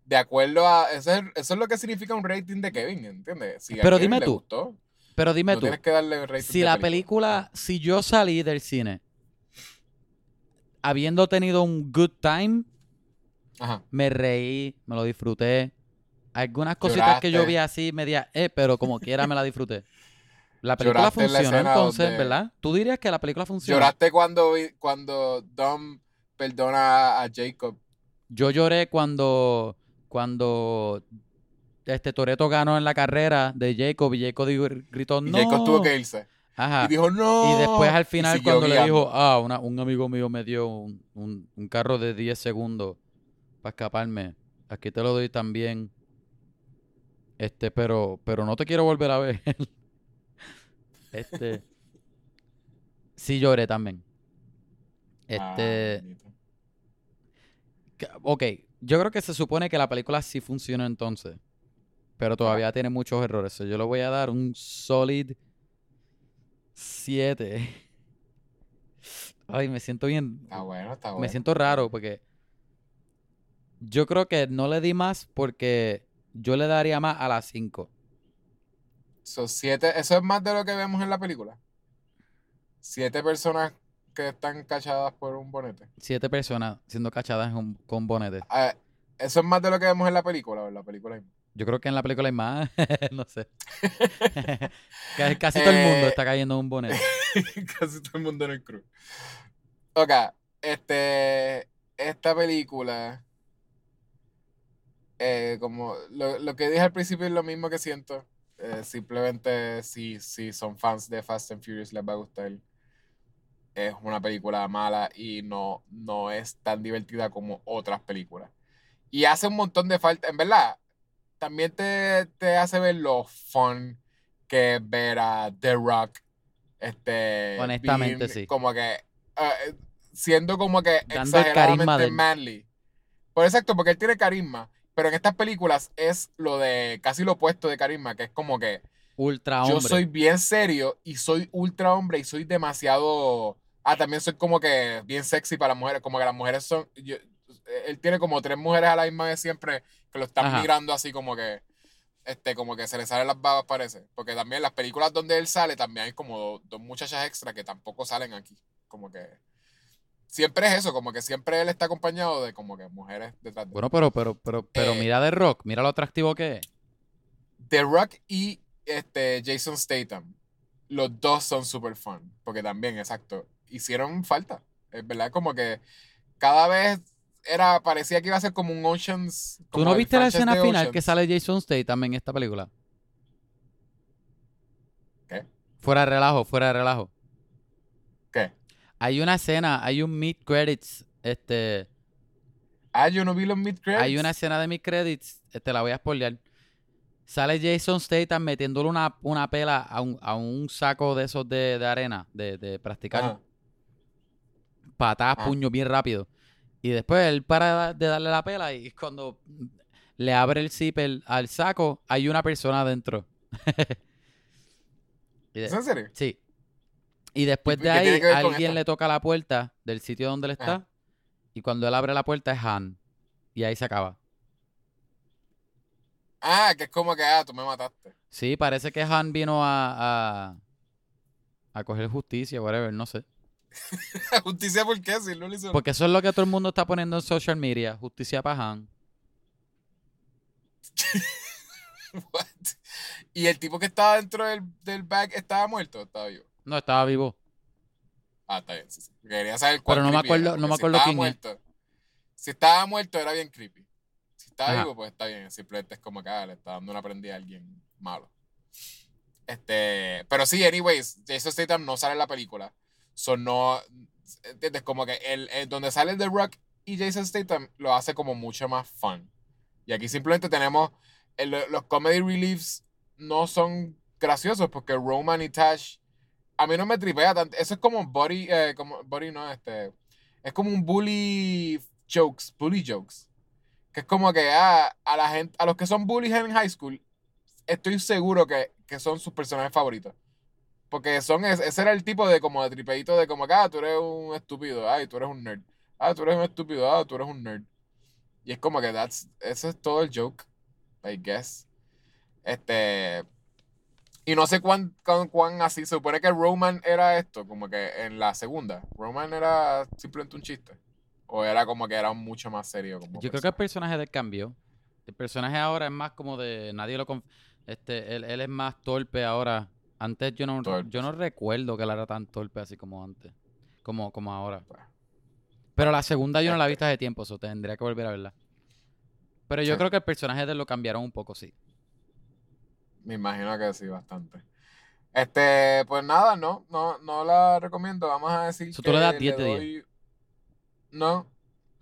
S1: de acuerdo a. Eso es, eso es lo que significa un rating de Kevin, ¿entiendes? Si a
S2: Pero
S1: Kevin
S2: dime
S1: le
S2: tú,
S1: gustó,
S2: pero dime
S1: no
S2: tú,
S1: tienes que darle un rating
S2: si
S1: de
S2: la película, si yo salí del cine habiendo tenido un good time,
S1: Ajá.
S2: me reí, me lo disfruté. Algunas cositas que yo
S1: Lloraste.
S2: vi así media, eh, pero como quiera me la disfruté. La película
S1: Lloraste en la
S2: funcionó
S1: escena
S2: entonces,
S1: donde-
S2: ¿verdad? Tú dirías que la película funcionó.
S1: Lloraste cuando, vi- cuando Dom perdona a Jacob.
S2: Yo lloré cuando cuando este Toreto ganó en la carrera de Jacob y Jacob dijo- gritó
S1: Y
S2: no.
S1: Jacob tuvo que irse.
S2: Ajá.
S1: Y dijo, no.
S2: Y después al
S1: Y
S2: final
S1: siguió
S2: cuando le
S1: guiando.
S2: dijo, ah, una- un amigo mío me dio un, un- un carro de 10 segundos para escaparme, aquí te lo doy también, este, pero, pero no te quiero volver a ver. este, sí lloré también.
S1: Ah,
S2: Este,
S1: bendito.
S2: que- ok, yo creo que se supone que la película sí funcionó entonces, pero todavía tiene muchos errores, so yo le voy a dar un solid 7. Ay, me siento bien,
S1: Está bueno, está Ah, bueno.
S2: me siento raro porque yo creo que no le di más porque yo le daría más a las 5.
S1: Son siete, eso es más de lo que vemos en la película. Siete personas que están cachadas por un bonete.
S2: Siete personas siendo cachadas en un- con bonetes.
S1: Ah, eso es más de lo que vemos en la película, o en la película. misma.
S2: Yo creo que en la película hay más, no sé. Casi, casi todo el mundo
S1: Eh,
S2: está cayendo en un bonete.
S1: Casi todo el mundo en el crew. Ok, este, esta película, eh, como lo, lo que dije al principio es lo mismo que siento. eh, simplemente si, si son fans de Fast and Furious les va a gustar. Es una película mala y no, no es tan divertida como otras películas. Y hace un montón de falta, en verdad, también te, te hace ver lo fun que es ver a The Rock. Este,
S2: Honestamente, sí.
S1: Como que eh, siendo como que
S2: Dando el carisma de
S1: exageradamente
S2: él.
S1: manly. Por exacto, porque él tiene carisma. Pero en estas películas es lo de casi lo opuesto de carisma, que es como que
S2: Ultra
S1: yo
S2: hombre.
S1: soy bien serio y soy ultra hombre y soy demasiado. Ah, también soy como que bien sexy para las mujeres. Como que las mujeres son. yo- él tiene como tres mujeres a la misma vez siempre que lo están
S2: Ajá.
S1: mirando así como que. Este, como que se le salen las babas, parece. Porque también las películas donde él sale, también hay como do- dos muchachas extra que tampoco salen aquí. Como que. Siempre es eso, como que siempre él está acompañado de como que mujeres detrás de él.
S2: Bueno, pero, pero, pero, pero
S1: Eh,
S2: mira de rock, mira lo atractivo que es.
S1: The Rock y este, Jason Statham. Los dos son super fun. Porque también, exacto. Hicieron falta. Es verdad, como que cada vez era, parecía que iba a ser como un Oceans.
S2: ¿Tú
S1: como
S2: no
S1: el
S2: viste la
S1: franchise
S2: escena
S1: de
S2: final que
S1: Oceans?
S2: sale Jason Statham en esta película?
S1: ¿Qué?
S2: Fuera de relajo, fuera de relajo.
S1: ¿Qué?
S2: Hay una escena, hay un mid credits, este,
S1: Ah, yo no vi los mid credits.
S2: hay una escena de mid credits, te la voy a spoilear. Sale Jason Statham metiéndole una, una pela a un, a un saco de esos de, de arena, de, de practicar.
S1: Ajá.
S2: patadas,
S1: Ah.
S2: puños bien rápido. Y después él para de darle la pela y cuando le abre el zipper al saco, hay una persona adentro. Y de-
S1: ¿Es en serio?
S2: sí. Y después
S1: ¿Y
S2: de
S1: qué tiene
S2: ahí,
S1: que ver con
S2: alguien
S1: esto?
S2: le toca la puerta del sitio donde él está.
S1: Ajá.
S2: Y cuando él abre la puerta es Han. Y ahí se acaba.
S1: Ah, que es como que, ah, tú me mataste.
S2: Sí, parece que Han vino a, a, a coger justicia, whatever, no sé.
S1: Justicia, ¿por qué? Si no le hizo.
S2: Porque eso es lo que todo el mundo está poniendo en social media. Justicia para Han.
S1: What? Y el tipo que estaba dentro del, del bag estaba muerto, estaba vivo.
S2: No, estaba vivo.
S1: Ah, está bien, sí, sí. Quería saber
S2: no
S1: cuál
S2: me
S1: creepy
S2: acuerdo-
S1: era,
S2: no me
S1: porque
S2: acuerdo
S1: si
S2: quién es.
S1: estaba muerto. Si estaba muerto era bien creepy. Si estaba
S2: Ajá.
S1: vivo, pues está bien. Simplemente es como que ah, le está dando una prendida a alguien malo. Este, pero sí, anyways, Jason Statham no sale en la película. Son no. ¿Entiendes? Como que el, el- donde sale The Rock y Jason Statham lo hace como mucho más fun. Y aquí simplemente tenemos el- los comedy reliefs no son graciosos porque Roman y Tash a mí no me tripea tanto. Eso es como body, eh, como body no, este, es como un bully jokes, bully jokes, que es como que ah, a la gente, a los que son bullies en high school, estoy seguro que, que son sus personajes favoritos. Porque son, es- ese era el tipo de como de tripeito de como que, ah, tú eres un estúpido, ay, tú eres un nerd, ah, tú eres un estúpido, ah, tú eres un nerd. Y es como que that's, ese es todo el joke, I guess. Este, y no sé cuán, cuán, cuán así, se supone que Roman era esto, como que en la segunda, Roman era simplemente un chiste. O era como que era mucho más serio. Como
S2: Yo creo que el
S1: persona.
S2: personaje del cambio. El personaje ahora es más como de. Nadie lo. conf- Este, él, él es más torpe ahora. Antes yo no,
S1: Torpe,
S2: yo no recuerdo que él era tan torpe así como antes. Como, como ahora.
S1: Bueno.
S2: Pero la segunda yo no la he
S1: Este.
S2: visto hace tiempo, eso tendría que volver a verla. Pero yo
S1: Sí.
S2: creo que el personaje de él lo cambiaron un poco, sí.
S1: Me imagino que sí, bastante. Este, pues nada, no, no, no la recomiendo. Vamos a decir
S2: So,
S1: que
S2: tú le das 10 de 10.
S1: doy- No,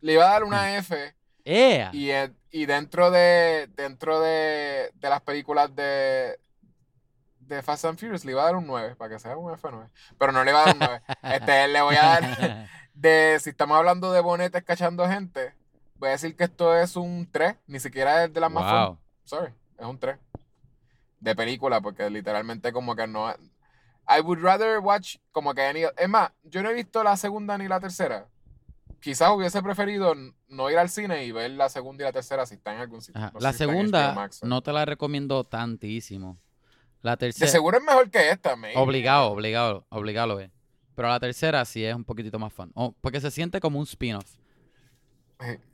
S1: le iba a dar una F
S2: ¡Ea!
S1: y, en- y dentro de dentro de, de las películas de de Fast and Furious le iba a dar un 9 para que sea un F9, pero no le iba a dar un 9. Este, le voy a dar de si estamos hablando de bonetes cachando gente, voy a decir que esto es un 3, ni siquiera es de las más fun.
S2: wow.
S1: Sorry, es un 3. De película, porque literalmente como que no... I would rather watch como que... any- Es más, yo no he visto la segunda ni la tercera. Quizás hubiese preferido n- no ir al cine y ver la segunda y la tercera si están en algún sitio.
S2: Ajá.
S1: No sé
S2: La
S1: si está en HBO
S2: segunda
S1: Max o-
S2: no te la recomiendo tantísimo. La
S1: De
S2: tercera.
S1: seguro es mejor que esta, maybe.
S2: Obligado, obligado, obligado lo es. Pero la tercera sí es un poquitito más fan. Oh, porque se siente como un spin-off.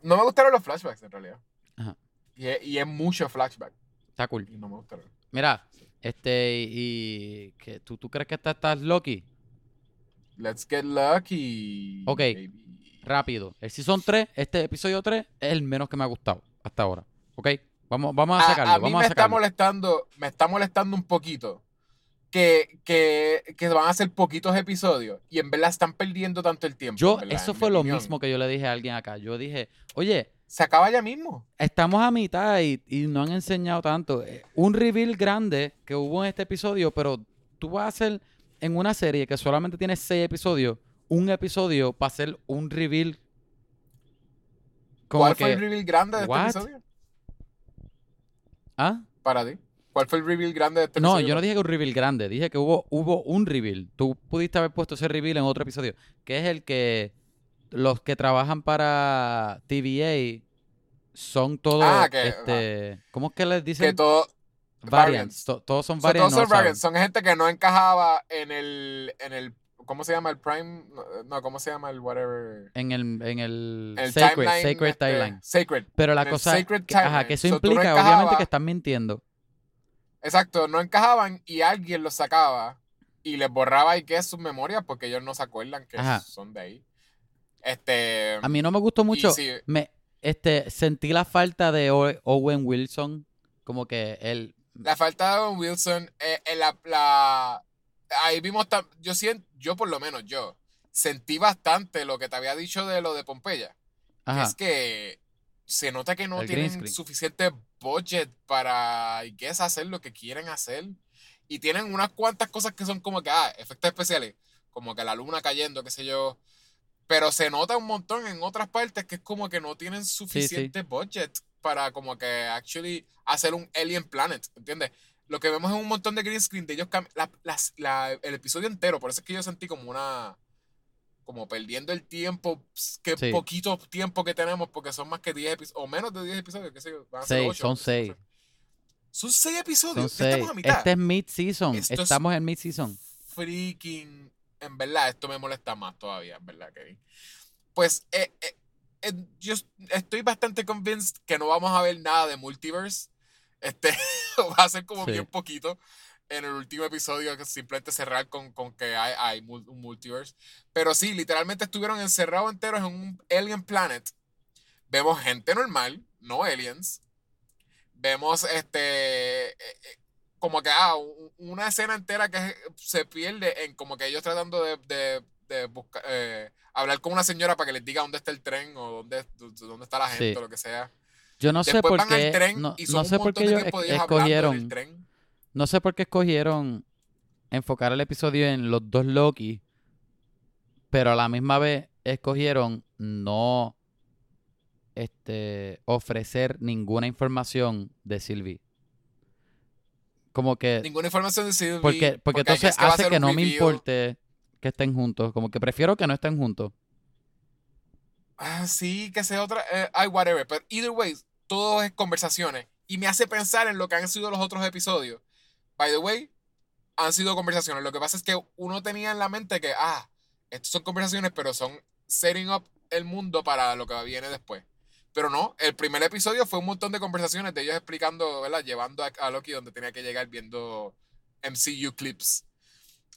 S1: No me gustaron los flashbacks, en realidad.
S2: Ajá.
S1: Y es, y es mucho flashback.
S2: Está cool.
S1: Y no me gustaron.
S2: Mira, este, y. y que ¿tú, ¿Tú crees que esta estás Loki?
S1: Let's get lucky.
S2: Ok.
S1: baby.
S2: Rápido. El Season 3, este episodio 3, es el menos que me ha gustado hasta ahora. ¿Ok? Vamos, vamos a sacarlo.
S1: a, a mí
S2: vamos
S1: me
S2: a
S1: está
S2: sacarlo.
S1: molestando, me está molestando un poquito que, que, que van a hacer poquitos episodios y en verdad están perdiendo tanto el tiempo.
S2: Yo,
S1: en verdad,
S2: eso
S1: en mi
S2: fue lo
S1: opinión.
S2: mismo que yo le dije a alguien acá. Yo dije, oye,
S1: Se acaba ya mismo.
S2: estamos a mitad y, y no han enseñado tanto. Eh, Un reveal grande que hubo en este episodio, pero tú vas a hacer en una serie que solamente tiene seis episodios, un episodio para hacer un reveal. Como
S1: ¿Cuál
S2: que,
S1: fue el reveal grande de este
S2: what?
S1: episodio?
S2: ¿Ah?
S1: Para ti. ¿Cuál fue el reveal grande de este
S2: No,
S1: episodio?
S2: yo no dije que un reveal grande, dije que hubo, hubo un reveal. Tú pudiste haber puesto ese reveal en otro episodio, que es el que los que trabajan para TVA son todos,
S1: Ah, que-
S2: este, ¿cómo es que les dicen?
S1: Que todo,
S2: variants. To- todos son
S1: o sea, todos
S2: variants. no
S1: son
S2: saben.
S1: variants, son gente que no encajaba en el, en el, ¿cómo se llama? El Prime, no, ¿cómo se llama? El whatever.
S2: En el, en el,
S1: El
S2: Sacred,
S1: timeline,
S2: Sacred
S1: este,
S2: Timeline.
S1: Sacred,
S2: Pero la
S1: en el
S2: cosa
S1: Sacred
S2: que, ajá, que eso
S1: Timeline. So, tú no
S2: implica,
S1: encajabas.
S2: obviamente, que están mintiendo.
S1: Exacto, no encajaban y alguien los sacaba y les borraba y que sus memorias porque ellos no se acuerdan que
S2: Ajá.
S1: son de ahí. Este.
S2: A mí no me gustó mucho.
S1: sí.
S2: Me, este, sentí la falta de O- Owen Wilson. Como que él.
S1: La falta de Owen Wilson, eh, eh, la, la- ahí vimos, tam- yo siento, yo por lo menos yo, sentí bastante lo que te había dicho de lo de Pompeya. que
S2: Ajá.
S1: es que se nota que no
S2: El green
S1: tienen
S2: screen.
S1: suficiente budget para, I guess, hacer lo que quieren hacer. Y tienen unas cuantas cosas que son como que, ah, efectos especiales, como que la luna cayendo, qué sé yo. Pero se nota un montón en otras partes que es como que no tienen suficiente budget para como que actually hacer un Alien Planet, ¿entiendes? Lo que vemos es un montón de green screen de ellos cam- la- las- la- el episodio entero, por eso es que yo sentí como una como perdiendo el tiempo, ps, que
S2: Sí.
S1: poquito tiempo que tenemos porque son más que 10 episodios o menos de 10 episodios, qué sé yo, van a ser
S2: Seis,
S1: ocho,
S2: son
S1: no sé.
S2: seis.
S1: Son 6 episodios,
S2: Entonces,
S1: ya estamos a mitad.
S2: este es mid-season.
S1: Esto es-
S2: Estamos en mid-season.
S1: freaking. En verdad, esto me molesta más todavía, en verdad, Kevin. Pues eh, eh, eh, yo es- estoy bastante convinced que no vamos a ver nada de multiverse. Este va a ser como
S2: Sí.
S1: bien poquito en el último episodio, que simplemente cerrar con, con que hay, hay mul- un multiverse. Pero sí, literalmente estuvieron encerrados enteros en un alien planet. Vemos gente normal, no aliens. Vemos este eh, eh, como que ah, un- una escena entera que se pierde en como que ellos tratando de, de, de buscar, eh, hablar con una señora para que les diga dónde está el tren o dónde, dónde está la gente
S2: Sí.
S1: o lo que sea.
S2: Yo no sé
S1: Después
S2: por
S1: van
S2: qué.
S1: al tren
S2: no,
S1: y
S2: no
S1: son
S2: sé
S1: un
S2: por qué
S1: montón de
S2: ellos
S1: tiempo de
S2: es-
S1: ellos hablando en el
S2: escogieron.
S1: tren.
S2: No sé por qué escogieron enfocar el episodio en los dos Loki, pero a la misma vez escogieron no este, ofrecer ninguna información de Sylvie. Como que,
S1: Ninguna información de Sylvie.
S2: eh, porque, porque
S1: I
S2: entonces
S1: guess va a
S2: hace
S1: ser
S2: que
S1: un
S2: no me
S1: reveal.
S2: importe que estén juntos. Como que prefiero que no estén juntos.
S1: Ah, sí, que sea otra. eh, ay, whatever. Pero either way, todo es conversaciones. Y me hace pensar en lo que han sido los otros episodios. By the way, han sido conversaciones. Lo que pasa es que uno tenía en la mente que, ah, estas son conversaciones, pero son setting up el mundo para lo que viene después. Pero no, el primer episodio fue un montón de conversaciones de ellos explicando, ¿verdad? Llevando a, a Loki donde tenía que llegar viendo MCU clips.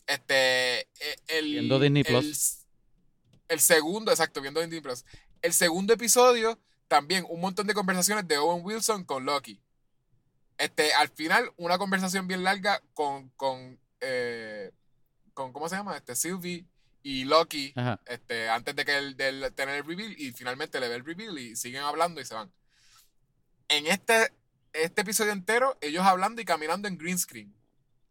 S1: Este. eh, El,
S2: Viendo Disney
S1: el-
S2: Plus.
S1: el segundo, exacto, viendo Disney Plus. El segundo episodio, también un montón de conversaciones de Owen Wilson con Loki. Este, al final, una conversación bien larga con, con, eh, con ¿cómo se llama? Este, Sylvie y Loki,
S2: Ajá.
S1: este, antes de que el, del- tener el reveal, y finalmente le ve el reveal y siguen hablando y se van. En este, este episodio entero, ellos hablando y caminando en green screen.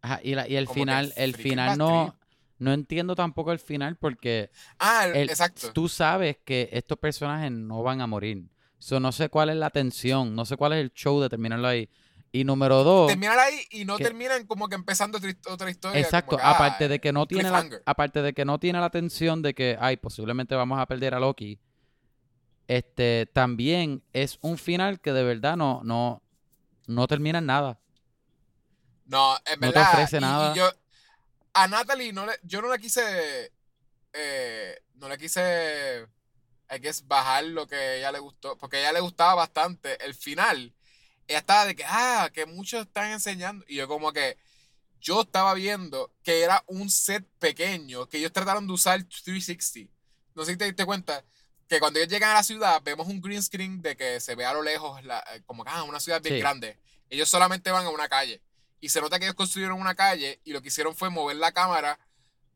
S2: Ajá, y, la- y el
S1: Como que
S2: final, el
S1: freaking
S2: final
S1: bad
S2: no, no entiendo tampoco el final porque
S1: Ah, el-
S2: el-
S1: exacto.
S2: tú sabes que estos personajes no van a morir. So, no sé cuál es la tensión, no sé cuál es el show de terminarlo ahí. Y número dos,
S1: terminan ahí y no
S2: que-
S1: terminan como que empezando otra hist- otra historia. como
S2: exacto,
S1: que, ah,
S2: aparte de que no tiene la,
S1: cliffhanger.
S2: aparte de que no tiene la tensión de que, ay, posiblemente vamos a perder a Loki. Este, también es un final que de verdad no, no, no termina en nada.
S1: No, en
S2: No te
S1: verdad.
S2: ofrece
S1: y- y
S2: nada.
S1: yo, a Natalie no le, yo no le quise. eh, no le quise. Hay que bajar lo que a ella le gustó. Porque a ella le gustaba bastante. El final. Ella estaba de que, ah, que muchos están enseñando. Y yo como que. Yo estaba viendo que era un set pequeño que ellos trataron de usar 360. No sé si te diste cuenta. que cuando ellos llegan a la ciudad vemos un green screen de que se ve a lo lejos la- como que ah, una ciudad bien
S2: Sí.
S1: grande. Ellos solamente van a una calle. Y se nota que ellos construyeron una calle y lo que hicieron fue mover la cámara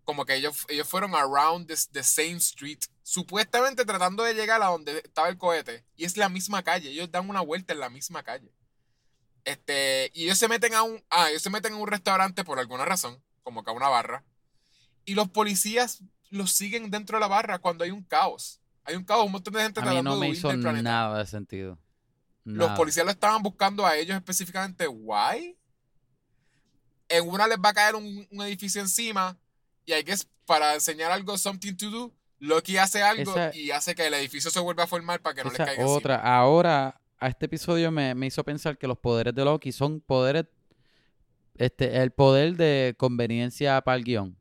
S1: como que ellos, ellos fueron around this- the same street, supuestamente tratando de llegar a donde estaba el cohete. Y es la misma calle, ellos dan una vuelta en la misma calle. Este, y ellos se meten a un, ah, ellos se meten a un restaurante por alguna razón, como que a una barra. Y los policías los siguen dentro de la barra cuando hay un caos. Hay un caos, un montón de gente
S2: A mí
S1: tratando
S2: no
S1: de
S2: me
S1: huir
S2: hizo
S1: del planeta.
S2: nada de sentido.
S1: Los
S2: Nada.
S1: policías lo estaban buscando a ellos específicamente. ¿Why? En una les va a caer un, un edificio encima y hay que, para enseñar algo, something to do, Loki hace algo
S2: Esa-
S1: y hace que el edificio se vuelva a formar para que no
S2: Esa
S1: les caiga
S2: otra. Ahora, a este episodio me, me hizo pensar que los poderes de Loki son poderes. Este, el poder de conveniencia para el guión.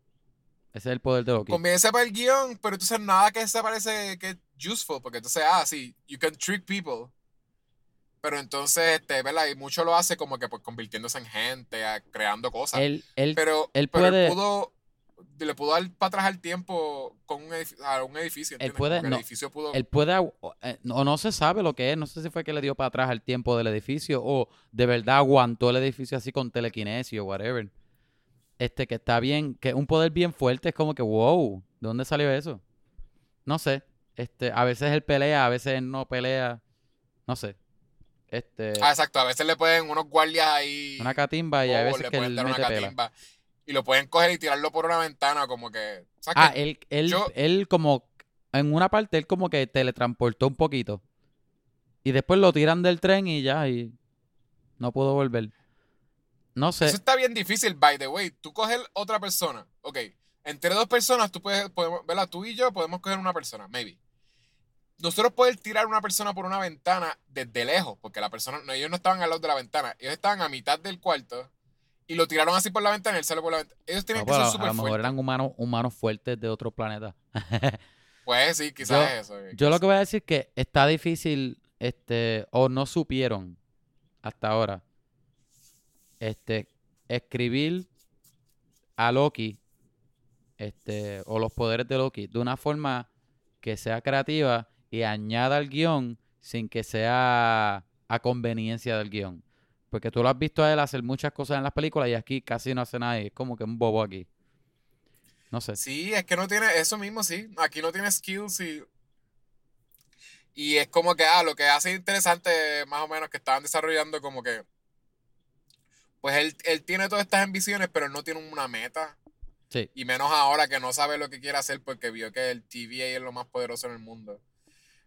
S2: Ese es el poder de Loki.
S1: encima. Conviene para el guión, pero entonces nada que se parece que es useful, porque entonces, ah, sí, you can trick people. Pero entonces, este, ¿verdad? Y mucho lo hace como que pues, convirtiéndose en gente, a- creando cosas.
S2: él, él-
S1: pero
S2: él
S1: pero
S2: puede-
S1: pudo le pudo dar para atrás al tiempo con un edificio, a un edificio
S2: Él
S1: ¿entiendes?
S2: puede-
S1: Como que
S2: no,
S1: el edificio pudo
S2: él puede. agu- O eh, o no se sabe lo que es. No sé si fue que le dio para atrás al tiempo del edificio. O de verdad aguantó el edificio así con telequinesio, whatever. Este que está bien. Que es un poder bien fuerte. Es como que, wow. ¿De dónde salió eso? No sé. Este, a veces él pelea, a veces él no pelea. No sé. Este.
S1: ah, exacto a veces le pueden unos guardias ahí
S2: Una catimba y
S1: o
S2: hay
S1: le
S2: veces que
S1: pueden
S2: él
S1: dar una
S2: mete pela.
S1: catimba y lo pueden coger y tirarlo por una ventana como que o sea,
S2: Ah,
S1: que-
S2: él, él,
S1: yo-
S2: él como, en una parte él como que teletransportó un poquito. Y después lo tiran del tren y ya, y no pudo volver. No sé,
S1: eso está bien difícil by the way tú coges otra persona ok entre dos personas tú puedes podemos ¿verdad? tú y yo podemos coger una persona maybe nosotros podemos tirar una persona por una ventana desde lejos, porque la persona, no, ellos no estaban al lado de la ventana, ellos estaban a mitad del cuarto y lo tiraron así por la ventana y él salió por la ventana. Ellos
S2: no,
S1: tienen que
S2: pero a,
S1: ser
S2: a
S1: súper
S2: lo mejor
S1: fuertes.
S2: eran humanos, humanos fuertes de otro planeta.
S1: Pues sí, quizás
S2: Yo-
S1: es eso. eh,
S2: Yo lo
S1: quizás.
S2: que voy a decir es que está difícil, este, o no supieron hasta ahora, este, escribir a Loki, este, o los poderes de Loki, de una forma que sea creativa y añada al guión sin que sea a conveniencia del guión. Porque tú lo has visto a él hacer muchas cosas en las películas y aquí casi no hace nada y es como que un bobo aquí. No sé.
S1: Sí, es que no tiene, eso mismo sí, aquí no tiene skills y... Y es como que, ah, lo que hace interesante más o menos que estaban desarrollando como que... Pues él, él tiene todas estas ambiciones, pero él no tiene una meta.
S2: Sí.
S1: Y menos ahora que no sabe lo que quiere hacer porque vio que el TVA es lo más poderoso en el mundo.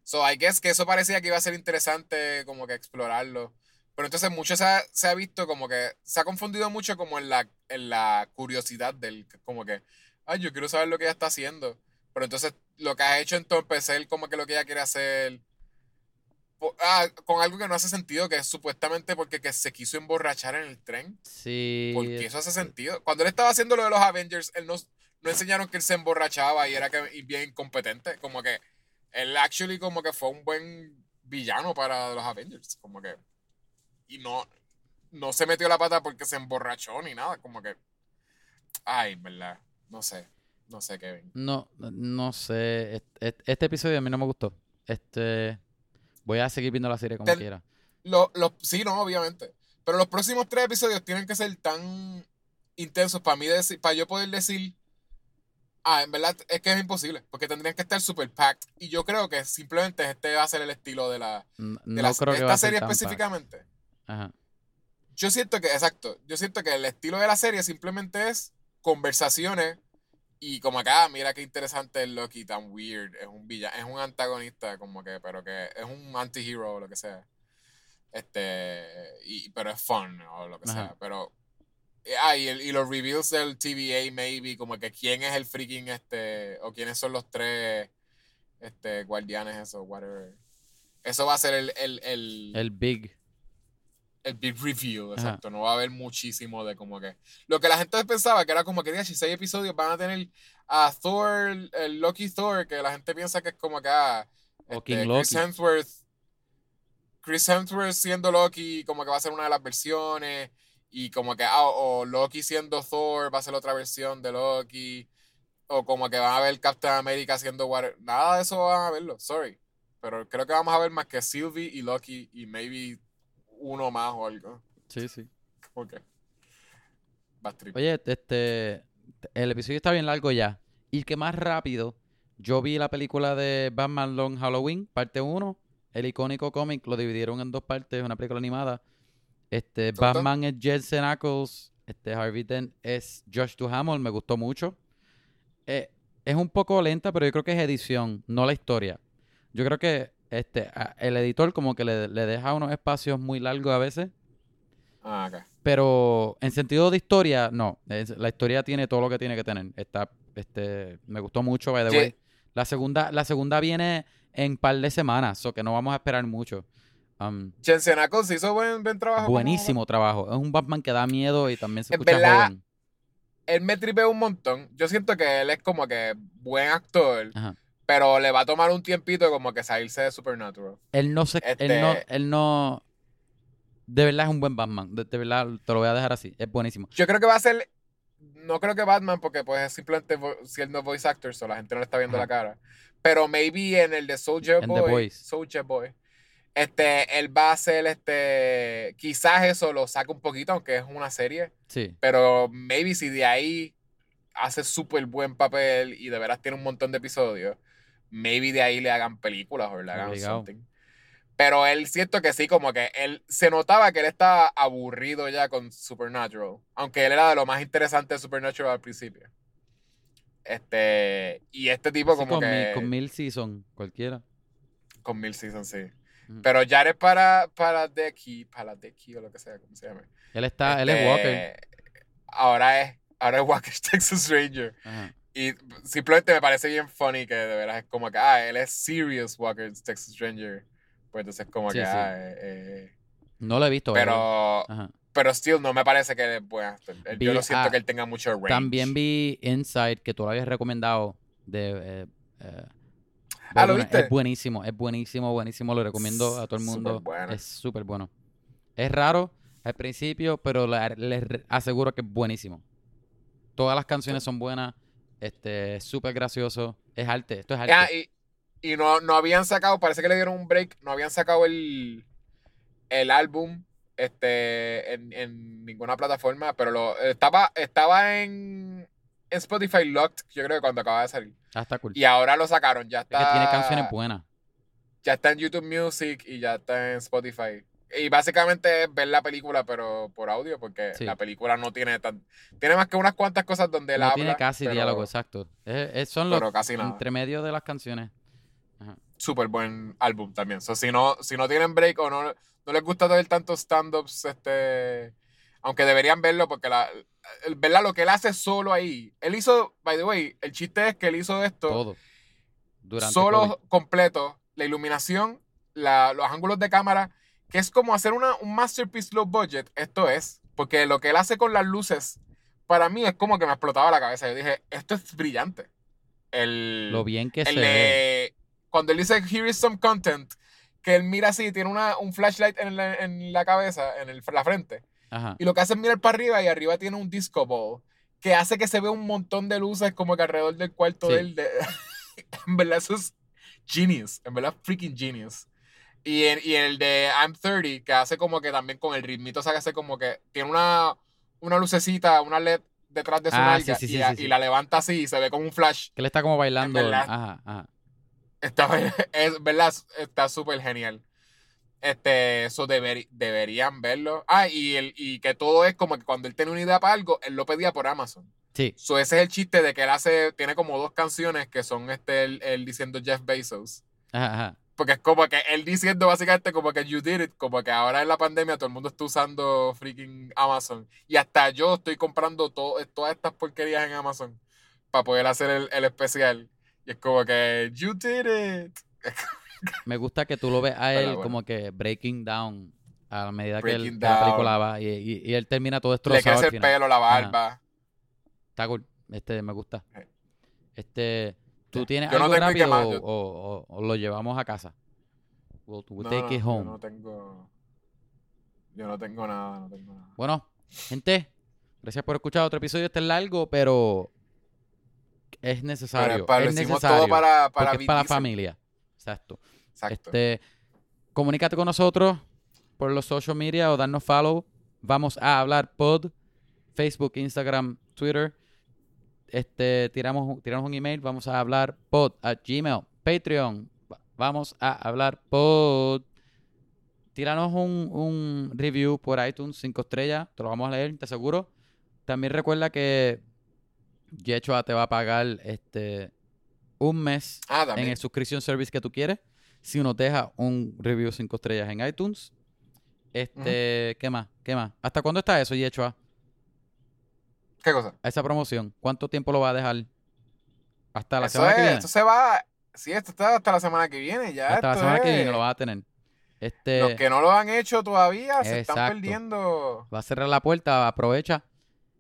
S1: So, I guess que eso parecía que iba a ser interesante como que explorarlo. Pero entonces mucho se ha, se ha visto como que se ha confundido mucho como en la, en la curiosidad del, como que, ay, yo quiero saber lo que ella está haciendo. Pero entonces lo que ha hecho entorpecer como que lo que ella quiere hacer po- ah, con algo que no hace sentido, que es supuestamente porque que se quiso emborrachar en el tren.
S2: Sí.
S1: Porque eso hace sentido. Cuando él estaba haciendo lo de los Avengers, él no, no enseñaron que él se emborrachaba y era que, y bien incompetente. Como que él actually como que fue un buen villano para los Avengers. Como que... Y no, no se metió la pata porque se emborrachó ni nada. Como que... Ay, en verdad. No sé. No sé, Kevin.
S2: No, no sé. est- est- Este, episodio a mí no me gustó. Este, voy a seguir viendo la serie como
S1: Ten-
S2: quiera.
S1: Lo- los- sí, no, obviamente. Pero los próximos tres episodios tienen que ser tan intensos para mí decir, para yo poder decir, ah, en verdad es que es imposible, porque tendrían que estar super packed. Y yo creo que simplemente este va a ser el estilo de la,
S2: N- No
S1: de la-
S2: creo
S1: de
S2: que
S1: esta
S2: va a ser
S1: serie
S2: tan pack.
S1: específicamente.
S2: Ajá.
S1: Yo siento que, exacto, yo siento que el estilo de la serie simplemente es conversaciones y como acá, mira qué interesante es Loki, tan weird, es un villa, es un antagonista como que, pero que es un antihero o lo que sea. Este, y, pero es fun o lo que sea,
S2: Ajá.
S1: pero eh, ah, y, el- y los reveals del TVA maybe como que quién es el freaking este o quiénes son los tres este guardianes eso, whatever. Eso va a ser el- el- el,
S2: El Big.
S1: el big review,
S2: Ajá.
S1: exacto. No va a haber muchísimo de como que. Lo que la gente pensaba que era como que 16 episodios van a tener a Thor, el Loki Thor, que la gente piensa que es como que. ah,
S2: O
S1: este,
S2: King
S1: Chris
S2: Loki.
S1: Hemsworth. Chris Hemsworth siendo Loki, como que va a ser una de las versiones. Y como que. ah, o Loki siendo Thor, va a ser otra versión de Loki. o como que van a ver Captain America haciendo water. Nada de eso van a verlo, sorry. Pero creo que vamos a ver más que Sylvie y Loki y maybe uno más o algo.
S2: Sí, sí.
S1: Ok. Bad trip.
S2: Oye, este. El episodio está bien largo ya. Y que más rápido, yo vi la película de Batman Long Halloween, parte 1. El icónico cómic lo dividieron en dos partes, una película animada. Este,
S1: gustó?
S2: Batman es Jensen Ackles, este Harvey Dent es Josh Duhamel, me gustó mucho. Eh, es un poco lenta, pero yo creo que es edición, no la historia. Yo creo que este, a- el editor como que le, le deja unos espacios muy largos a veces
S1: Ah, ok.
S2: pero en sentido de historia, no. Es- la historia tiene todo lo que tiene que tener. Está, este, me gustó mucho, by the
S1: Sí.
S2: way. La segunda, la segunda viene en par de semanas, so que no vamos a esperar mucho. Um,
S1: Jensen Ackles hizo buen, buen trabajo. como-
S2: buenísimo trabajo. Es un Batman que da miedo y también se
S1: En
S2: escucha
S1: verdad-
S2: joven.
S1: Él me tripeó un montón. Yo siento que él es como que buen actor,
S2: Ajá.
S1: pero le va a tomar un tiempito como que salirse de Supernatural.
S2: Él no se, él
S1: Este-
S2: no, él no. De verdad es un buen Batman. De, de verdad te lo voy a dejar así. Es buenísimo.
S1: Yo creo que va a ser. No creo que Batman, porque pues es simplemente vo- siendo voice actor, so la gente no le está viendo
S2: Ajá.
S1: la cara. Pero maybe en el de Soldier
S2: En The
S1: Boy.
S2: Boys.
S1: Soldier Boy. Este, él va a ser este. Quizás eso lo saca un poquito, aunque es una serie.
S2: Sí.
S1: Pero maybe si de ahí hace súper buen papel y de veras tiene un montón de episodios, maybe de ahí le hagan películas o le hagan
S2: Obligado.
S1: something. Pero él siento que sí, como que él se notaba que él estaba aburrido ya con Supernatural. Aunque él era de lo más interesante de Supernatural al principio. Este. Y este tipo,
S2: Así
S1: como
S2: con,
S1: que.
S2: mil, con mil season, cualquiera.
S1: con mil seasons, sí.
S2: Ujú.
S1: Pero Jared para, para Decky, para Decky o lo que sea, como se llama.
S2: Él está, Ah, él es Walker.
S1: Este, Ahora es, ahora es Walker Texas Ranger.
S2: Ajá.
S1: Y simplemente me parece bien funny que de veras es como que, ah, él es Serious Walker Texas Ranger. Pues entonces como
S2: Sí,
S1: que,
S2: sí.
S1: ah, eh, eh,
S2: No lo he visto, ¿verdad?
S1: pero,
S2: Ajá.
S1: pero still no me parece que él es buen actor. Él-
S2: Vi-
S1: Yo no siento
S2: ah,
S1: que él tenga mucho range.
S2: También vi Inside, que tú lo habías recomendado. De, eh, eh,
S1: Ah, ¿lo
S2: Verona.
S1: viste?
S2: Es buenísimo, es buenísimo, buenísimo. Lo recomiendo a todo el
S1: Súper
S2: mundo.
S1: bueno.
S2: Es súper bueno. Es raro al principio, pero la- les re- aseguro que es buenísimo. Todas las canciones son buenas. Este, es súper gracioso. Es arte, esto es arte.
S1: Ah, y y no, no habían sacado, parece que le dieron un break, no habían sacado el, el álbum este, en, en ninguna plataforma, pero lo, estaba, estaba en, en Spotify Locked, yo creo que cuando acaba de salir.
S2: Ah, está cool.
S1: Y ahora lo sacaron, ya
S2: Es
S1: está.
S2: que tiene canciones buenas.
S1: Ya está en YouTube Music y ya está en Spotify. Y básicamente es ver la película, pero por audio, porque
S2: Sí.
S1: la película no tiene tan. Tiene más que unas cuantas cosas donde él
S2: No
S1: habla.
S2: tiene casi
S1: pero-
S2: diálogo, exacto. Es- es- son los
S1: Pero casi nada.
S2: entremedios de las canciones.
S1: súper buen álbum también. So, si, no, si no tienen break o no, no les gusta ver tantos stand-ups, este, aunque deberían verlo, porque la, el- ¿verdad? lo que él hace solo ahí. Él hizo, by the way, el chiste es que él hizo esto
S2: Todo. Durante COVID.
S1: solo completo, la iluminación, la- los ángulos de cámara, que es como hacer una, un masterpiece low budget, esto es, porque lo que él hace con las luces, para mí es como que me explotaba la cabeza. Yo dije, esto es brillante. El,
S2: Lo bien que
S1: el
S2: se ve.
S1: de- cuando él dice here is some content, que él mira así, tiene una, un flashlight en la, en la cabeza, en el- la frente.
S2: Ajá.
S1: Y lo que hace es mirar para arriba y arriba tiene un disco ball que hace que se vea un montón de luces como que alrededor del cuarto
S2: Sí.
S1: de él. de- en verdad, eso es genius. En verdad, freaking genius. Y, en- y el de I'm 30, que hace como que también con el ritmito, o sea, que hace como que tiene una, una lucecita, una LED detrás de su
S2: Ah,
S1: nalga
S2: sí, sí,
S1: y,
S2: sí,
S1: a-
S2: sí, sí.
S1: y la levanta así y se ve como un flash.
S2: Que él está como bailando.
S1: verdad.
S2: Ajá, ajá.
S1: Está, es, ¿verdad? Está súper genial. Este, eso deber- deberían verlo. Ah, y, el, y que todo es como que cuando él tenía una idea para algo, él lo pedía por Amazon.
S2: Sí,
S1: So, ese es el chiste de que él hace, tiene como dos canciones que son este, él, él diciendo Jeff Bezos.
S2: ajá, ajá.
S1: Porque es como que él diciendo básicamente como que you did it, como que ahora en la pandemia todo el mundo está usando freaking Amazon. Y hasta yo estoy comprando todo, todas estas porquerías en Amazon para poder hacer el, el especial. Y es como que you did it.
S2: Me gusta que tú lo ves a
S1: Pero
S2: él
S1: bueno.
S2: como que breaking down a la medida que, él,
S1: Breaking
S2: que la película
S1: down.
S2: va y, y- y él termina todo
S1: Le
S2: destrozado
S1: crece
S2: al
S1: el
S2: final.
S1: pelo, la barba.
S2: Está cool. Este, me gusta.
S1: Sí.
S2: Este, ¿tú
S1: Ya.
S2: tienes
S1: Yo no
S2: algo
S1: tengo que
S2: rápido
S1: más,
S2: o,
S1: yo-
S2: o- o- o lo llevamos a casa? We'll, we'll
S1: No,
S2: take
S1: no,
S2: it
S1: yo
S2: home.
S1: no tengo. Yo no tengo nada, no tengo nada.
S2: Bueno, gente, gracias por escuchar otro episodio. Este es largo, pero es
S1: Pero
S2: necesario.
S1: para- lo
S2: es
S1: hicimos
S2: necesario.
S1: todo para, para
S2: porque es
S1: Vin
S2: para la
S1: Diesel.
S2: familia. Exacto.
S1: Exacto.
S2: Este, comunícate con nosotros por los social media o darnos follow. Vamos a hablar pod, Facebook, Instagram, Twitter. Este, tiramos, tiramos un email, vamos a hablar pod a Gmail, Patreon. Va- Vamos a hablar pod. Tíranos un, un review por iTunes, 5 estrellas, te lo vamos a leer, te aseguro. También recuerda que Yechua te va a pagar este un mes
S1: ah,
S2: en
S1: también.
S2: el subscription service que tú quieres. Si uno te deja un review 5 estrellas en iTunes. Este, ¿qué más? ¿Qué más? ¿Hasta cuándo está eso, Yechua?
S1: ¿Qué cosa?
S2: Esa promoción. ¿Cuánto tiempo lo va a dejar? Hasta la
S1: Eso,
S2: semana
S1: es,
S2: que viene.
S1: esto se va. Sí, esto está hasta la semana que viene. Ya
S2: Hasta la
S1: esto
S2: semana que viene
S1: es-
S2: lo va a tener. Este,
S1: Los que no lo han hecho todavía se están
S2: Exacto.
S1: perdiendo.
S2: va a cerrar la puerta, aprovecha.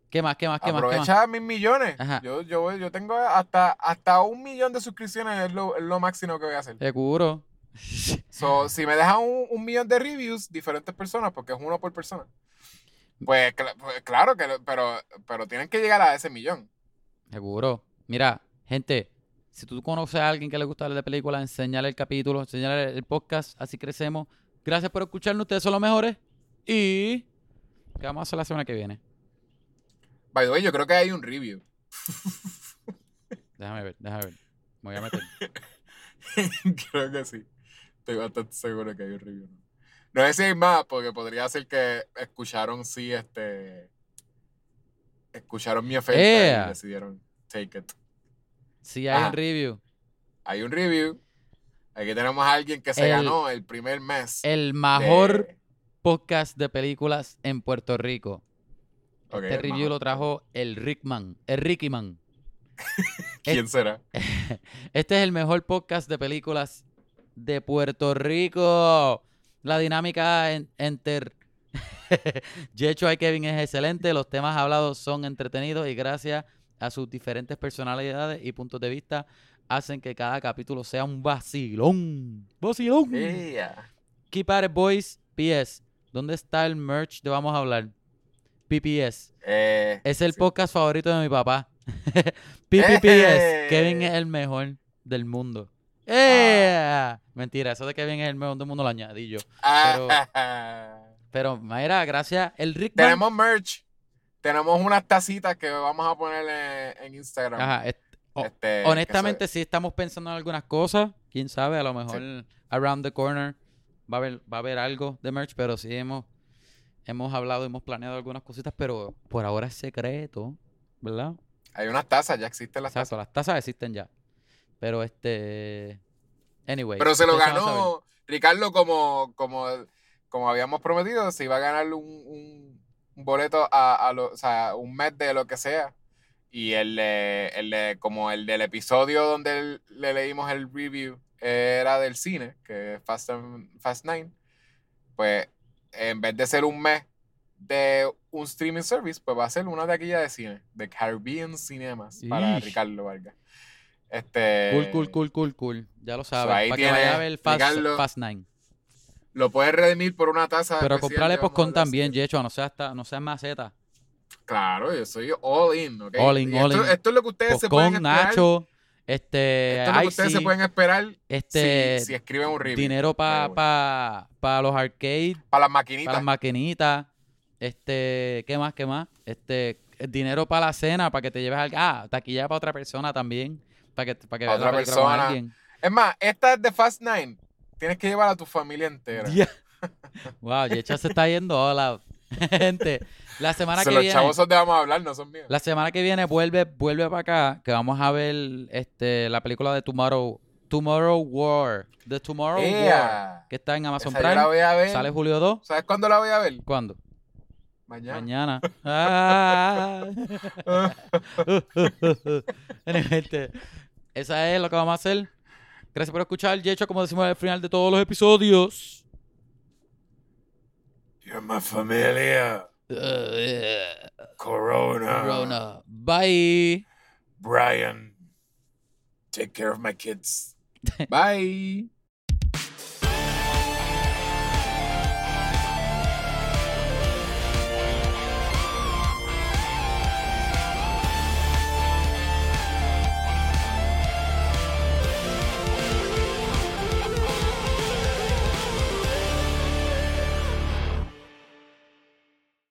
S2: ¿Qué más? ¿Qué más? ¿Qué más? ¿Qué más?
S1: Aprovecha mis millones.
S2: Ajá.
S1: Yo, yo, voy- yo tengo hasta, hasta un millón de suscripciones, es lo, es lo máximo que voy a hacer.
S2: Seguro.
S1: So, si me dejan un, un millón de reviews, diferentes personas, porque es uno por persona, pues, cla- pues, claro que, lo- pero, pero tienen que llegar a ese millón.
S2: Seguro. Mira, gente, si tú conoces a alguien que le gusta hablar de películas, enseñale el capítulo, enseñale el podcast, así crecemos. Gracias por escucharnos, ustedes son los mejores. Y ¿qué vamos a hacer la semana que viene?
S1: By the way, yo creo que hay un review.
S2: Déjame ver, déjame ver. Me voy a meter.
S1: creo que sí. Estoy bastante seguro que hay un review. No sé si hay más, porque podría ser que escucharon, sí, este. Escucharon mi oferta
S2: ¡Ea!
S1: y decidieron take it.
S2: Si hay
S1: Ajá.
S2: un review,
S1: Hay un review. Aquí tenemos a alguien que se
S2: El-
S1: ganó el primer mes.
S2: el mejor
S1: de-
S2: podcast de películas en Puerto Rico.
S1: Ok,
S2: este
S1: el
S2: review
S1: mejor.
S2: lo trajo el Rickman, el Rickyman.
S1: ¿Quién será?
S2: Este es el mejor podcast de películas de Puerto Rico. La dinámica en- entre Yecho y Kevin es excelente. Los temas hablados son entretenidos y gracias a sus diferentes personalidades y puntos de vista hacen que cada capítulo sea un vacilón. ¡Vacilón!
S1: Ea.
S2: Keep at it, boys. PS. ¿Dónde está el merch de Vamos a hablar? PPS.
S1: Eh,
S2: Es el
S1: sí.
S2: podcast favorito de mi papá.
S1: ¡Eh!
S2: PPPS. Kevin es el mejor del mundo. ¡Eh! Mentira, eso de Kevin es el mejor del mundo lo añadí yo.
S1: Ah,
S2: Pero, Mayra, gracias. El Rick Van-
S1: Tenemos merch. Tenemos unas tacitas que vamos a poner en, en Instagram.
S2: Ajá, es- o-
S1: Este, que se-
S2: honestamente, sí estamos pensando en algunas cosas. Quién sabe, a lo mejor around the corner va a haber, va a haber algo de merch, pero sí hemos, hemos hablado, hemos planeado algunas cositas, pero por ahora es secreto, ¿verdad?
S1: Hay unas tazas, ya existen las tazas.
S2: Exacto, las tazas existen ya. Pero este. Anyway.
S1: Pero se lo
S2: ustedes van a saber.
S1: ganó Ricardo como, como, como habíamos prometido, se iba a ganar un, un- un boleto a, a lo- o sea, un mes de lo que sea. Y el, de- el de- como el del episodio donde el- le leímos el review era del cine, que es Fast, and- Fast Nine, pues en vez de ser un mes de un streaming service, pues va a ser una taquilla de cine, de Caribbean Cinemas, para
S2: Ish.
S1: Ricardo Vargas. Este,
S2: Cool, cool, cool, cool, cool. Ya lo sabes.
S1: ahí
S2: Para que
S1: tiene,
S2: vaya a ver Fast,
S1: Ricardo. Ah,
S2: Fast Nine.
S1: Lo puedes redimir por una taza.
S2: Pero
S1: especial
S2: comprarle
S1: que vamos a
S2: postcon
S1: hablar
S2: también,
S1: sobre-
S2: Yecho. No seas, ta- no seas maceta.
S1: Claro, yo soy all in, ¿ok?
S2: All in,
S1: Y
S2: all
S1: esto,
S2: in.
S1: Esto es lo que ustedes se pueden
S2: Postcon,
S1: esperar.
S2: Nacho. Este.
S1: esto es lo que
S2: Icy,
S1: ustedes se pueden esperar
S2: este.
S1: si, si escriben un review.
S2: dinero para
S1: Pero bueno.
S2: pa, pa los arcades.
S1: Para las
S2: para
S1: maquinitas.
S2: las maquinitas, este, ¿qué más, qué más? Este, el dinero para la cena, para que te lleves al, ah, taquilla para otra persona también, para que, para que
S1: Pa'
S2: veas la
S1: otra
S2: película con
S1: persona.
S2: alguien.
S1: Es más, esta es de Fast Nine. Tienes que llevar a tu familia entera.
S2: Ya. Wow, Yecha se está yendo hola. Gente, la semana
S1: Se
S2: que
S1: los
S2: viene,
S1: chavos son de vamos a hablar, no son míos.
S2: la semana que viene vuelve, vuelve para acá, que vamos a ver este la película de Tomorrow, Tomorrow War, The Tomorrow War,
S1: ¡Ea!
S2: que está en Amazon
S1: Esa yo la
S2: Prime,
S1: voy a ver.
S2: sale julio 2,
S1: ¿Sabes cuándo la voy a ver?
S2: ¿cuándo?
S1: Mañana.
S2: Mañana. Ah. Bueno, gente, esa es lo que vamos a hacer. Gracias por escuchar, Yecho, como decimos al final de todos los episodios.
S1: You're my familia. Corona.
S2: Corona. Bye.
S1: Brian. Take care of my kids. Bye.